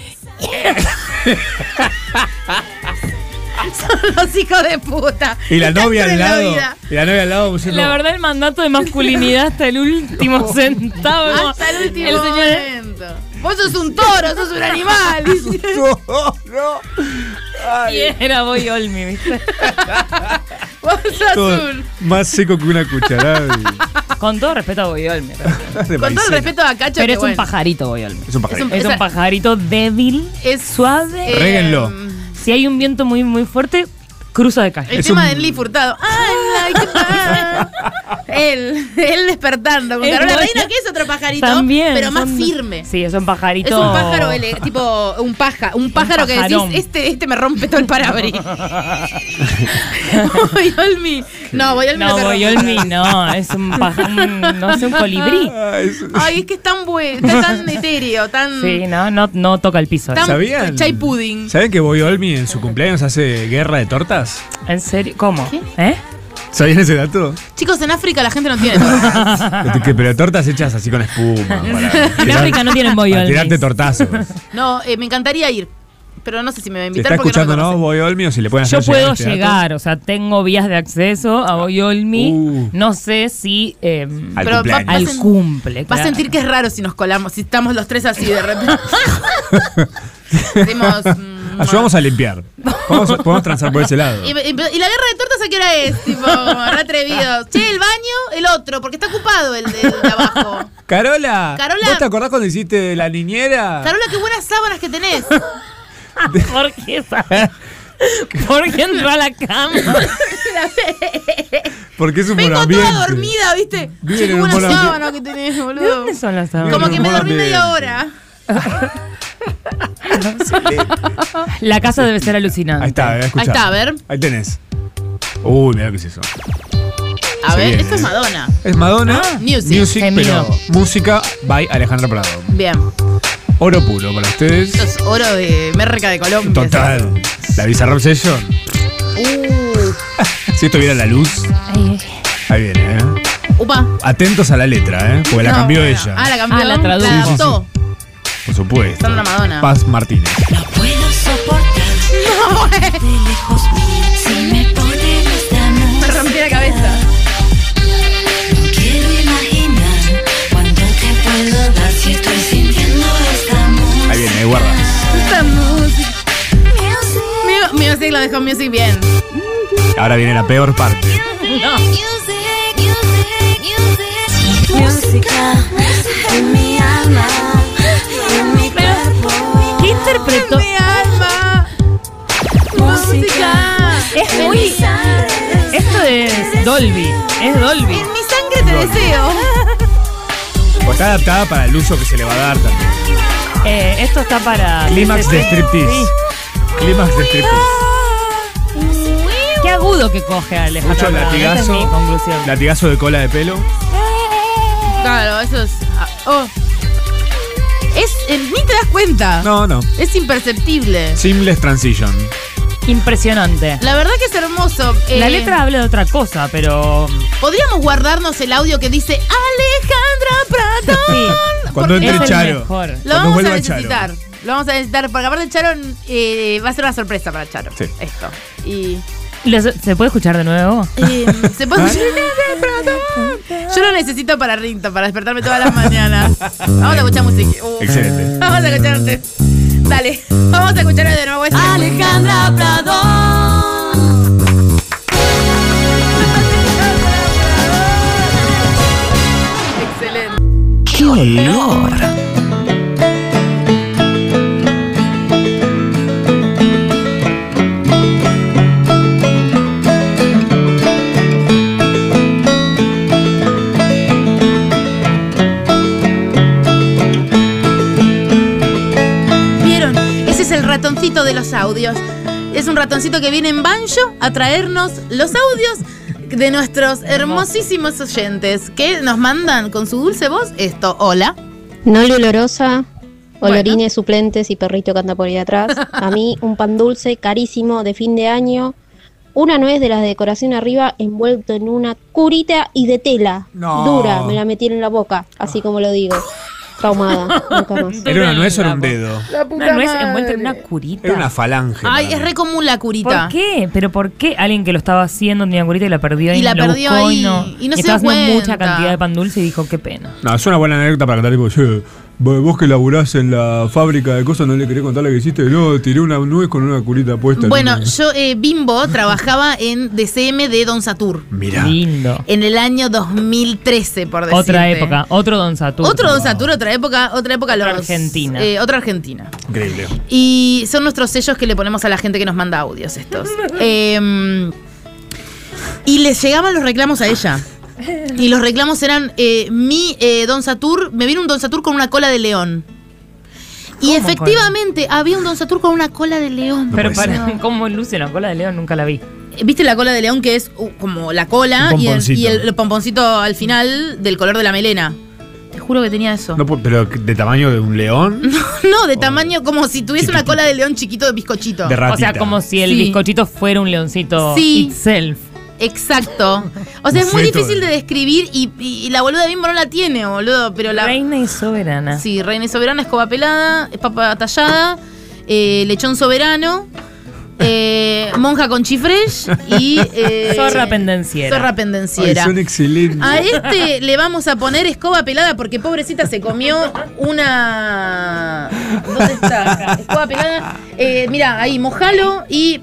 S2: Son los hijos de puta.
S5: Y la
S2: El castro
S5: novia
S2: de
S5: al
S2: la
S5: lado.
S2: vida.
S5: y la novia al lado diciendo.
S4: La verdad, el mandato de masculinidad hasta el
S5: *laughs*
S4: último centavo.
S2: Hasta el último
S4: señor-
S2: momento. Vos sos un toro, sos
S4: *laughs*
S2: un animal.
S5: "Oh, No, no.
S4: Y era Boy Olmi, ¿viste?
S2: Vos sos
S5: Todo
S2: un...
S5: más seco que una cucharada de,
S4: Con todo respeto a Boy Olmi. Pero,
S5: de
S2: Con todo el
S5: maicena.
S2: respeto a Cacho,
S4: pero
S2: que
S4: es un
S2: bueno,
S4: pajarito Boy Olmi.
S5: Es un pajarito.
S4: Es un
S2: Esa-
S4: pajarito débil,
S2: Es-
S4: suave.
S2: eh,
S5: Réguenlo.
S4: Si hay un viento muy, muy fuerte, cruza de calle.
S2: El
S5: Es
S2: tema
S5: un-
S2: de
S4: *laughs*
S2: Enli Furtado.
S4: Ah,
S2: Ay, ay, qué tal. Él, él despertando con
S4: El
S2: Carola
S4: bocha.
S2: Reina, que es otro pajarito,
S4: También.
S2: pero más
S4: son-
S2: firme.
S4: Sí, es un pajarito.
S2: Es un pájaro, ele- tipo un paja, un pájaro que decís,
S4: pajarón.
S2: este, este me rompe todo
S4: *laughs*
S2: el parabrisas. Boyolmi. No, Boyolmi
S4: No,
S2: te
S4: Boy
S2: rompe.
S4: Olmi no. Es un pajarito. No sé, un colibrí.
S5: Ah, es-
S2: Ay, es que es tan bueno,
S4: *laughs*
S2: está tan etéreo, tan...
S4: Sí, no, no, no toca el piso.
S2: tan
S5: ¿Sabían?
S2: Chai pudding.
S5: ¿Saben que Boy Olmi en su cumpleaños hace guerra de tortas?
S4: ¿En serio? ¿Cómo? ¿Eh?
S5: ¿Sabían ese dato?
S2: Chicos, en África la gente no
S5: *laughs*
S2: tiene tortas.
S5: Que- pero tortas hechas así con espuma.
S4: En África no tienen Boy
S5: Para tirarte
S4: Olmi.
S2: *laughs*
S5: tortazos.
S2: No, eh, me encantaría ir, pero no sé si me va
S5: Si
S2: a invitar
S5: está
S2: porque
S5: escuchando,
S2: no me
S5: ¿no?
S2: conoce.
S5: Boy Olmi o si le pueden hacer
S4: Yo puedo
S5: este dato.
S4: llegar, o sea, tengo vías de acceso a Boyolmi.
S5: Uh.
S4: No sé si eh,
S5: Al
S2: Pero va-
S5: cumpleaños.
S2: va a
S4: al
S2: sen-
S4: cumple.
S2: Va a
S4: claro.
S2: sentir que es raro si nos colamos, si estamos los tres así
S5: *laughs*
S2: de repente. Hacemos, mm,
S5: Ayudamos Ah, a
S2: *laughs*
S5: limpiar. Podemos, podemos transar por ese lado.
S2: y, y- y la guerra de tortas a qué hora es? Tipo, como re atrevidos. Che, el baño, el otro, porque está ocupado el de, el de abajo.
S5: Carola,
S2: Carola.
S5: ¿vos te acordás cuando hiciste la niñera?
S2: Carola, qué buenas sábanas que tenés.
S4: *laughs* ¿Por qué, sabes? ¿Por qué entró a la cama?
S5: Porque es un buen
S2: Vengo
S5: ambiente.
S2: toda dormida, ¿viste?
S5: Bien,
S2: che, qué
S5: en un
S2: buenas
S5: buen ambiente.
S2: sábanas que tenés, boludo.
S4: ¿Dónde son las sábanas?
S2: Como que me
S5: Buen
S2: dormí
S5: ambiente.
S2: media hora.
S4: La casa debe ser alucinante.
S5: *laughs* Ahí está, eh. escucha.
S2: Ahí está, a ver.
S5: Ahí tenés. Uy, mira lo que es eso.
S2: A
S5: Se
S2: ver,
S5: viene,
S2: esto es
S5: eh.
S2: Madonna.
S5: Es Madonna,
S2: Ah, Music.
S4: Gemido.
S5: pero música by Alejandra Prado.
S2: Bien.
S5: Oro puro para ustedes.
S2: Esto es oro de merca de Colombia.
S5: Total. La Bizarrap Session.
S2: Uh,
S5: *laughs* Si esto viera la luz,
S4: Ay,
S5: ahí viene, ¿eh?
S2: upa.
S5: Atentos a la letra, ¿eh? Porque la
S2: No,
S5: cambió
S2: bueno.
S5: ella.
S2: Ah, la cambió.
S4: Ah, la
S2: la
S4: tradujo.
S2: adaptó.
S5: Por supuesto.
S2: Son una Madonna.
S5: Paz Martínez.
S7: No puedo soportar de lejos si me ponen esta
S2: Me
S7: música.
S2: rompí la cabeza.
S7: No quiero imaginar cuánto te puedo dar si estoy sintiendo esta
S5: Ahí
S7: música.
S5: viene, ahí guarda.
S2: Esta música. Mu- Music lo dejó Music bien.
S5: Ahora viene la peor parte.
S7: Música en mi alma, en mi cuerpo.
S4: ¿Qué interpretó?
S2: Mi alma. Música.
S4: Es muy. Esto es Dolby. Es Dolby.
S2: En mi sangre te deseo.
S5: O está adaptada para el uso que se le va a dar también.
S4: Eh, esto está para.
S5: Clímax de
S4: Sí.
S5: striptease. Clímax de striptease.
S2: Ah,
S4: Qué agudo que coge Alejandro.
S5: Mucho
S4: Prado, esa es mi
S5: latigazo.
S4: conclusión.
S5: Latigazo de cola de pelo.
S2: Claro, eso es. ah, Oh. Es. eh, Ni te das cuenta.
S5: No, no.
S2: Es imperceptible.
S5: Seamless transition.
S4: Impresionante.
S2: La verdad que es hermoso.
S4: La
S2: Eh,
S4: letra habla de otra cosa, pero.
S2: Podríamos guardarnos el audio que dice Alejandra Pratón.
S4: Sí.
S5: Cuando
S2: Porque
S5: entre
S4: es el
S5: Charo.
S4: mejor. Lo
S2: Lo
S5: Cuando
S2: vamos a
S5: vuelva Charo.
S2: necesitar. Lo vamos a necesitar. Porque aparte Charo eh, va a ser una sorpresa para Charo.
S5: Sí.
S2: Esto. Y.
S4: ¿Los- ¿Se puede escuchar de nuevo?
S2: eh, se puede Alejandra Pratón. Yo lo necesito para Rinto, para despertarme todas las mañanas. Vamos a escuchar música. Uh.
S5: Excelente.
S2: Vamos a escucharte. Dale, vamos a escuchar de nuevo este esto.
S6: Alejandra Prado.
S2: Excelente.
S1: ¡Qué olor!
S2: ¿Vieron? Ese es el ratoncito de los audios. Es un ratoncito que viene en banjo a traernos los audios de nuestros hermosísimos oyentes que nos mandan con su dulce voz esto. Hola.
S8: Noli olorosa,
S2: Bueno.
S8: olorines suplentes y perrito que anda por ahí
S2: *laughs*
S8: atrás. A mí un pan dulce carísimo de fin de año, una nuez de las de decoración arriba envuelto en una curita y de tela.
S5: No.
S8: Dura, me la metieron en la boca, así como lo digo. Traumada, nunca más.
S5: ¿Era una nuez o era un dedo?
S4: Una nuez envuelta en una curita.
S5: Era una falange.
S2: Ay,
S5: para
S2: es
S5: mí.
S2: re común la curita.
S4: ¿Por qué? ¿Pero por qué alguien que lo estaba haciendo tenía curita y la perdió
S2: Y
S4: y,
S2: la
S4: lo
S2: perdió
S4: buscó
S2: ahí,
S4: y no,
S2: y no se
S4: estaba
S2: dio
S4: haciendo mucha
S2: cuenta.
S4: cantidad de pan dulce y dijo, qué pena.
S5: No, es una buena anécdota para contar, tipo, che, vos vos que laburás en la fábrica de cosas, no le querés contar lo que hiciste. No, tiré una nuez con una curita puesta.
S2: Bueno,
S5: No.
S2: yo, eh, Bimbo, trabajaba en DCM de Don Satur.
S5: Mirá.
S4: Lindo.
S2: En el año 2013, por decirte.
S4: Otra época, otro Don Saturno.
S2: Otro Don Satur, otra época, otra época
S4: Otra
S2: los-
S4: Argentina.
S2: eh, otra Argentina.
S5: Increíble.
S2: Y son nuestros sellos que le ponemos a la gente que nos manda audios
S4: *laughs*
S2: estos. Eh, y les llegaban los reclamos a ella. Y los reclamos eran eh, mi eh, Don Satur, me vino un Don Satur con una cola de león. Y
S4: ¿Cómo
S2: efectivamente había un Don Satur con una cola de león.
S4: Pero
S5: No puede
S4: para, ¿cómo luce la cola de león? Nunca la vi.
S2: ¿Viste la cola de león que es uh, como la cola
S5: Un
S2: y, el,
S5: pomponcito.
S2: y el- el pomponcito al final del color de la melena? Te juro que tenía eso.
S5: No, pu- pero de tamaño de un león,
S2: *laughs* No, de tamaño como si tuviese una cola de león chiquito de bizcochito.
S5: de ratita.
S4: O sea, como si el
S2: Sí.
S4: bizcochito fuera un leoncito
S2: Sí.
S4: itself.
S2: Exacto. O sea,
S5: Un
S2: es muy
S5: feto.
S2: difícil de describir y, y la boluda Bimbo no la tiene, boludo. Pero la.
S4: Reina y soberana.
S2: Sí, reina y soberana, escoba pelada, papa tallada, eh, lechón soberano, eh, monja con chifres y. eh,
S4: Zorra pendenciera.
S2: Zorra
S5: Ay,
S2: pendenciera.
S5: son excelentes.
S2: A este le vamos a poner escoba pelada porque pobrecita se comió una. ¿Dónde está? Acá. Escoba pelada. Eh, mira, ahí, mojalo y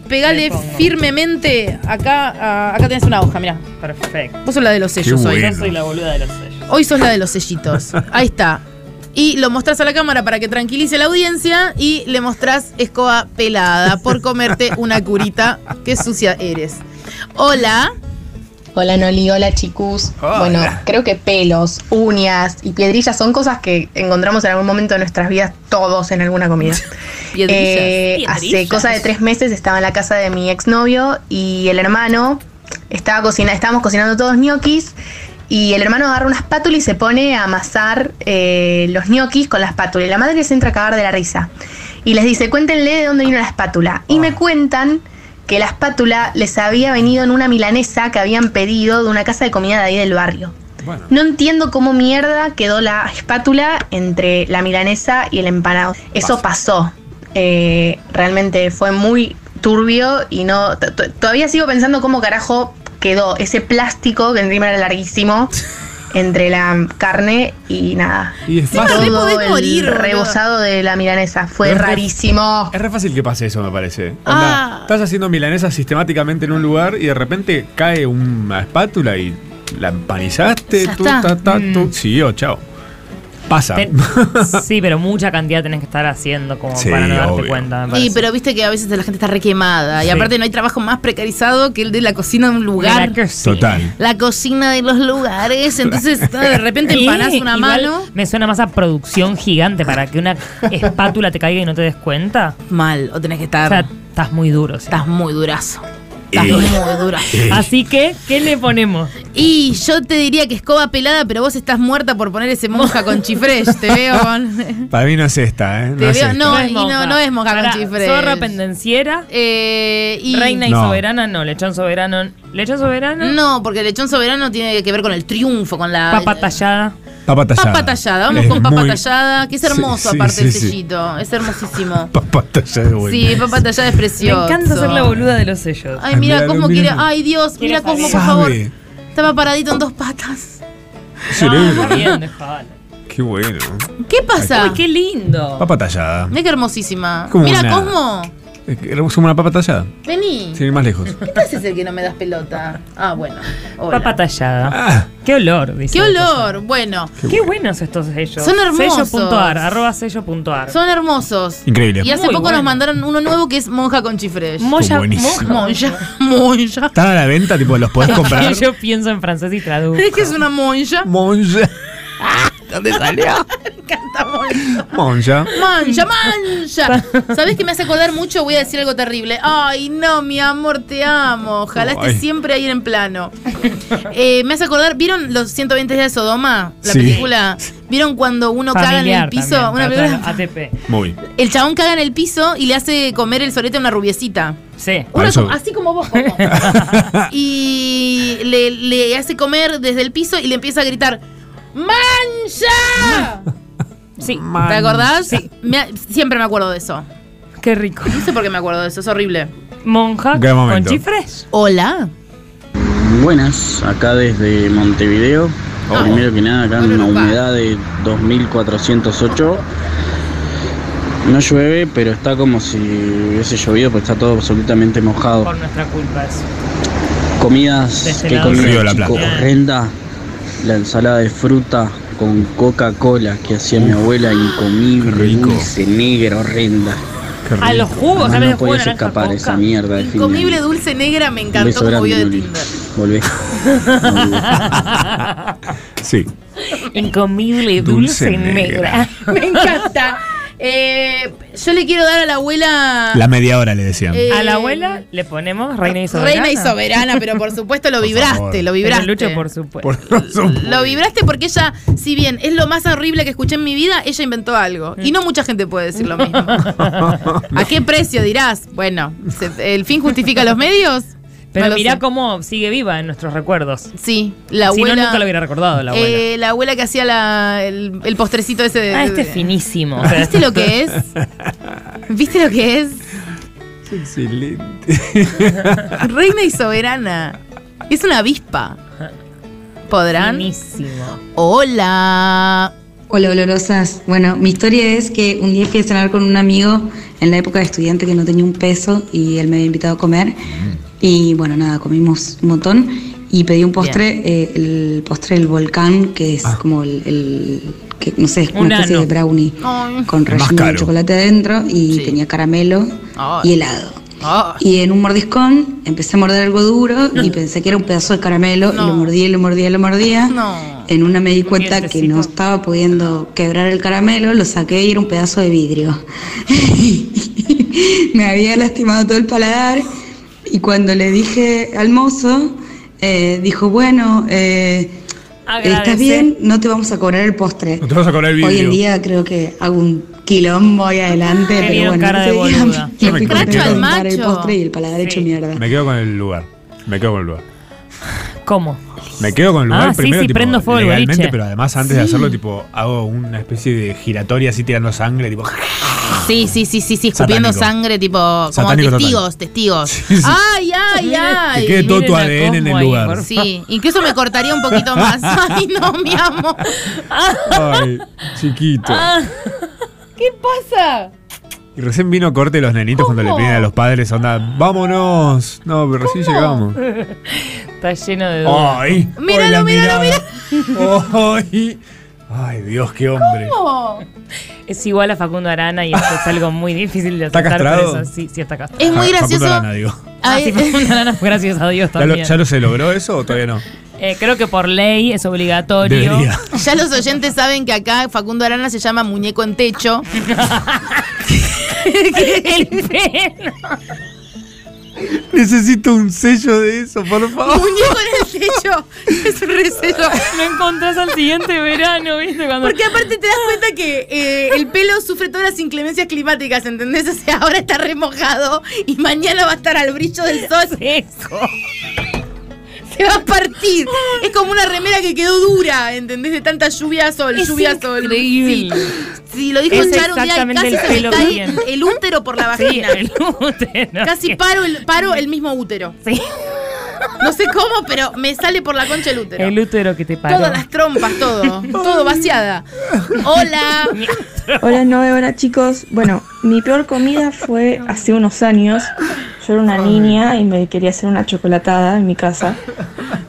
S4: Le
S2: pegale
S4: pongo.
S2: firmemente acá. a- acá tenés una hoja, mira.
S4: Perfecto.
S2: Vos sos la de los sellos hoy.
S5: bueno.
S4: Yo soy la boluda de los sellos.
S2: Hoy sos la de los sellitos. Ahí está. Y lo mostrás a la cámara para que tranquilice la audiencia y le mostrás escoba pelada por comerte una curita. Qué sucia eres. Hola.
S9: Hola Noli, hola chicos.
S5: Hola.
S9: Bueno, creo que pelos, uñas y piedrillas son cosas que encontramos en algún momento de nuestras vidas todos en alguna comida.
S2: Piedrillas.
S9: Eh, hace
S4: Piedrillas.
S9: cosa de tres meses estaba en la casa de mi exnovio y el hermano estaba cocinando, estábamos cocinando todos ñoquis y el hermano agarra una espátula y se pone a amasar eh, los ñoquis con la espátula. Y la madre se entra a cagar de la risa. Y les dice, cuéntenle de dónde vino la espátula. Y me cuentan que la espátula les había venido en una milanesa que habían pedido de una casa de comida de ahí del barrio.
S5: Bueno.
S9: No entiendo cómo mierda quedó la espátula entre la milanesa y el empanado. Eso pasó. Eh, realmente fue muy turbio y no. t- t- Todavía sigo pensando cómo carajo quedó ese plástico que encima era larguísimo entre la carne y nada.
S5: Y es
S9: Y
S5: fácil.
S2: re podés
S9: el
S2: morir, boludo.
S9: rebozado de la milanesa. Fue
S5: Pero es re-
S9: rarísimo.
S5: Es re fácil que pase eso, me parece. Onda,
S2: Ah.
S5: Estás haciendo milanesa sistemáticamente en un lugar y de repente cae una espátula y la empanizaste.
S2: Ya
S5: tú,
S2: está.
S5: ta, ta,
S4: Mm.
S5: tú. Siguió, chao. Pasa.
S4: Te- sí, pero mucha cantidad tenés que estar haciendo como
S5: Sí,
S4: para no darte
S5: obvio.
S4: cuenta. me
S2: Sí,
S4: parece.
S2: pero viste que a veces la gente está requemada. Y
S4: Sí.
S2: aparte no hay trabajo más precarizado que el de la cocina de un lugar.
S4: Mira que sí.
S5: *laughs* Total.
S2: La cocina de los lugares. Entonces
S4: *laughs*
S2: de repente
S4: Y
S2: empanás una
S4: igual
S2: mano.
S4: Me suena más a producción gigante para que una espátula te caiga y no te des cuenta.
S2: Mal. O tenés
S4: O
S2: que estar.
S4: sea, estás muy duro. sí.
S2: estás muy durazo. Estás
S5: Eh.
S2: muy
S4: *laughs*
S2: durazo.
S4: Así que, ¿qué le ponemos?
S2: Y yo te diría que escoba pelada, pero vos estás muerta por poner ese
S4: *laughs*
S2: monja con chifresh. Te veo con.
S5: Para mí no es esta, ¿eh? No
S2: Te
S5: es
S2: veo-
S5: esta.
S2: no. y no es mojar con
S4: Pará,
S2: chifres.
S4: Zorra pendenciera,
S2: Eh, y
S4: reina y
S5: No.
S4: soberana, no. Lechón soberano, lechón soberano,
S2: No, porque el lechón soberano tiene que ver con el triunfo, con la.
S4: papa tallada.
S5: Papa tallada.
S2: Papa tallada, vamos
S5: Es
S2: con papa
S5: muy-
S2: tallada, que es
S5: Sí,
S2: hermoso
S5: sí,
S2: aparte
S5: sí,
S2: el
S5: sí.
S2: sellito, es hermosísimo.
S5: Papa tallada, güey.
S2: Sí, papa tallada es
S4: Me
S2: precioso.
S4: encanta ser la boluda de los sellos.
S2: Ay, mira
S5: Mirá,
S2: Cosmo
S5: mirá.
S2: quiere, ay Dios,
S4: Quiere
S2: mira Cosmo, por
S5: saber.
S2: favor.
S5: Sabe.
S2: Estaba paradito en dos patas.
S5: Cerebro.
S2: Ah,
S4: No, bien, dejala.
S5: Qué bueno.
S2: ¿Qué pasa?
S4: Uy, qué lindo.
S5: Papa tallada.
S2: Mira qué hermosísima.
S5: Como
S2: Mira
S5: una-
S2: Cosmo,
S5: Es Eh, que Somos una papa tallada.
S2: vení.
S5: Sin ir más lejos.
S2: ¿Qué te haces el que no me das pelota? Ah, bueno. hola.
S4: Papa tallada.
S5: Ah,
S4: Qué olor, dice.
S2: Qué olor. Bueno,
S4: Qué buenos estos sellos.
S2: Son hermosos.
S4: Sello.ar, arroba sello.ar.
S2: son hermosos.
S5: increíble.
S2: Y hace
S4: Muy
S2: poco
S4: bueno.
S2: nos mandaron uno nuevo que es monja con chifres.
S4: Moya,
S5: buenísimo.
S4: mo-
S2: Monja, *laughs* monja.
S5: ¿Están a la venta? Tipo, ¿los
S4: *laughs*
S5: podés comprar?
S4: Yo pienso en francés y traduzco.
S2: Es que es una monja.
S5: Monja.
S4: Ah,
S5: ¿Dónde *laughs* salió?
S2: Canta monja.
S5: Monja.
S2: Mancha, mancha. ¿Sabes que me hace acordar mucho? Voy a decir algo terrible. Ay, no, mi amor, te amo. Ojalá
S5: Ay.
S2: estés siempre ahí en plano. Eh, me hace acordar, ¿vieron los 120 días de Sodoma? La
S5: Sí.
S2: película. ¿Vieron cuando uno caga en el
S4: Familiar
S2: piso?
S4: también,
S2: Una
S4: para
S2: película-
S4: toda la ATP.
S5: Muy.
S2: el chabón caga en el piso y le hace comer el sorete a una rubiecita.
S4: Sí.
S5: Para
S2: Una
S5: eso-
S2: como- así como vos,
S5: *laughs*
S2: Coco. y le, le hace comer desde el piso y le empieza a gritar: ¡Mancha!
S4: Sí.
S2: ¿Te acordás? Me- siempre me acuerdo de eso.
S4: Qué rico.
S2: No sé por qué me acuerdo de eso, es horrible.
S4: Monja
S5: Gran
S4: con
S5: momento.
S4: chifres.
S2: Hola.
S10: Buenas, acá desde Montevideo.
S2: Oh.
S10: Primero que nada, acá
S2: Bueno,
S10: una
S2: no va.
S10: humedad de 2408. No llueve, pero está como si hubiese llovido, pues está todo absolutamente mojado.
S4: Por nuestra culpa eso. De
S10: Comidas,
S4: este
S10: qué
S4: lado.
S5: Río de
S10: comida
S5: la
S10: chico,
S5: Plata.
S10: horrenda. La ensalada de fruta con Coca-Cola que hacía mi abuela, incomible,
S5: qué rico.
S10: dulce, negra, horrenda.
S5: Qué rico.
S4: A los
S2: Uh,
S4: jugos,
S10: Además,
S4: ¿sabes?
S10: no podías escapar esa mierda de fin de
S2: Comible
S10: año.
S2: dulce negra me
S10: Un beso
S2: encantó como
S10: grande,
S2: vio de
S10: Loli.
S2: Tinder. *laughs*
S10: Volvé.
S5: *laughs* Sí.
S4: *laughs* Incomible, dulce,
S5: Dulce
S4: negra.
S5: negra.
S2: Me encanta. Eh, yo le quiero dar a la abuela.
S5: La media hora le decían. *laughs*
S2: Eh,
S4: A la abuela le ponemos reina y soberana.
S2: Reina y soberana, pero *laughs* por supuesto lo
S5: Por
S2: vibraste,
S5: favor.
S2: lo
S4: Pero
S2: vibraste.
S4: Lucho, por supuesto.
S5: Por supuesto.
S2: Lo vibraste porque ella, si bien es lo más horrible que escuché en mi vida, ella inventó algo. Y no mucha gente puede decir lo
S10: *laughs*
S2: mismo. ¿A qué precio dirás? Bueno, se- ¿el fin justifica los medios?
S4: Pero
S2: No lo
S4: mirá
S2: sé.
S4: cómo sigue viva en nuestros recuerdos.
S2: Sí, la
S4: si
S2: abuela.
S4: no, nunca lo hubiera recordado la abuela.
S2: eh, la abuela que hacía la- el, el postrecito ese de.
S4: ah, este es
S2: de-
S4: finísimo.
S2: ¿Viste lo que es? ¿Viste lo que es?
S5: Excelente.
S2: Reina y soberana. Es una avispa.
S4: *laughs*
S2: ¿Podrán?
S4: Finísimo.
S2: Hola.
S11: Hola, olorosas. Bueno, mi historia es que un día fui a cenar con un amigo en la época de estudiante que no tenía un peso y él me había invitado a comer.
S5: Mm.
S11: Y bueno, nada, comimos un montón y pedí un postre, eh, el postre del volcán, que
S5: Ah.
S11: es como el, el- que, no sé, es
S4: Un
S11: una especie
S4: ano.
S11: de brownie
S2: Ay.
S11: con
S5: El más
S11: relleno de
S5: caro.
S11: chocolate adentro y
S2: Sí.
S11: tenía caramelo
S2: Ay.
S11: y helado. Y en un mordiscón empecé a morder algo duro
S2: *laughs*
S11: y pensé que era un pedazo de caramelo y lo mordía y lo mordía y lo mordía. En una me di cuenta que no estaba pudiendo quebrar el caramelo, lo saqué y era un pedazo de vidrio. *laughs* me había lastimado todo el paladar y cuando le dije al mozo, eh, dijo, bueno, eh,
S4: Agradece.
S11: estás bien, no te vamos a cobrar el postre.
S5: No te vas a cobrar el vidrio.
S11: Hoy en día creo que hago un quilombo ahí adelante,
S4: Me
S11: pero
S4: vieron
S11: bueno,
S4: cara de
S11: ese día
S4: boluda.
S11: me
S5: Yo me
S11: fui
S5: quedo.
S11: contenta
S5: Cacho al
S11: de tomar el
S4: macho.
S11: postre y el paladar hecho mierda.
S5: Me quedo con el lugar. Me quedo con el lugar.
S4: ¿Cómo?
S5: Me quedo con el lugar
S4: Ah, sí,
S5: primero
S4: sí,
S5: tipo,
S4: prendo fuego al
S5: legalmente,
S4: boliche.
S5: pero además antes de
S4: Sí.
S5: hacerlo tipo hago una especie de giratoria así tirando sangre, tipo
S2: Sí, sí, sí, sí, sí, escupiendo
S5: Satánico.
S2: sangre, tipo, como
S5: Satánico total.
S2: testigos, testigos.
S5: sí.
S2: Ay, ay, ay.
S5: que quede todo tu ADN en el lugar.
S2: Sí, incluso me cortaría un
S5: *laughs*
S2: poquito más. Ay, no, mi amor.
S5: Ay, chiquito.
S2: ¿Qué pasa?
S5: Y recién vino corte de los nenitos cuando le piden a los padres, onda, vámonos. No, pero recién llegamos.
S4: Está lleno de dudas.
S5: Ay,
S4: Míralo,
S5: ay, la
S4: míralo,
S5: mirada. Ay, ay, Dios, qué hombre.
S4: Es igual a Facundo Arana y esto es algo muy difícil de
S5: ¿Está
S4: aceptar. por
S5: castrado?
S4: eso sí, sí está castrado.
S2: Es muy
S5: Fa-
S2: gracioso.
S5: Facundo Arana, digo.
S4: Ah, sí, Facundo Arana, gracias a Dios
S5: ¿Ya lo,
S4: también.
S5: ya lo se logró eso o todavía no?
S4: Eh, creo que por ley es obligatorio. *laughs*
S5: Debería.
S2: Ya los oyentes saben que acá Facundo Arana se llama muñeco en techo.
S4: El pelo.
S5: Necesito un sello de eso, por
S1: Oh.
S5: favor.
S2: Muñeco en el techo. Es un resello.
S4: Lo encontrás al siguiente verano, ¿viste? Cuando...
S2: Porque aparte te das cuenta que eh, el pelo sufre todas las inclemencias climáticas, ¿entendés? O sea, ahora está remojado y mañana va a estar al brillo del sol. Se va a partir. Es como una remera que quedó dura, ¿entendés? De tanta lluvia sol,
S4: Es
S2: lluvia sol.
S4: increíble.
S2: Sí. Sí, lo dijo
S4: Es
S2: Charo un día y
S4: exactamente
S2: casi
S4: el
S2: se me
S4: pelo
S2: cae
S4: bien.
S2: el útero por la
S4: Sí,
S2: vagina.
S4: el útero.
S2: Casi paro el, paro el mismo útero.
S4: Sí.
S2: No sé cómo, pero me sale por la concha el útero.
S4: El útero que te
S2: Todas
S4: paró.
S2: las trompas,
S4: *laughs*
S2: todo. Todo vaciada. Hola.
S12: Hola Nove, hola chicos. Bueno, mi peor comida fue hace unos años. Yo era una niña y me quería hacer una chocolatada en mi casa.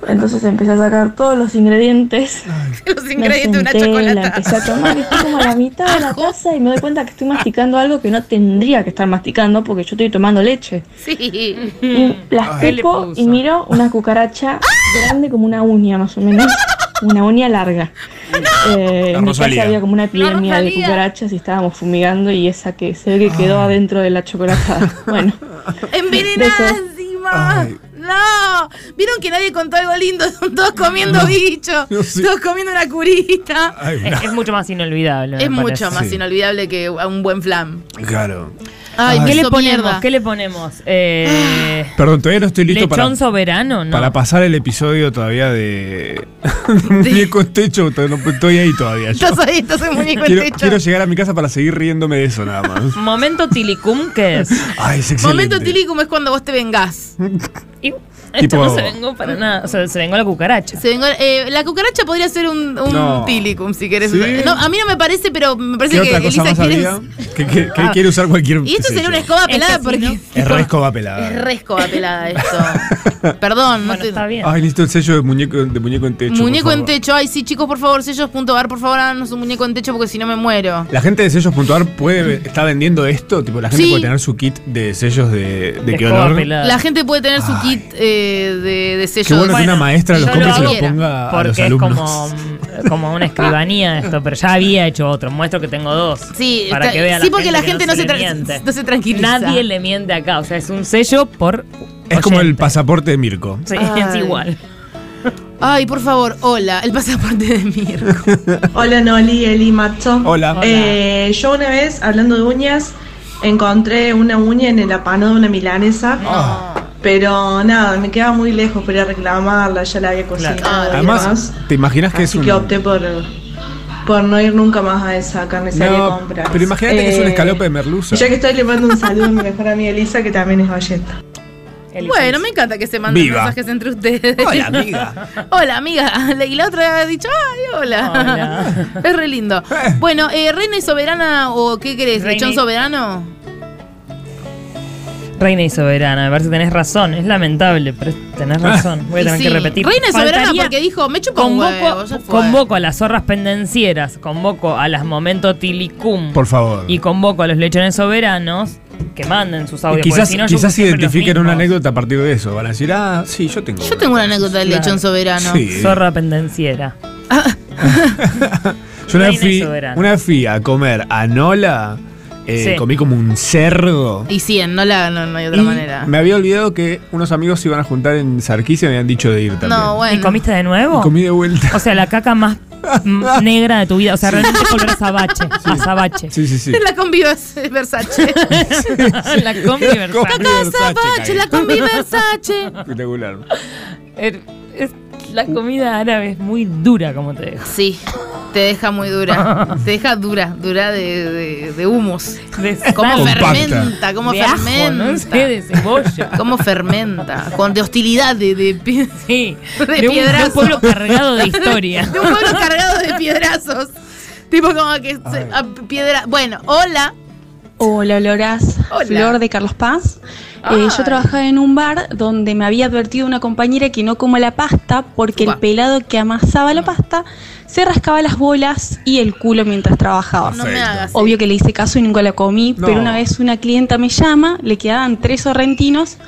S12: Entonces empecé a sacar todos los ingredientes.
S2: *laughs* Los
S12: ingredientes
S2: de una chocolatada.
S12: La empecé a tomar, estoy como a la mitad de la taza y me doy cuenta que estoy masticando algo que no tendría que estar masticando porque yo estoy tomando leche.
S2: Sí.
S12: Y las pico y miro una
S2: *laughs*
S12: cucaracha
S2: ¡Ah!
S12: grande como una uña más o menos. Una uña larga. Eh,
S5: La
S12: en mi
S5: Rosalía.
S12: casa había como una epidemia de
S13: Rosalía.
S12: cucarachas y estábamos fumigando y esa que se ve que quedó adentro de la chocolatada. Bueno.
S2: Envenenadas
S12: Besos.
S2: encima. No. Vieron que nadie contó algo lindo. Son todos comiendo
S4: No.
S2: bichos.
S4: No sé.
S2: Todos comiendo una curita.
S4: *laughs* Es, es mucho más inolvidable. me
S2: es
S4: parece.
S2: mucho más inolvidable que a un buen flam.
S5: Claro.
S2: Ay,
S4: ¿qué le
S2: hizo
S4: ponemos?
S2: mierda.
S4: ¿Qué le ponemos? Eh,
S5: Perdón, todavía no estoy Ah. listo
S4: ¿Lechón
S5: para,
S4: soberano? No.
S5: para pasar el episodio todavía de, *laughs* de muñeco en techo. todavía no- Estoy ahí todavía. yo.
S2: Estás ahí, estás en muñeco en
S5: Quiero,
S2: techo.
S5: quiero llegar a mi casa para seguir riéndome de eso nada más.
S4: Momento tilicum, ¿qué es?
S5: Ay, es excelente.
S2: Momento tílicum es cuando vos te vengás.
S4: Y esto
S5: Tipo-
S4: no se vengó para nada. O sea, se vengó la cucaracha.
S2: Se vengó- eh, la cucaracha podría ser un, un
S5: No.
S2: tílicum, si querés.
S5: Sí.
S2: No, a mí no me parece, pero me parece
S5: ¿Qué
S2: que
S5: otra cosa
S2: Elisa
S5: más
S2: quiere. Ah.
S5: había? ¿Qué, qué- qué quiere usar cualquier
S2: Y esto
S5: sello?
S2: sería una escoba pelada porque.
S5: Es re escoba pelada.
S2: Es re escoba pelada esto. Perdón, no te-
S5: Ay, listo el sello de muñeco, de muñeco en techo. por
S2: muñeco en
S5: favor.
S2: techo. Ay, sí, chicos, por favor, sellos.ar, por favor, háganos un muñeco en techo porque si no me muero.
S5: La gente de sellos.ar puede está vendiendo esto, tipo la gente
S2: Sí.
S5: puede tener su kit de sellos de, de,
S4: De
S5: qué
S4: escoba
S5: olor.
S4: pelada.
S2: La gente puede tener su kit eh, de, de sellos.
S5: Qué bueno que una maestra los
S2: yo
S5: compre y se
S2: lo
S5: los
S2: hago.
S5: ponga a los
S4: Porque es
S5: alumnos.
S4: como, como una escribanía esto, pero ya había hecho otro. Muestro que tengo dos.
S2: Sí,
S4: para
S2: está-
S4: que vea
S2: sí, porque la gente no se,
S4: le
S2: tra-
S4: miente.
S2: no se tranquiliza.
S4: Nadie le miente acá. O sea, es un sello por.
S5: Es como el pasaporte de Mirko.
S4: Sí, es
S2: Ay.
S4: igual.
S2: Ay, por favor, hola, el pasaporte de Mirko.
S4: *laughs*
S13: Hola Noli, Eli, Macho.
S5: Hola.
S13: Eh, yo una vez, hablando de uñas, encontré una uña en el apano de una milanesa. Pero nada, me quedaba muy lejos para ir a reclamarla, ya la había cocinado. y
S5: Además,
S13: demás.
S5: ¿te imaginas que es
S13: Así
S5: un
S13: que opté por, por no ir nunca más a esa
S5: Ah.
S13: carnicería a
S5: No,
S13: comprar.
S5: pero imagínate que es un
S13: Eh,
S5: escalope de merluza.
S13: Ya que estoy le mando un saludo a mi mejor amiga Elisa, que también es valleta.
S2: Bueno, me encanta que se manden
S13: Viva.
S2: mensajes entre ustedes.
S13: Hola,
S2: amiga. *laughs* hola, amiga. La- Y la otra ha dicho, ay, hola. *laughs* Es re lindo. Bueno, eh, ¿reina y soberana o qué querés?
S4: Reina y-
S2: ¿Lechón soberano?
S4: Reina y soberana, me parece que tenés razón. Es lamentable, pero tenés
S5: Ah.
S4: razón. Voy a
S2: Y
S4: tener
S2: sí.
S4: que repetir.
S2: Reina y soberana
S4: Faltaría-
S2: porque dijo, me chupa un huevo, ya
S4: Convoco,
S2: fue.
S4: convoco a las zorras pendencieras, convoco a las momento tilicum
S5: Por favor.
S4: y convoco a los lechones soberanos que manden sus audios.
S5: quizás
S4: porque si no, yo
S5: quizás
S4: siempre los
S5: identifiquen
S4: mismos.
S5: una anécdota a partir de eso. Van a decir, ah, sí, yo tengo.
S2: Yo tengo una anécdota del
S4: Claro.
S2: lechón soberano.
S5: Sí.
S4: Zorra pendenciera.
S5: Yo una vez,
S2: Reina y
S5: fui,
S2: soberana.
S5: una vez fui a comer a Nola, eh,
S2: Sí.
S5: comí como un cerdo.
S2: Y 100, no, la, no, no hay otra
S5: Y
S2: manera.
S5: Me había olvidado que unos amigos se iban a juntar en Sarquís y me habían dicho de ir también.
S2: No, bueno.
S4: ¿Y comiste de nuevo?
S5: Y comí de vuelta. *laughs*
S4: O sea, la caca más mm, negra de tu vida. O sea, realmente volverás a bache. A Zabache.
S5: Sí, sí, sí.
S2: *laughs* La combi
S5: *laughs*
S2: Vers- Versace.
S4: *laughs* La combi Versace.
S2: La
S5: combi
S2: casa
S5: Versace,
S2: *laughs* Versace, la combi Versace.
S5: Espectacular.
S4: Er- es- la comida árabe es muy dura, como te dejo.
S2: Sí, te deja muy
S4: *laughs*
S2: dura. Te deja dura, dura de, de, de humos. cómo
S4: sal.
S2: fermenta, cómo
S4: De ajo,
S2: fermenta.
S4: no sé, de
S2: *laughs*
S4: cebolla.
S2: Cómo fermenta. Con de hostilidad, de, de, pie- de
S4: de un- de un
S2: piedrazos.
S4: pueblo cargado de historia.
S2: De un pueblo cargado de piedrazos. Tipo como que se- a piedra. Bueno, hola.
S14: Hola, Loras.
S2: Hola.
S14: Flor de Carlos Paz. Eh,
S2: Ay.
S14: yo trabajaba en un bar donde me había advertido una compañera que no coma la pasta porque el pelado que amasaba la pasta se rascaba las bolas y el culo mientras trabajaba.
S2: No me Perfecto. hagas
S14: Obvio que le hice caso y nunca la comí,
S2: No.
S14: pero una vez una clienta me llama, le quedaban tres sorrentinos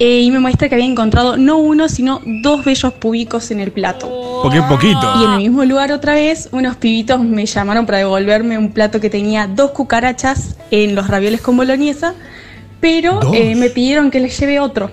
S14: eh, y me muestra que había encontrado no uno, sino dos bellos públicos en el plato.
S5: Porque es poquito.
S14: Y en el mismo lugar otra vez, unos pibitos me llamaron para devolverme un plato que tenía dos cucarachas en los ravioles con boloñesa, pero
S5: ¿Dos?
S14: eh, me pidieron que les lleve otro.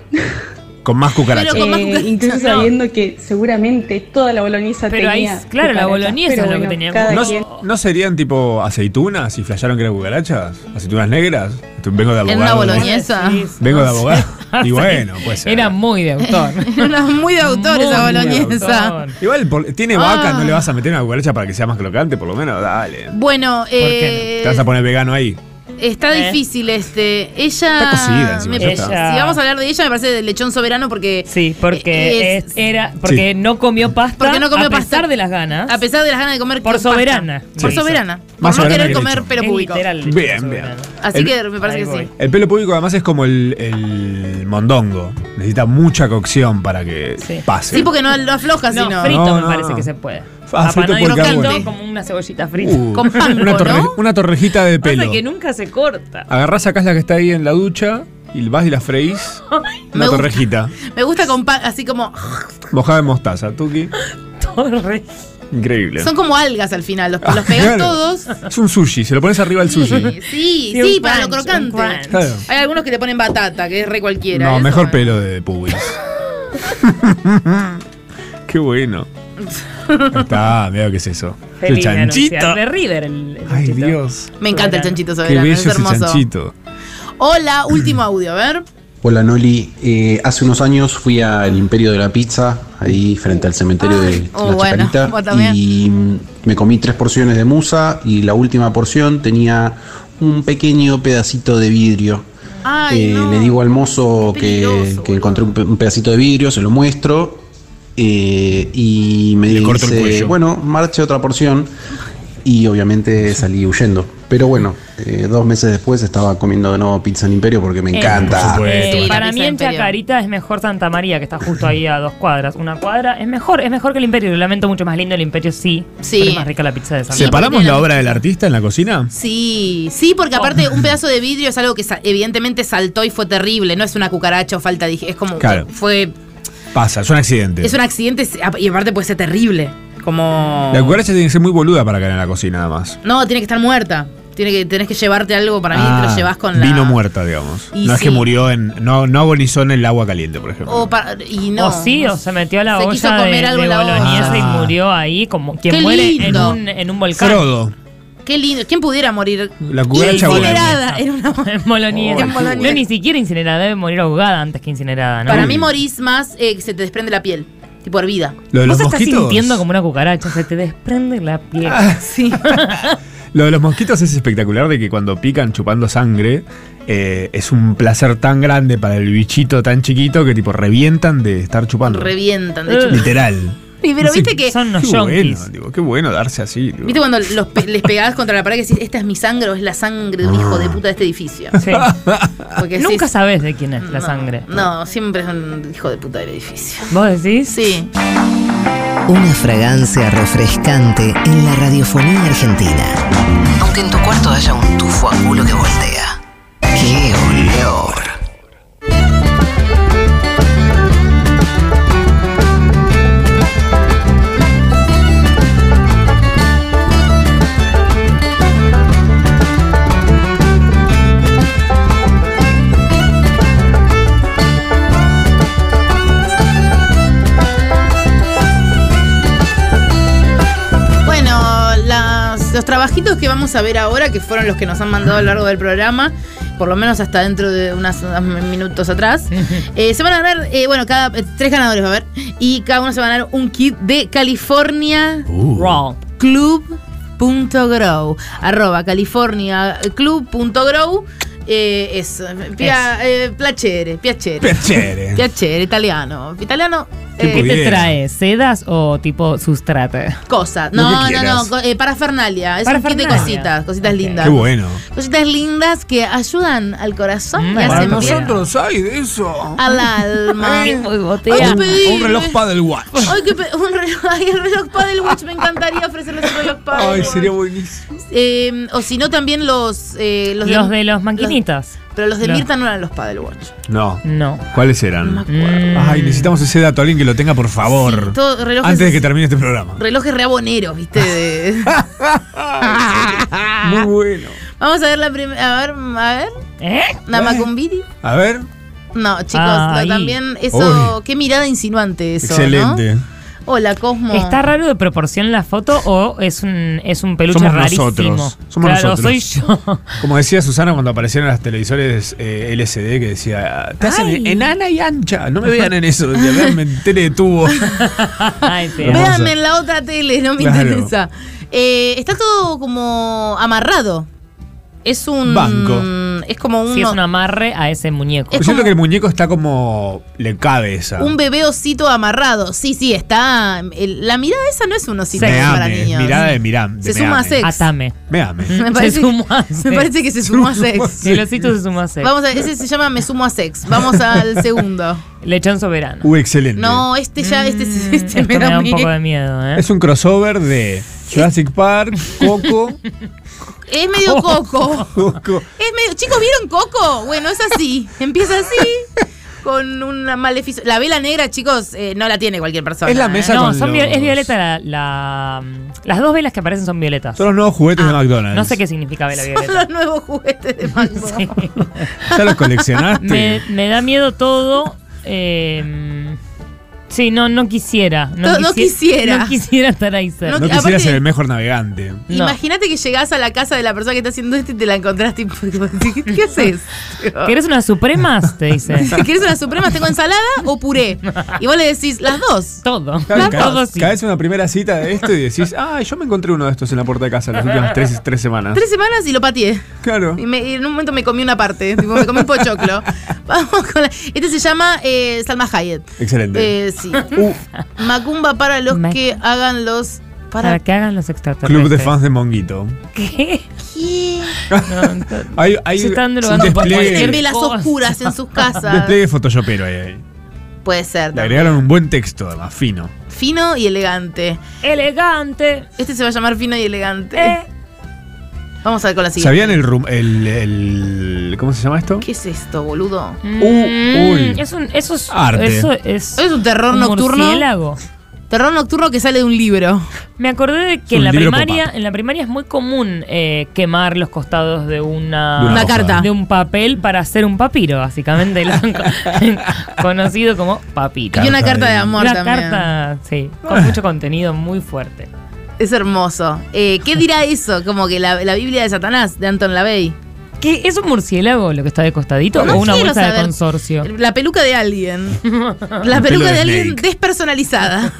S5: Con más cucarachas.
S14: Eh, incluso sabiendo que seguramente toda la boloñesa
S4: Pero ahí,
S14: tenía
S4: claro, la
S14: cucarachas.
S4: boloñesa
S14: Pero
S4: es lo que
S14: bueno,
S4: tenía
S14: cada
S5: ¿No,
S14: quien.
S5: no serían tipo aceitunas y flasharon que eran cucarachas? ¿Aceitunas negras? Esto- Vengo de
S2: En
S5: abogado.
S2: una
S5: ¿no?
S2: boloñesa.
S5: Vengo de
S4: *laughs*
S5: abogado. Y bueno, pues.
S4: Era muy de autor.
S2: Una muy de *laughs* autor esa boloñesa.
S5: Igual por- tiene vaca,
S2: Ah.
S5: no le vas a meter una cucaracha para que sea más crocante, por lo menos, dale.
S2: Bueno, eh,
S5: Te vas a poner vegano ahí.
S2: Está
S4: ¿Eh?
S2: difícil este. Ella.
S5: Está cocida encima,
S2: me-
S5: ya está.
S2: Si vamos a hablar de ella, me parece del lechón soberano porque. eh,
S4: Sí, porque
S2: Es-
S4: es- era porque no comió pasta.
S2: Porque no comió
S4: a
S2: pasta.
S4: pesar de las ganas.
S2: A pesar de las ganas de comer.
S4: Por
S2: pasta.
S4: soberana.
S2: Por
S5: Sí.
S2: soberana. Por
S5: Más
S2: no
S5: soberana
S2: querer
S5: que
S2: comer
S5: lechón.
S2: pelo
S4: Es
S2: público.
S4: literal.
S5: Bien, bien.
S2: Así
S5: El-
S2: que me parece que sí.
S5: El pelo público además es como el, el mondongo. Necesita mucha cocción para que pase.
S2: Ah, Sí, porque no lo afloja,
S4: No,
S2: sino.
S4: frito
S5: No,
S4: me
S5: no,
S4: parece
S5: no.
S4: que se puede.
S5: Ah, frito
S4: Apanadito
S5: por carbón.
S4: frito, como una cebollita frita.
S5: Uh,
S4: Con panko,
S5: una, torre-
S4: ¿no?
S5: una torrejita de
S4: Pasa
S5: pelo.
S4: que nunca se corta.
S5: Agarrás, sacás la que está ahí en la ducha y vas y la
S2: *laughs*
S5: freís.
S2: Me
S5: Una
S2: gusta.
S5: torrejita.
S2: Me gusta con pan, así como.
S5: Mojada de mostaza. Tuki.
S4: Torre.
S5: Increíble.
S2: Son como algas al final. Los, los pegas
S5: Ah, *laughs* Claro.
S2: todos.
S5: Es un sushi. Se lo pones arriba al sushi.
S2: Sí,
S4: Sí,
S2: sí,
S4: un
S2: para lo
S4: crunch, un
S2: crocante.
S5: Claro.
S2: Hay algunos que le ponen batata, que es re cualquiera.
S5: No,
S2: eso, eh.
S5: mejor
S2: bueno.
S5: pelo de pubis. *laughs* Qué bueno. Ahí Está, mira qué es eso. El
S4: Feliz
S5: chanchito.
S4: anunciar De River el, el
S5: Ay,
S4: chanchito.
S5: Dios.
S2: Me encanta el chanchito
S5: Qué
S2: soberano,
S5: bello
S2: es
S5: ese
S2: hermoso.
S5: chanchito.
S2: Hola, último audio, a ver.
S15: Hola Noli, Eh, hace unos años fui al Imperio de la Pizza, ahí frente al cementerio de
S2: oh,
S15: La
S2: bueno,
S15: Chacarita,
S2: vos también.
S15: y mm, me comí tres porciones de musa y la última porción tenía un pequeño pedacito de vidrio.
S2: Ay,
S15: Eh,
S2: no.
S15: Le digo al mozo
S2: Qué
S15: que,
S2: peligroso,
S15: que encontré un, pe- un pedacito de vidrio, se lo muestro eh, y me
S5: corto el
S15: dice,
S5: cuello.
S15: bueno, marche otra porción y obviamente salí huyendo. Pero bueno, eh, dos meses después estaba comiendo de nuevo pizza en Imperio porque me
S4: Eh,
S15: encanta.
S4: Eh,
S2: la
S4: para
S2: pizza
S4: mí en
S2: Imperio.
S4: Chacarita es mejor Santa María, que está justo ahí a dos cuadras. Una cuadra es mejor, es mejor que el Imperio. Lo lamento mucho más lindo el Imperio, sí.
S2: Sí.
S4: Pero es más rica la pizza de Santa
S5: ¿Separamos la obra del artista en la cocina?
S2: Sí, sí,
S4: Oh.
S2: porque aparte un pedazo de vidrio es algo que sa- evidentemente saltó y fue terrible. No es una cucaracha o falta de hig- Es como.
S5: Claro.
S2: Fue.
S5: Pasa, es un accidente.
S2: Es un accidente se- y aparte puede ser terrible. Como.
S5: La cucaracha tiene que ser muy boluda para caer en la cocina, nada más.
S2: No, tiene que estar muerta. Tiene que, tenés que llevarte algo para mí te lo
S5: Ah,
S2: llevas con la.
S5: Vino muerta, digamos.
S2: Y
S5: no es
S2: sí.
S5: que murió en. No, no agonizó en el agua caliente, por ejemplo.
S2: O pa- y no.
S4: O sí, o se metió a la
S2: Se quiso
S4: olla de,
S2: comer algo
S4: de
S2: en la olla.
S4: boloñesa y
S5: Ah.
S4: murió ahí como quien
S2: Qué
S4: muere en
S2: lindo.
S4: un, en un volcán.
S5: Frodo.
S2: Qué lindo. ¿Quién pudiera morir?
S5: La cucaracha buena.
S2: Incinerada. Era una-
S4: *laughs* En boloñesa.
S2: Oh, En boloñesa.
S4: No, ni siquiera incinerada. Debe morir ahogada antes que incinerada, ¿no?
S2: Para mí morís más eh, que se te desprende la piel. Tipo hervida.
S5: Lo de
S4: Vos
S5: los
S4: estás
S5: mosquitos.
S4: sintiendo como una cucaracha. Se te desprende la piel.
S2: Ah,
S4: *laughs*
S2: sí.
S5: Lo de los mosquitos es espectacular de que cuando pican chupando sangre. eh, es un placer tan grande para el bichito tan chiquito que tipo revientan de estar chupando.
S2: Revientan, de hecho.
S4: Eh.
S5: Literal.
S2: Y pero viste que- Son los
S5: qué bueno,
S2: yonkis.
S5: digo, qué bueno darse así. digo.
S2: ¿Viste cuando los pe- les pegabas contra la pared que decís, esta es mi sangre o es la sangre de un hijo de puta de este
S4: *laughs*
S2: edificio?
S4: Sí.
S2: Porque
S4: Ah. Nunca
S2: decís,
S4: sabes de quién es la sangre.
S2: No, siempre es un hijo de puta del edificio.
S4: ¿Vos decís?
S2: Sí.
S1: Una fragancia refrescante en la radiofonía argentina. Aunque en tu cuarto haya un tufo a culo que voltea. ¿Qué?
S2: trabajitos que vamos a ver ahora, que fueron los que nos han mandado a lo largo del programa, por lo menos hasta dentro de unos minutos atrás, *laughs* eh, se van a ganar, eh, bueno, cada eh, tres ganadores va a haber, y cada uno se va a ganar un kit de California
S5: Uh.
S4: Raw.
S2: Club punto grow arroba california eh, club punto grow eh, eso Pia- eh, piacere piacere
S4: Piacere.
S2: Piacere, italiano italiano eh,
S4: ¿Qué te trae? ¿Sedas o tipo sustrato?
S2: cosa
S4: Lo
S2: no
S4: que
S2: no
S4: quieras.
S2: no co- eh, parafernalia es un kit de
S4: Parafernalia.
S2: cositas cositas lindas
S5: Qué bueno.
S2: cositas lindas que ayudan al corazón y
S5: Mm, Para
S2: hacen bien
S5: nosotros hay de eso.
S2: al
S5: *laughs*
S2: alma
S5: Eh,
S2: Hay que
S5: Un, un
S2: pedirle.
S5: reloj paddle watch.
S2: Ay, qué pe- un reloj, *laughs* ay, el reloj Paddle Watch, me encantaría ofrecerles un reloj Paddle
S5: Ay,
S2: Watch.
S5: sería buenísimo.
S2: Eh, o si no, también los, eh, los,
S4: Los de los manquinitas.
S2: pero los de
S4: Los-
S2: Mirta no eran los Paddle Watch.
S5: No.
S4: No. Mm.
S5: ¿Cuáles eran? Ay, necesitamos ese dato, alguien que lo tenga, por favor.
S2: Sí, todo- relojes-
S5: antes de que termine este programa.
S2: Relojes reaboneros, ¿viste?
S5: *laughs*
S2: De-
S5: Muy bueno.
S2: Vamos a ver la primera. A ver, a ver.
S4: ¿Eh?
S2: Namacumbiri.
S5: A ver.
S2: No, chicos,
S5: Ah,
S4: Ay.
S2: también eso. Qué mirada insinuante eso.
S4: Excelente.
S2: ¿no? Hola, Cosmo.
S4: ¿Está raro de proporción la foto o es un, es un peluche
S5: Somos
S4: rarísimo?
S5: nosotros. Somos
S4: claro,
S5: nosotros.
S4: soy yo. *laughs*
S5: Como decía Susana cuando aparecieron los televisores eh, LCD que decía, te hacen
S4: Ay.
S5: enana y ancha. No me vean en eso. decía, "Veanme en tele de tubo.
S2: *laughs*
S4: Ay, te-
S5: Hermosa.
S2: Véanme en la otra tele, no me
S5: Claro.
S2: interesa. Eh, está todo como amarrado. Es un.
S5: Banco.
S2: Es como un.
S4: Sí, es un amarre a ese muñeco.
S5: Yo siento que el muñeco está como le cabe esa.
S2: Un bebé osito amarrado. Sí, sí, está. el- la mirada esa no es un osito
S5: me
S2: para
S5: ame,
S2: niños.
S5: mirada de miram.
S2: Se suma a sex.
S4: Atame.
S5: Me ame.
S2: Me parece, me parece que se sumó a sex.
S4: El osito se sumó a sex.
S2: Vamos a, ese se llama Me sumo a sex. Vamos al segundo.
S4: Lechón soberano.
S5: Uh, excelente.
S2: No, este ya, este, este,
S4: Esto me
S2: me
S4: da
S2: da
S4: un
S2: miedo.
S4: poco de miedo, ¿eh?
S5: Es un crossover de Jurassic Park,
S2: *laughs*
S5: Coco,
S2: Es medio coco.
S5: Coco.
S2: Es medio. Chicos, ¿vieron Coco? Bueno, es así. Empieza así. Con una maleficio. La vela negra, chicos, eh, no la tiene cualquier persona.
S5: Es la
S2: ¿eh?
S5: mesa
S4: No,
S5: con
S4: son vi-
S5: los-
S4: es violeta la, la- Las dos velas que aparecen son violetas.
S5: Son los nuevos juguetes
S2: Ah,
S5: de McDonald's.
S4: No sé qué significa vela
S2: Son
S4: violeta.
S2: *laughs* los nuevos juguetes de Mambo.
S5: *laughs* ¿Ya los
S2: *laughs*
S5: coleccionaste?
S4: me, me da miedo todo. eh, sí, no, no quisiera.
S2: No- no
S4: quisie-
S2: quisiera.
S4: No quisiera estar ahí cerca.
S5: No,
S2: No,
S5: quisiera
S2: aparte-
S5: ser el mejor navegante.
S2: Imagínate que llegás a la casa de la persona que está haciendo esto y te la encontrás tipo, ¿qué, qué haces?
S4: ¿Querés unas supremas? Te
S5: *laughs*
S4: dice.
S2: Si quieres una suprema, tengo ensalada o puré. Y vos le decís, las dos.
S4: Todo.
S5: Claro, cada,
S4: Todo sí.
S5: cada vez una primera cita de esto y decís, *laughs* ah, yo me encontré uno de estos en la puerta de casa las últimas tres, tres semanas.
S2: Tres semanas y lo pateé.
S5: Claro.
S2: Y, me- y en un momento me comí una parte, tipo, me comí
S4: *laughs*
S2: un pochoclo. Vamos con la- Este se llama eh, Salma Hayek.
S5: Excelente. Uh,
S2: Eh, sí.
S4: ¿Mm?
S2: Macumba para los que hagan los.
S4: Para,
S2: Para.
S4: que hagan los extraterrestres.
S5: Club de fans de Monguito.
S4: *laughs* ¿Qué?
S5: Hay, hay
S4: Se están
S5: un
S4: drogando por
S5: despliegue,
S2: En velas oscuras en sus
S4: *laughs*
S2: casas.
S5: despliegue photoshopero ahí, ahí.
S2: Puede
S5: Le
S2: ser. también.
S5: agregaron un buen texto, además, fino.
S2: Fino y elegante.
S4: Elegante.
S2: Este se va a llamar fino y
S5: Uh,
S2: elegante.
S4: Eh.
S2: Vamos a ver con la siguiente.
S5: ¿Sabían el, rum- el, el- ¿Cómo se llama esto?
S2: ¿Qué es esto, boludo?
S5: uy.
S4: mm, Es un, eso es,
S5: Arte.
S4: Eso es,
S2: Es un terror
S4: un
S2: nocturno.
S4: murciélago.
S2: Terror nocturno que sale de un libro.
S4: Me acordé de que
S2: un
S4: en la,
S2: libro
S4: primaria, en la primaria es muy común eh, quemar los costados de una,
S2: De una Una hoja. carta.
S4: De un papel para hacer un papiro, básicamente. Lo han co- *laughs* conocido como papiro.
S2: Y una carta de amor
S4: Una
S2: también.
S4: carta, sí, con mucho contenido muy fuerte.
S2: Es hermoso. Eh, ¿Qué dirá eso? Como que la, la Biblia de Satanás, de Anton LaVey.
S4: ¿Qué, ¿Es un murciélago lo que está de costadito
S2: No
S4: o una
S2: quiero
S4: bolsa de
S2: saber.
S4: consorcio?
S2: La peluca de alguien. La
S4: Un pelo
S2: peluca
S4: de
S2: de alguien
S4: Snake.
S2: despersonalizada.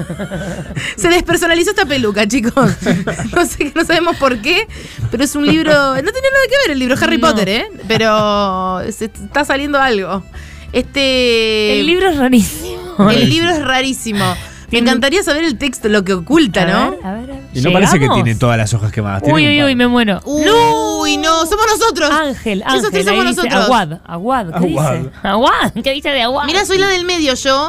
S2: Se despersonalizó esta peluca, chicos. No sé, no sabemos por qué, pero es un libro. No tenía nada que ver el libro Harry Potter, ¿eh? Pero se está saliendo algo. Este.
S4: El libro es rarísimo. *laughs*
S2: El libro es rarísimo. Me encantaría saber el texto, lo que oculta, ¿no?
S5: Y no parece que
S4: ¿Llegamos?
S5: tiene todas las hojas quemadas. tiene
S4: Uy,
S5: un
S4: uy,
S5: par.
S4: uy, me muero.
S2: Uy, no, somos nosotros.
S4: Ángel,
S2: Esos
S4: Ángel,
S2: tres
S4: ahí
S2: somos
S4: dice,
S2: nosotros.
S4: Aguad, aguad, ¿qué
S5: Aguad.
S4: dice? Aguad, ¿qué dice de aguad?
S2: Mira, soy la del medio yo.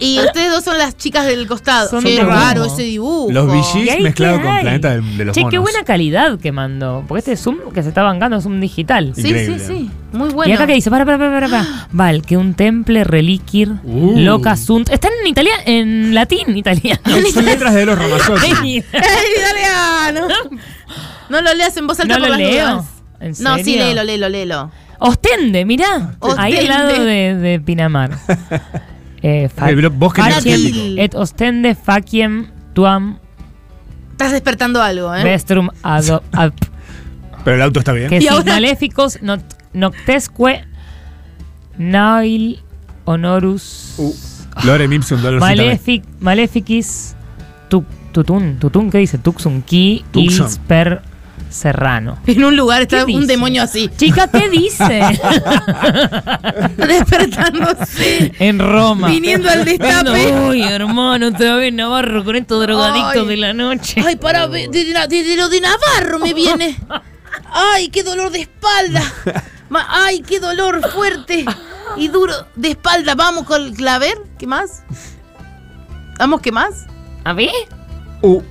S2: y ustedes dos son las chicas del costado.
S4: Son
S2: qué
S4: como-
S2: raro ese dibujo.
S5: Los
S4: ¿Y
S5: VGs
S4: ahí
S5: mezclados
S4: qué
S5: con
S4: hay?
S5: Planeta de, de los
S4: Che, qué
S5: Monos.
S4: buena calidad que mandó. Porque este Zoom que se está bancando es Zoom digital.
S2: Sí, sí, sí. Muy bueno.
S4: Y acá que
S2: *laughs*
S4: dice, para, para, para, para,
S2: *gasps*
S4: para. Val, que un temple, reliquir,
S5: Uh.
S4: loca, sunt. Están en italiano, en latín
S2: *laughs*
S4: italiano. *laughs*
S5: Son letras de los Ramazzotti.
S4: Ey,
S2: ¡Ey, italiano! ah, No lo leas en voz alta
S4: No
S2: por
S4: lo
S2: las
S4: leo.
S2: dudas.
S4: ¿En
S2: No, sí,
S4: serio?
S2: léelo, léelo, léelo.
S4: Ostende, mirá. Ahí
S2: Ostende.
S4: al lado de, de Pinamar.
S5: *laughs*
S4: eh, fa-
S5: El bosque
S4: faciem
S5: energético.
S4: Et ostende faciem tuam
S2: Estás despertando algo, ¿eh?
S4: Bestrum ado- ad-
S2: *laughs*
S5: Pero el auto está bien.
S4: que si maléficos no- noctesque nail honorus
S5: *laughs* Lore Mipsum, dolor
S4: malefic, maleficis tu- tutun tutun qué dice tuxun qui
S5: Tuxun.
S4: isper serrano
S2: En un lugar está
S4: ¿Qué
S2: un
S4: dice?
S2: demonio así. *laughs*
S4: Chica, ¿qué dice? *laughs*
S2: Despertándose.
S4: *laughs* en Roma
S2: Viniendo al destape.
S4: uy hermano te ves Navarro con estos drogadictos de la noche
S2: Ay, para, de, de- de lo de Navarro me viene. Ay, qué dolor de espalda. Ma- ay, qué dolor fuerte y duro de espalda. Vamos con el claver. ¿Qué más? ¿Vamos qué más?
S4: ¿A ver?
S5: Uh.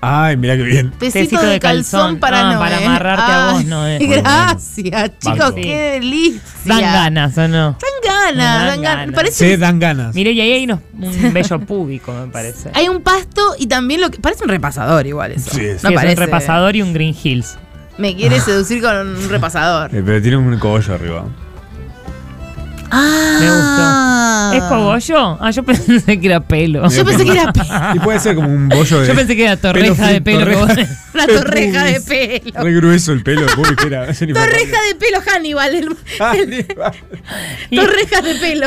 S5: Ay, mirá
S4: *laughs*
S5: que bien.
S2: Pesito, de, calzón, para
S4: Ah,
S2: Noé.
S4: para amarrarte a vos,
S2: Ay,
S4: Noé.
S2: *laughs* Gracias, chicos,
S4: Banco.
S2: qué delicia.
S4: dan ganas o no
S2: Dan ganas, dan ganas. Parece
S5: Se dan ganas.
S4: Mire, y ahí hay unos-
S2: *laughs*
S4: un bello púbico, me parece.
S2: Hay un pasto y también lo que. Parece un repasador igual eso.
S5: Sí,
S2: No
S4: Sí,
S5: sí,
S4: es
S2: parece.
S4: un repasador y un Green Hills.
S2: Me quiere seducir con un repasador.
S5: Eh, pero tiene un cogollo arriba.
S2: Ah.
S4: ¿Es cogollo? Ah, yo pensé que era pelo.
S2: Yo pensé que
S4: *laughs*
S2: era pe-
S5: Y puede ser como un bollo de.
S4: Yo pensé que era torreja de pelo.
S5: eh, torreja.
S4: como-
S2: Una torreja de pelo.
S5: Re grueso el pelo, uy,
S4: *laughs*
S5: que era. es inimaginable.
S2: Torreja de pelo Hannibal. el- el- *laughs* torrejas
S4: *laughs*
S2: de pelo.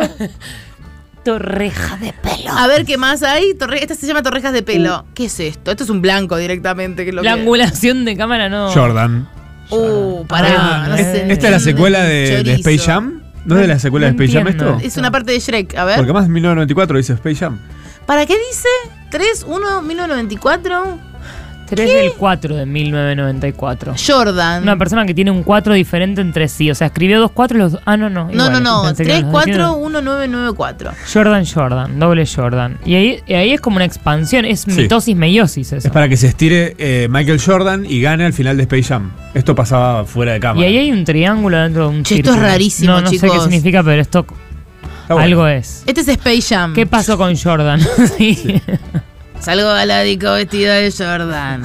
S4: Torreja de pelo.
S2: A ver qué más hay. Torre- Esta se llama torrejas de pelo.
S4: Uh.
S2: ¿Qué es esto? Esto es un blanco directamente. Que es lo
S4: La
S2: que-
S4: angulación de cámara no.
S5: *laughs* Jordan.
S2: Uh, pará. no sé.
S5: Esta es la secuela de, de
S2: Chorizo.
S5: Space Jam. ¿No es de la secuela de Space Jam esto?
S2: Es una parte de Shrek. A
S5: Porque
S2: ver.
S5: más 1994 dice Space Jam.
S2: ¿Para qué dice? 3, 1, 1994.
S4: 3 del 4 de 1994.
S2: Jordan.
S4: Una persona que tiene un 4 diferente entre sí. O sea, escribió dos 4 y los dos. Ah, no, no.
S2: No,
S4: igual,
S2: no, no.
S4: pensé que eran
S2: 3,
S4: los
S2: 4,
S4: dos.
S2: 1, 9, 9, 4.
S4: Jordan, Jordan. Doble Jordan. Y ahí, y ahí es como una expansión. Es
S5: Sí.
S4: mitosis, meiosis eso.
S5: Es para que se estire eh, Michael Jordan y gane al final de Space Jam. Esto pasaba fuera de
S4: Y
S5: cámara.
S4: ahí hay un triángulo dentro de un
S2: Che, esto es
S4: círculo.
S2: rarísimo,
S4: No, no sé qué
S2: chicos.
S4: significa, pero esto
S5: bueno.
S4: algo es.
S2: Este es Space Jam.
S4: ¿Qué pasó con Jordan? *laughs* Sí.
S2: Salgo baladico vestido
S5: *laughs*
S2: de Jordan.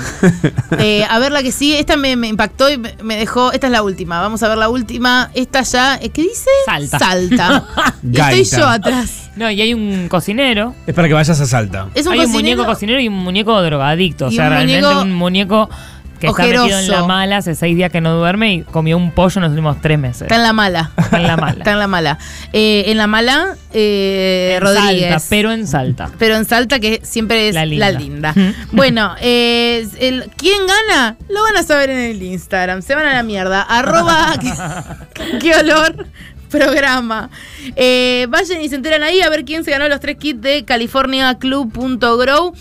S2: Eh, a ver la que sigue. Esta me, me impactó y me me dejó. Esta es la última. Vamos a ver la última. Esta ya. eh, ¿Qué dice?
S4: Salta.
S2: Salta. Y estoy
S5: *laughs* Gaita.
S2: yo atrás.
S4: No, y hay un cocinero.
S5: Es para que vayas a Salta.
S2: Es un
S4: hay un
S2: cocinero-
S4: muñeco cocinero y un muñeco drogadicto. O
S2: Y
S4: sea,
S2: un
S4: realmente
S2: muñeco
S4: un muñeco que está metido en
S2: ojeroso.
S4: la mala hace seis días que no duerme y comió un pollo en los últimos tres meses.
S2: Está en la mala.
S4: Está en la mala.
S2: *laughs* Está en la mala. Eh, en la mala, eh,
S4: En
S2: Rodríguez.
S4: Salta, pero en Salta.
S2: Pero en Salta, que siempre es la
S4: La
S2: linda.
S4: linda.
S2: Bueno, eh, el- ¿quién gana? Lo van a saber en el Instagram. Se van a la mierda. Arroba
S4: *laughs*
S2: qué, qué olor programa. Eh, vayan y se enteran ahí a ver quién se ganó los tres kits de californiaclub.grow.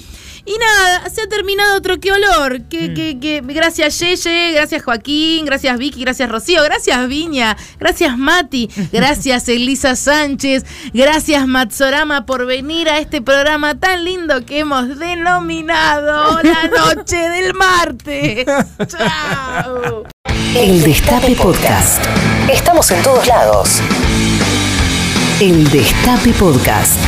S2: Y nada, se ha terminado otro que olor. Que,
S4: Mm.
S2: que- que- gracias Yeye, gracias Joaquín, gracias Vicky, gracias Rocío, gracias Viña, gracias Mati, gracias Elisa Sánchez, gracias Matsorama por venir a este programa tan lindo que hemos denominado La Noche del Martes. Chao.
S1: El Destape Podcast. Estamos en todos lados. El Destape Podcast.